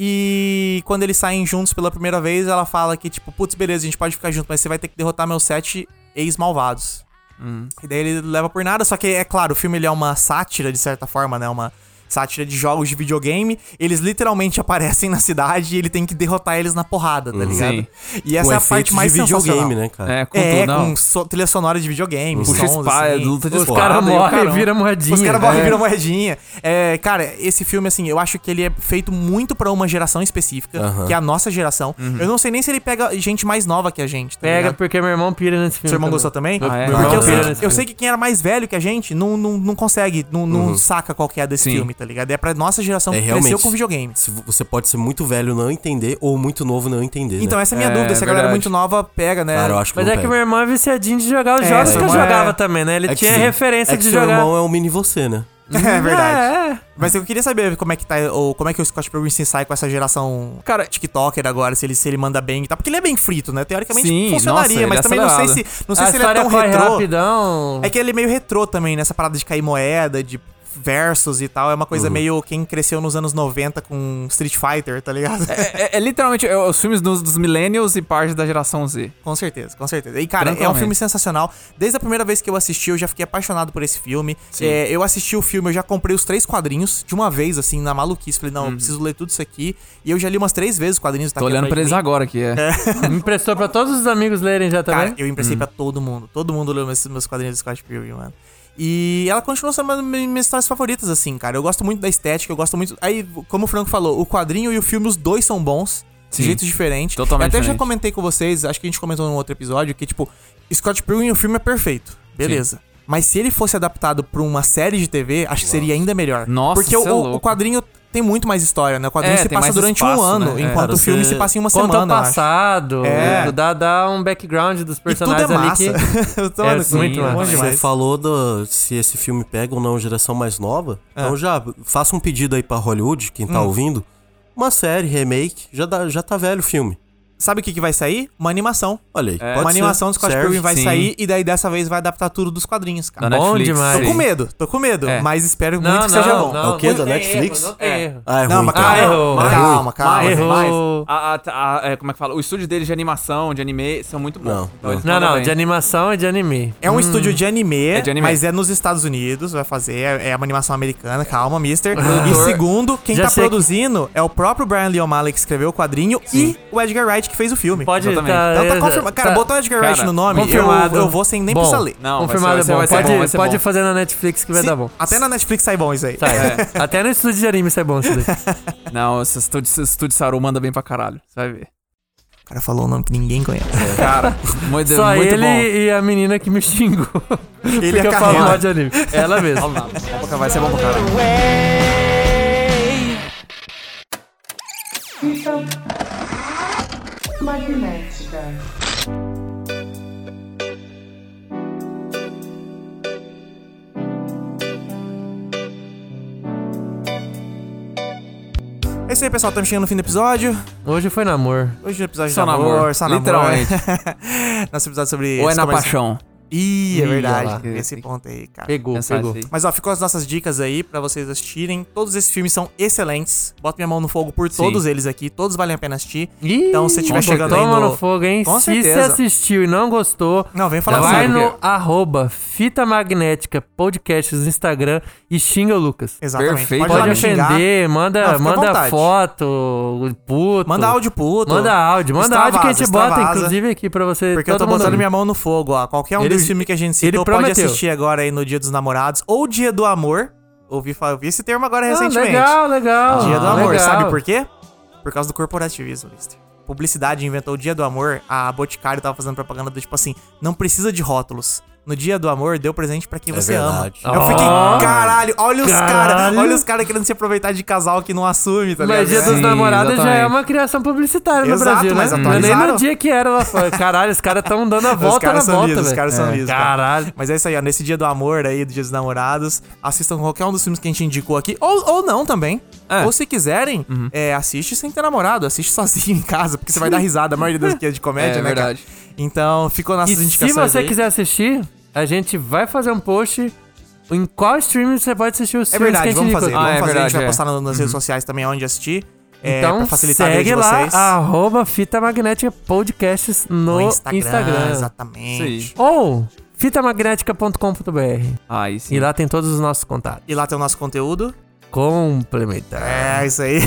[SPEAKER 2] E quando eles saem juntos pela primeira vez, ela fala que, tipo, putz, beleza, a gente pode ficar junto, mas você vai ter que derrotar meus sete ex-malvados.
[SPEAKER 5] Hum.
[SPEAKER 2] E daí ele leva por nada, só que, é claro, o filme ele é uma sátira, de certa forma, né? Uma sátira de jogos de videogame. Eles literalmente aparecem na cidade e ele tem que derrotar eles na porrada, tá ligado?
[SPEAKER 5] Uhum. Sim.
[SPEAKER 2] E essa
[SPEAKER 4] Com
[SPEAKER 2] é a
[SPEAKER 4] efeitos
[SPEAKER 2] parte mais
[SPEAKER 4] de
[SPEAKER 2] sensacional.
[SPEAKER 4] videogame, né, cara?
[SPEAKER 5] É, com
[SPEAKER 2] É,
[SPEAKER 5] tudo, não.
[SPEAKER 2] com so- trilha sonora de videogame,
[SPEAKER 5] Puxa
[SPEAKER 2] sons,
[SPEAKER 5] espada,
[SPEAKER 2] assim.
[SPEAKER 5] luta de
[SPEAKER 3] Os
[SPEAKER 5] espada.
[SPEAKER 3] caras
[SPEAKER 5] e o
[SPEAKER 3] morrem e
[SPEAKER 5] caramba.
[SPEAKER 3] viram
[SPEAKER 2] Tipo,
[SPEAKER 3] moedinha.
[SPEAKER 2] Os caras
[SPEAKER 4] né?
[SPEAKER 2] morrem e
[SPEAKER 3] É.
[SPEAKER 2] viram moedinha. É, cara, esse filme, assim, eu acho que ele é feito muito pra uma geração específica, que é a nossa geração.
[SPEAKER 4] Uhum.
[SPEAKER 2] Eu não sei nem se ele pega gente mais nova que a gente, tá
[SPEAKER 3] Pega,
[SPEAKER 2] ligado?
[SPEAKER 3] porque meu irmão pira nesse filme.
[SPEAKER 2] Seu irmão gostou também?
[SPEAKER 3] Ah,
[SPEAKER 5] é?
[SPEAKER 2] Porque eu
[SPEAKER 5] Não,
[SPEAKER 2] sei,
[SPEAKER 5] não.
[SPEAKER 2] que, eu sei que quem era mais velho que a gente não, não, não consegue, não, não saca qual que é desse
[SPEAKER 5] Sim.
[SPEAKER 2] filme, tá ligado? É pra nossa geração
[SPEAKER 4] Uhum. É,
[SPEAKER 2] que
[SPEAKER 4] realmente.
[SPEAKER 2] cresceu com videogame.
[SPEAKER 4] Se vo- Você pode ser muito velho não entender ou muito novo não entender.
[SPEAKER 2] Então
[SPEAKER 4] né?
[SPEAKER 2] essa é a minha
[SPEAKER 5] É,
[SPEAKER 2] dúvida, se a galera muito
[SPEAKER 5] verdade.
[SPEAKER 2] nova pega, né?
[SPEAKER 4] Cara, eu acho que
[SPEAKER 3] Mas
[SPEAKER 4] não
[SPEAKER 3] é que
[SPEAKER 4] pega.
[SPEAKER 3] meu irmão é viciadinho de jogar os
[SPEAKER 2] É,
[SPEAKER 3] jogos que
[SPEAKER 2] seu
[SPEAKER 3] eu
[SPEAKER 2] irmão é-
[SPEAKER 3] jogava também, né? Ele
[SPEAKER 4] É que
[SPEAKER 3] tinha
[SPEAKER 4] seu-
[SPEAKER 3] referência
[SPEAKER 4] é que
[SPEAKER 3] de
[SPEAKER 4] seu
[SPEAKER 3] jogar.
[SPEAKER 4] irmão é um mini você, né?
[SPEAKER 2] é verdade.
[SPEAKER 3] É, é.
[SPEAKER 2] Mas eu queria saber como é que tá, ou como é que o Scott Pilgrim se sai com essa geração cara, TikToker agora, se ele, se ele manda bem e tal. Porque ele é bem frito, né? Teoricamente
[SPEAKER 5] Sim, nossa,
[SPEAKER 2] funcionaria,
[SPEAKER 5] ele
[SPEAKER 2] mas
[SPEAKER 5] é
[SPEAKER 2] também não sei se,
[SPEAKER 5] acelerado.
[SPEAKER 2] não sei
[SPEAKER 3] a
[SPEAKER 2] se ele é
[SPEAKER 3] história
[SPEAKER 2] tão
[SPEAKER 3] corre
[SPEAKER 2] retrô.
[SPEAKER 3] rapidão.
[SPEAKER 2] É que ele é meio retrô também, nessa parada de cair moeda, de versos e tal. É uma
[SPEAKER 5] Uhum.
[SPEAKER 2] coisa meio quem cresceu nos anos 90 com Street Fighter, tá ligado?
[SPEAKER 5] É, é- é literalmente é os filmes dos, dos Millennials e parte da geração Z.
[SPEAKER 2] Com certeza, com certeza. E, cara, é um filme sensacional. Desde a primeira vez que eu assisti, eu já fiquei apaixonado por esse filme. É, eu assisti o filme, eu já comprei os três quadrinhos de uma vez, assim, na maluquice. Falei, não, eu preciso ler tudo isso aqui. E eu já li umas três vezes os quadrinhos. Tá
[SPEAKER 5] Uhum. Tô
[SPEAKER 2] aqui
[SPEAKER 5] olhando
[SPEAKER 2] atrás
[SPEAKER 5] pra
[SPEAKER 2] de
[SPEAKER 5] eles
[SPEAKER 2] mim.
[SPEAKER 5] agora aqui. É.
[SPEAKER 3] Me emprestou pra todos os amigos lerem já
[SPEAKER 2] Cara,
[SPEAKER 3] também.
[SPEAKER 2] eu emprestei
[SPEAKER 5] Hum.
[SPEAKER 2] pra todo mundo. Todo mundo leu meus, meus quadrinhos do Scott Pilgrim, mano. E ela continua sendo uma das minhas histórias favoritas, assim, cara. Eu gosto muito da estética, eu gosto muito. Aí, como o Franco falou, o quadrinho e o filme, os dois são bons. De
[SPEAKER 5] Sim.
[SPEAKER 2] jeitos diferentes.
[SPEAKER 5] Totalmente
[SPEAKER 2] Eu até já
[SPEAKER 5] diferente.
[SPEAKER 2] comentei com vocês, acho que a gente comentou num outro episódio, que, tipo, Scott Pilgrim, o filme é perfeito. Beleza. Mas se ele fosse adaptado pra uma série de TV, acho que seria ainda melhor.
[SPEAKER 5] Nossa,
[SPEAKER 2] Porque
[SPEAKER 5] cê é
[SPEAKER 2] o- o,
[SPEAKER 5] louco.
[SPEAKER 2] quadrinho tem muito mais história, né? O quadrinho
[SPEAKER 5] É,
[SPEAKER 2] se
[SPEAKER 5] tem
[SPEAKER 2] passa
[SPEAKER 5] mais
[SPEAKER 2] durante um
[SPEAKER 5] espaço,
[SPEAKER 2] ano,
[SPEAKER 5] né? É,
[SPEAKER 2] enquanto o
[SPEAKER 4] você
[SPEAKER 2] filme se passa em uma
[SPEAKER 3] Conta
[SPEAKER 2] semana.
[SPEAKER 3] o
[SPEAKER 2] eu acho.
[SPEAKER 3] passado,
[SPEAKER 2] É.
[SPEAKER 3] dá, dá um background dos
[SPEAKER 2] E tudo é
[SPEAKER 3] personagens ali
[SPEAKER 2] massa.
[SPEAKER 3] que...
[SPEAKER 2] Eu tô falando
[SPEAKER 3] É,
[SPEAKER 2] assim,
[SPEAKER 3] muito
[SPEAKER 2] é bom
[SPEAKER 3] massa.
[SPEAKER 4] Você
[SPEAKER 2] demais.
[SPEAKER 4] falou do, se esse filme pega ou não a geração mais nova.
[SPEAKER 2] É.
[SPEAKER 4] Então já faça um pedido aí pra Hollywood, quem
[SPEAKER 2] Hum.
[SPEAKER 4] tá ouvindo. Uma série, remake, já, dá- já tá velho o filme.
[SPEAKER 2] Sabe o que, que vai sair? Uma animação.
[SPEAKER 4] Olha aí,
[SPEAKER 3] É,
[SPEAKER 4] pode
[SPEAKER 2] É. uma
[SPEAKER 4] ser,
[SPEAKER 2] animação do Scott
[SPEAKER 4] serve.
[SPEAKER 2] Pilgrim vai
[SPEAKER 5] sim.
[SPEAKER 2] sair e daí dessa vez vai adaptar tudo dos quadrinhos, cara.
[SPEAKER 5] Da
[SPEAKER 3] Bom
[SPEAKER 5] Netflix.
[SPEAKER 3] demais.
[SPEAKER 2] Tô
[SPEAKER 5] Sim.
[SPEAKER 2] com medo, tô com medo,
[SPEAKER 5] É.
[SPEAKER 2] mas espero
[SPEAKER 3] é Não,
[SPEAKER 2] muito que seja bom.
[SPEAKER 3] não,
[SPEAKER 4] É o quê?
[SPEAKER 3] não
[SPEAKER 4] Da
[SPEAKER 3] tem
[SPEAKER 4] Netflix?
[SPEAKER 3] erro, não tem erro.
[SPEAKER 4] Ah, é
[SPEAKER 2] Não,
[SPEAKER 4] ruim,
[SPEAKER 2] mas
[SPEAKER 4] cara.
[SPEAKER 2] calma,
[SPEAKER 3] errou,
[SPEAKER 2] calma,
[SPEAKER 3] mas
[SPEAKER 2] calma,
[SPEAKER 5] Mas,
[SPEAKER 3] errou.
[SPEAKER 5] mas a- a- a- é, como é que fala? O estúdio deles de animação, de anime, são muito bons. Então,
[SPEAKER 4] Não, não.
[SPEAKER 5] eles
[SPEAKER 3] Não,
[SPEAKER 5] mandam
[SPEAKER 3] não,
[SPEAKER 5] bem.
[SPEAKER 3] de animação e de anime.
[SPEAKER 2] É um estúdio de anime,
[SPEAKER 5] É de anime.
[SPEAKER 2] mas é nos Estados Unidos, vai fazer, é é uma animação americana, calma, mister. E
[SPEAKER 5] produtor-
[SPEAKER 2] segundo, quem
[SPEAKER 3] Já
[SPEAKER 2] tá
[SPEAKER 3] sei que-
[SPEAKER 2] produzindo é o próprio Brian Lee O'Malley que escreveu o quadrinho e o Edgar Wright que fez o filme.
[SPEAKER 3] Pode
[SPEAKER 5] Exatamente.
[SPEAKER 3] tá,
[SPEAKER 2] Então tá confirmado. Cara,
[SPEAKER 3] tá
[SPEAKER 2] botou o Edgar
[SPEAKER 5] Cara,
[SPEAKER 2] Wright no nome, eu,
[SPEAKER 3] confirmado.
[SPEAKER 2] eu vou sem nem
[SPEAKER 3] Bom.
[SPEAKER 2] precisar ler.
[SPEAKER 5] Não,
[SPEAKER 3] confirmado, é
[SPEAKER 5] vai ser,
[SPEAKER 3] bom.
[SPEAKER 5] vai ser
[SPEAKER 3] pode
[SPEAKER 5] bom, vai ser
[SPEAKER 3] pode
[SPEAKER 5] bom.
[SPEAKER 3] fazer na Netflix que vai
[SPEAKER 2] Se-
[SPEAKER 3] dar bom.
[SPEAKER 2] Até na Netflix sai bom isso aí.
[SPEAKER 3] Tá, é. Até no estúdio de anime isso é bom isso daí.
[SPEAKER 5] Não, esse estúdio, esse estúdio Saru manda bem pra caralho. Você vai ver.
[SPEAKER 2] O cara falou um nome que ninguém conhece.
[SPEAKER 5] Cara, muito,
[SPEAKER 3] Só
[SPEAKER 5] muito
[SPEAKER 3] ele
[SPEAKER 5] bom.
[SPEAKER 3] e a menina que me xingou.
[SPEAKER 2] Ele é
[SPEAKER 3] porque eu falo
[SPEAKER 2] carrema.
[SPEAKER 3] mal de anime. Ela mesma.
[SPEAKER 5] Vai ser bom pra caralho.
[SPEAKER 1] Fita magnética.
[SPEAKER 2] É isso aí, pessoal. Estamos chegando no fim do episódio.
[SPEAKER 3] Hoje foi namor.
[SPEAKER 2] Hoje é o episódio
[SPEAKER 5] Só
[SPEAKER 2] de namoro,
[SPEAKER 5] namoro,
[SPEAKER 2] só namoro.
[SPEAKER 5] literalmente.
[SPEAKER 2] Nosso episódio sobre...
[SPEAKER 5] Ou é
[SPEAKER 2] esse
[SPEAKER 5] na
[SPEAKER 2] comércio-
[SPEAKER 5] paixão?
[SPEAKER 2] Ih, é verdade.
[SPEAKER 5] lá.
[SPEAKER 2] Esse ponto aí, cara.
[SPEAKER 3] Pegou, pegou.
[SPEAKER 5] Pensar isso aí.
[SPEAKER 2] Mas ó, ficam as nossas dicas aí pra vocês assistirem. Todos esses filmes são excelentes. Bota minha mão no fogo por todos eles aqui. Todos valem a pena assistir.
[SPEAKER 3] Ih,
[SPEAKER 2] Então, se tiver
[SPEAKER 5] com
[SPEAKER 2] chegando aí
[SPEAKER 5] certeza.
[SPEAKER 3] Toma
[SPEAKER 2] no...
[SPEAKER 3] no fogo, hein?
[SPEAKER 2] Com
[SPEAKER 3] Se você
[SPEAKER 2] certeza.
[SPEAKER 3] assistiu e não gostou,
[SPEAKER 2] Não, vem falar
[SPEAKER 3] vai
[SPEAKER 2] comigo.
[SPEAKER 3] no arroba Fita Magnética Podcast no Instagram e xinga o Lucas.
[SPEAKER 2] Exatamente.
[SPEAKER 5] Perfeito.
[SPEAKER 2] lá
[SPEAKER 3] Pode
[SPEAKER 2] me xingar.
[SPEAKER 3] ofender,
[SPEAKER 2] Não,
[SPEAKER 3] manda,
[SPEAKER 2] fica à
[SPEAKER 3] manda
[SPEAKER 2] vontade.
[SPEAKER 3] foto, puto.
[SPEAKER 2] Manda áudio puto.
[SPEAKER 3] Manda áudio. Manda áudio que a gente
[SPEAKER 2] Extravasa,
[SPEAKER 3] bota,
[SPEAKER 2] extravasa.
[SPEAKER 3] inclusive, aqui pra você.
[SPEAKER 2] Porque eu tô
[SPEAKER 3] todo mundo
[SPEAKER 2] botando
[SPEAKER 3] ouvir.
[SPEAKER 2] minha mão no fogo, ó. Qualquer um
[SPEAKER 3] Ele-
[SPEAKER 2] desses filmes que a gente
[SPEAKER 3] ele
[SPEAKER 2] citou pode
[SPEAKER 3] prometeu.
[SPEAKER 2] assistir agora aí no Dia dos Namorados ou Dia do Amor. Ouvi, fa- ouvi esse termo agora
[SPEAKER 3] Ah,
[SPEAKER 2] recentemente.
[SPEAKER 3] legal, legal.
[SPEAKER 2] Dia do
[SPEAKER 3] Ah,
[SPEAKER 2] Amor,
[SPEAKER 3] legal.
[SPEAKER 2] sabe por quê? Por causa do corporativismo, Lister. Publicidade inventou o Dia do Amor, a Boticário tava fazendo propaganda do tipo assim, não precisa de rótulos. No Dia do Amor, deu presente pra quem você
[SPEAKER 4] verdade.
[SPEAKER 2] ama. Eu fiquei, caralho, olha os caras,
[SPEAKER 3] Caralho.
[SPEAKER 2] olha os caras querendo se apeitar de casal que não assume, tá
[SPEAKER 3] Mas Dia
[SPEAKER 2] ligado?
[SPEAKER 3] dos
[SPEAKER 5] Sim,
[SPEAKER 3] Namorados já é
[SPEAKER 5] exatamente.
[SPEAKER 3] uma criação publicitária no
[SPEAKER 2] Exato,
[SPEAKER 3] Brasil,
[SPEAKER 2] mas
[SPEAKER 3] né? Não é nem
[SPEAKER 2] atualizaram.
[SPEAKER 3] no dia que era lá fora. Caralho, os caras estão dando a
[SPEAKER 2] os
[SPEAKER 3] volta na
[SPEAKER 2] caras são
[SPEAKER 3] volta,
[SPEAKER 2] lisos, os
[SPEAKER 3] velho.
[SPEAKER 2] caras são
[SPEAKER 3] É.
[SPEAKER 2] lisos. cara.
[SPEAKER 3] Caralho.
[SPEAKER 2] Mas é isso aí, ó. Nesse dia do amor aí, do dia dos namorados, assistam qualquer um dos filmes que a gente indicou aqui. Ou, ou não também.
[SPEAKER 5] É.
[SPEAKER 2] Ou se quiserem,
[SPEAKER 3] Uhum.
[SPEAKER 2] é, assiste sem ter namorado, assiste sozinho em casa, porque você vai dar risada. A maioria das que é de comédia,
[SPEAKER 5] É,
[SPEAKER 2] né,
[SPEAKER 5] verdade.
[SPEAKER 2] cara? Então, ficou
[SPEAKER 3] E
[SPEAKER 2] nossas
[SPEAKER 3] se
[SPEAKER 2] indicações
[SPEAKER 3] você
[SPEAKER 2] aí.
[SPEAKER 3] quiser assistir, a gente vai fazer um post em qual streaming você pode assistir os
[SPEAKER 2] É
[SPEAKER 3] filmes que a
[SPEAKER 2] verdade,
[SPEAKER 3] gente
[SPEAKER 2] vamos
[SPEAKER 3] indicou.
[SPEAKER 2] fazer.
[SPEAKER 5] Ah,
[SPEAKER 2] vamos
[SPEAKER 5] é
[SPEAKER 2] fazer, a gente
[SPEAKER 5] verdade,
[SPEAKER 2] vai
[SPEAKER 5] é.
[SPEAKER 2] postar no- nas redes sociais também onde assistir. é,
[SPEAKER 3] Então
[SPEAKER 2] pra facilitar a vida
[SPEAKER 3] segue
[SPEAKER 2] de
[SPEAKER 3] lá,
[SPEAKER 2] vocês.
[SPEAKER 3] arroba Fita Magnética Podcasts no,
[SPEAKER 2] no Instagram.
[SPEAKER 3] Instagram.
[SPEAKER 2] Exatamente.
[SPEAKER 5] Isso
[SPEAKER 3] Ou fitamagnética.com.br.
[SPEAKER 5] Aí sim.
[SPEAKER 3] E lá tem todos os nossos contatos.
[SPEAKER 2] E lá tem o nosso conteúdo.
[SPEAKER 3] Complementar.
[SPEAKER 2] É, isso aí.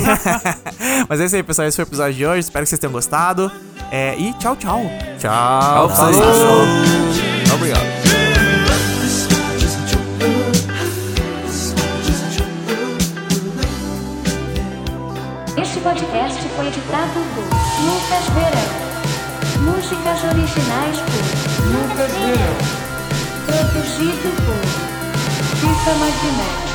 [SPEAKER 2] Mas é isso aí, pessoal. Esse foi o episódio de hoje. Espero que vocês tenham gostado. É, e tchau, tchau.
[SPEAKER 5] Tchau, pra vocês.
[SPEAKER 2] Falou.
[SPEAKER 5] Obrigado.
[SPEAKER 7] Este podcast foi editado por Lucas Verão. Músicas originais por Lucas Verão. Produzido por
[SPEAKER 1] Fita magnética.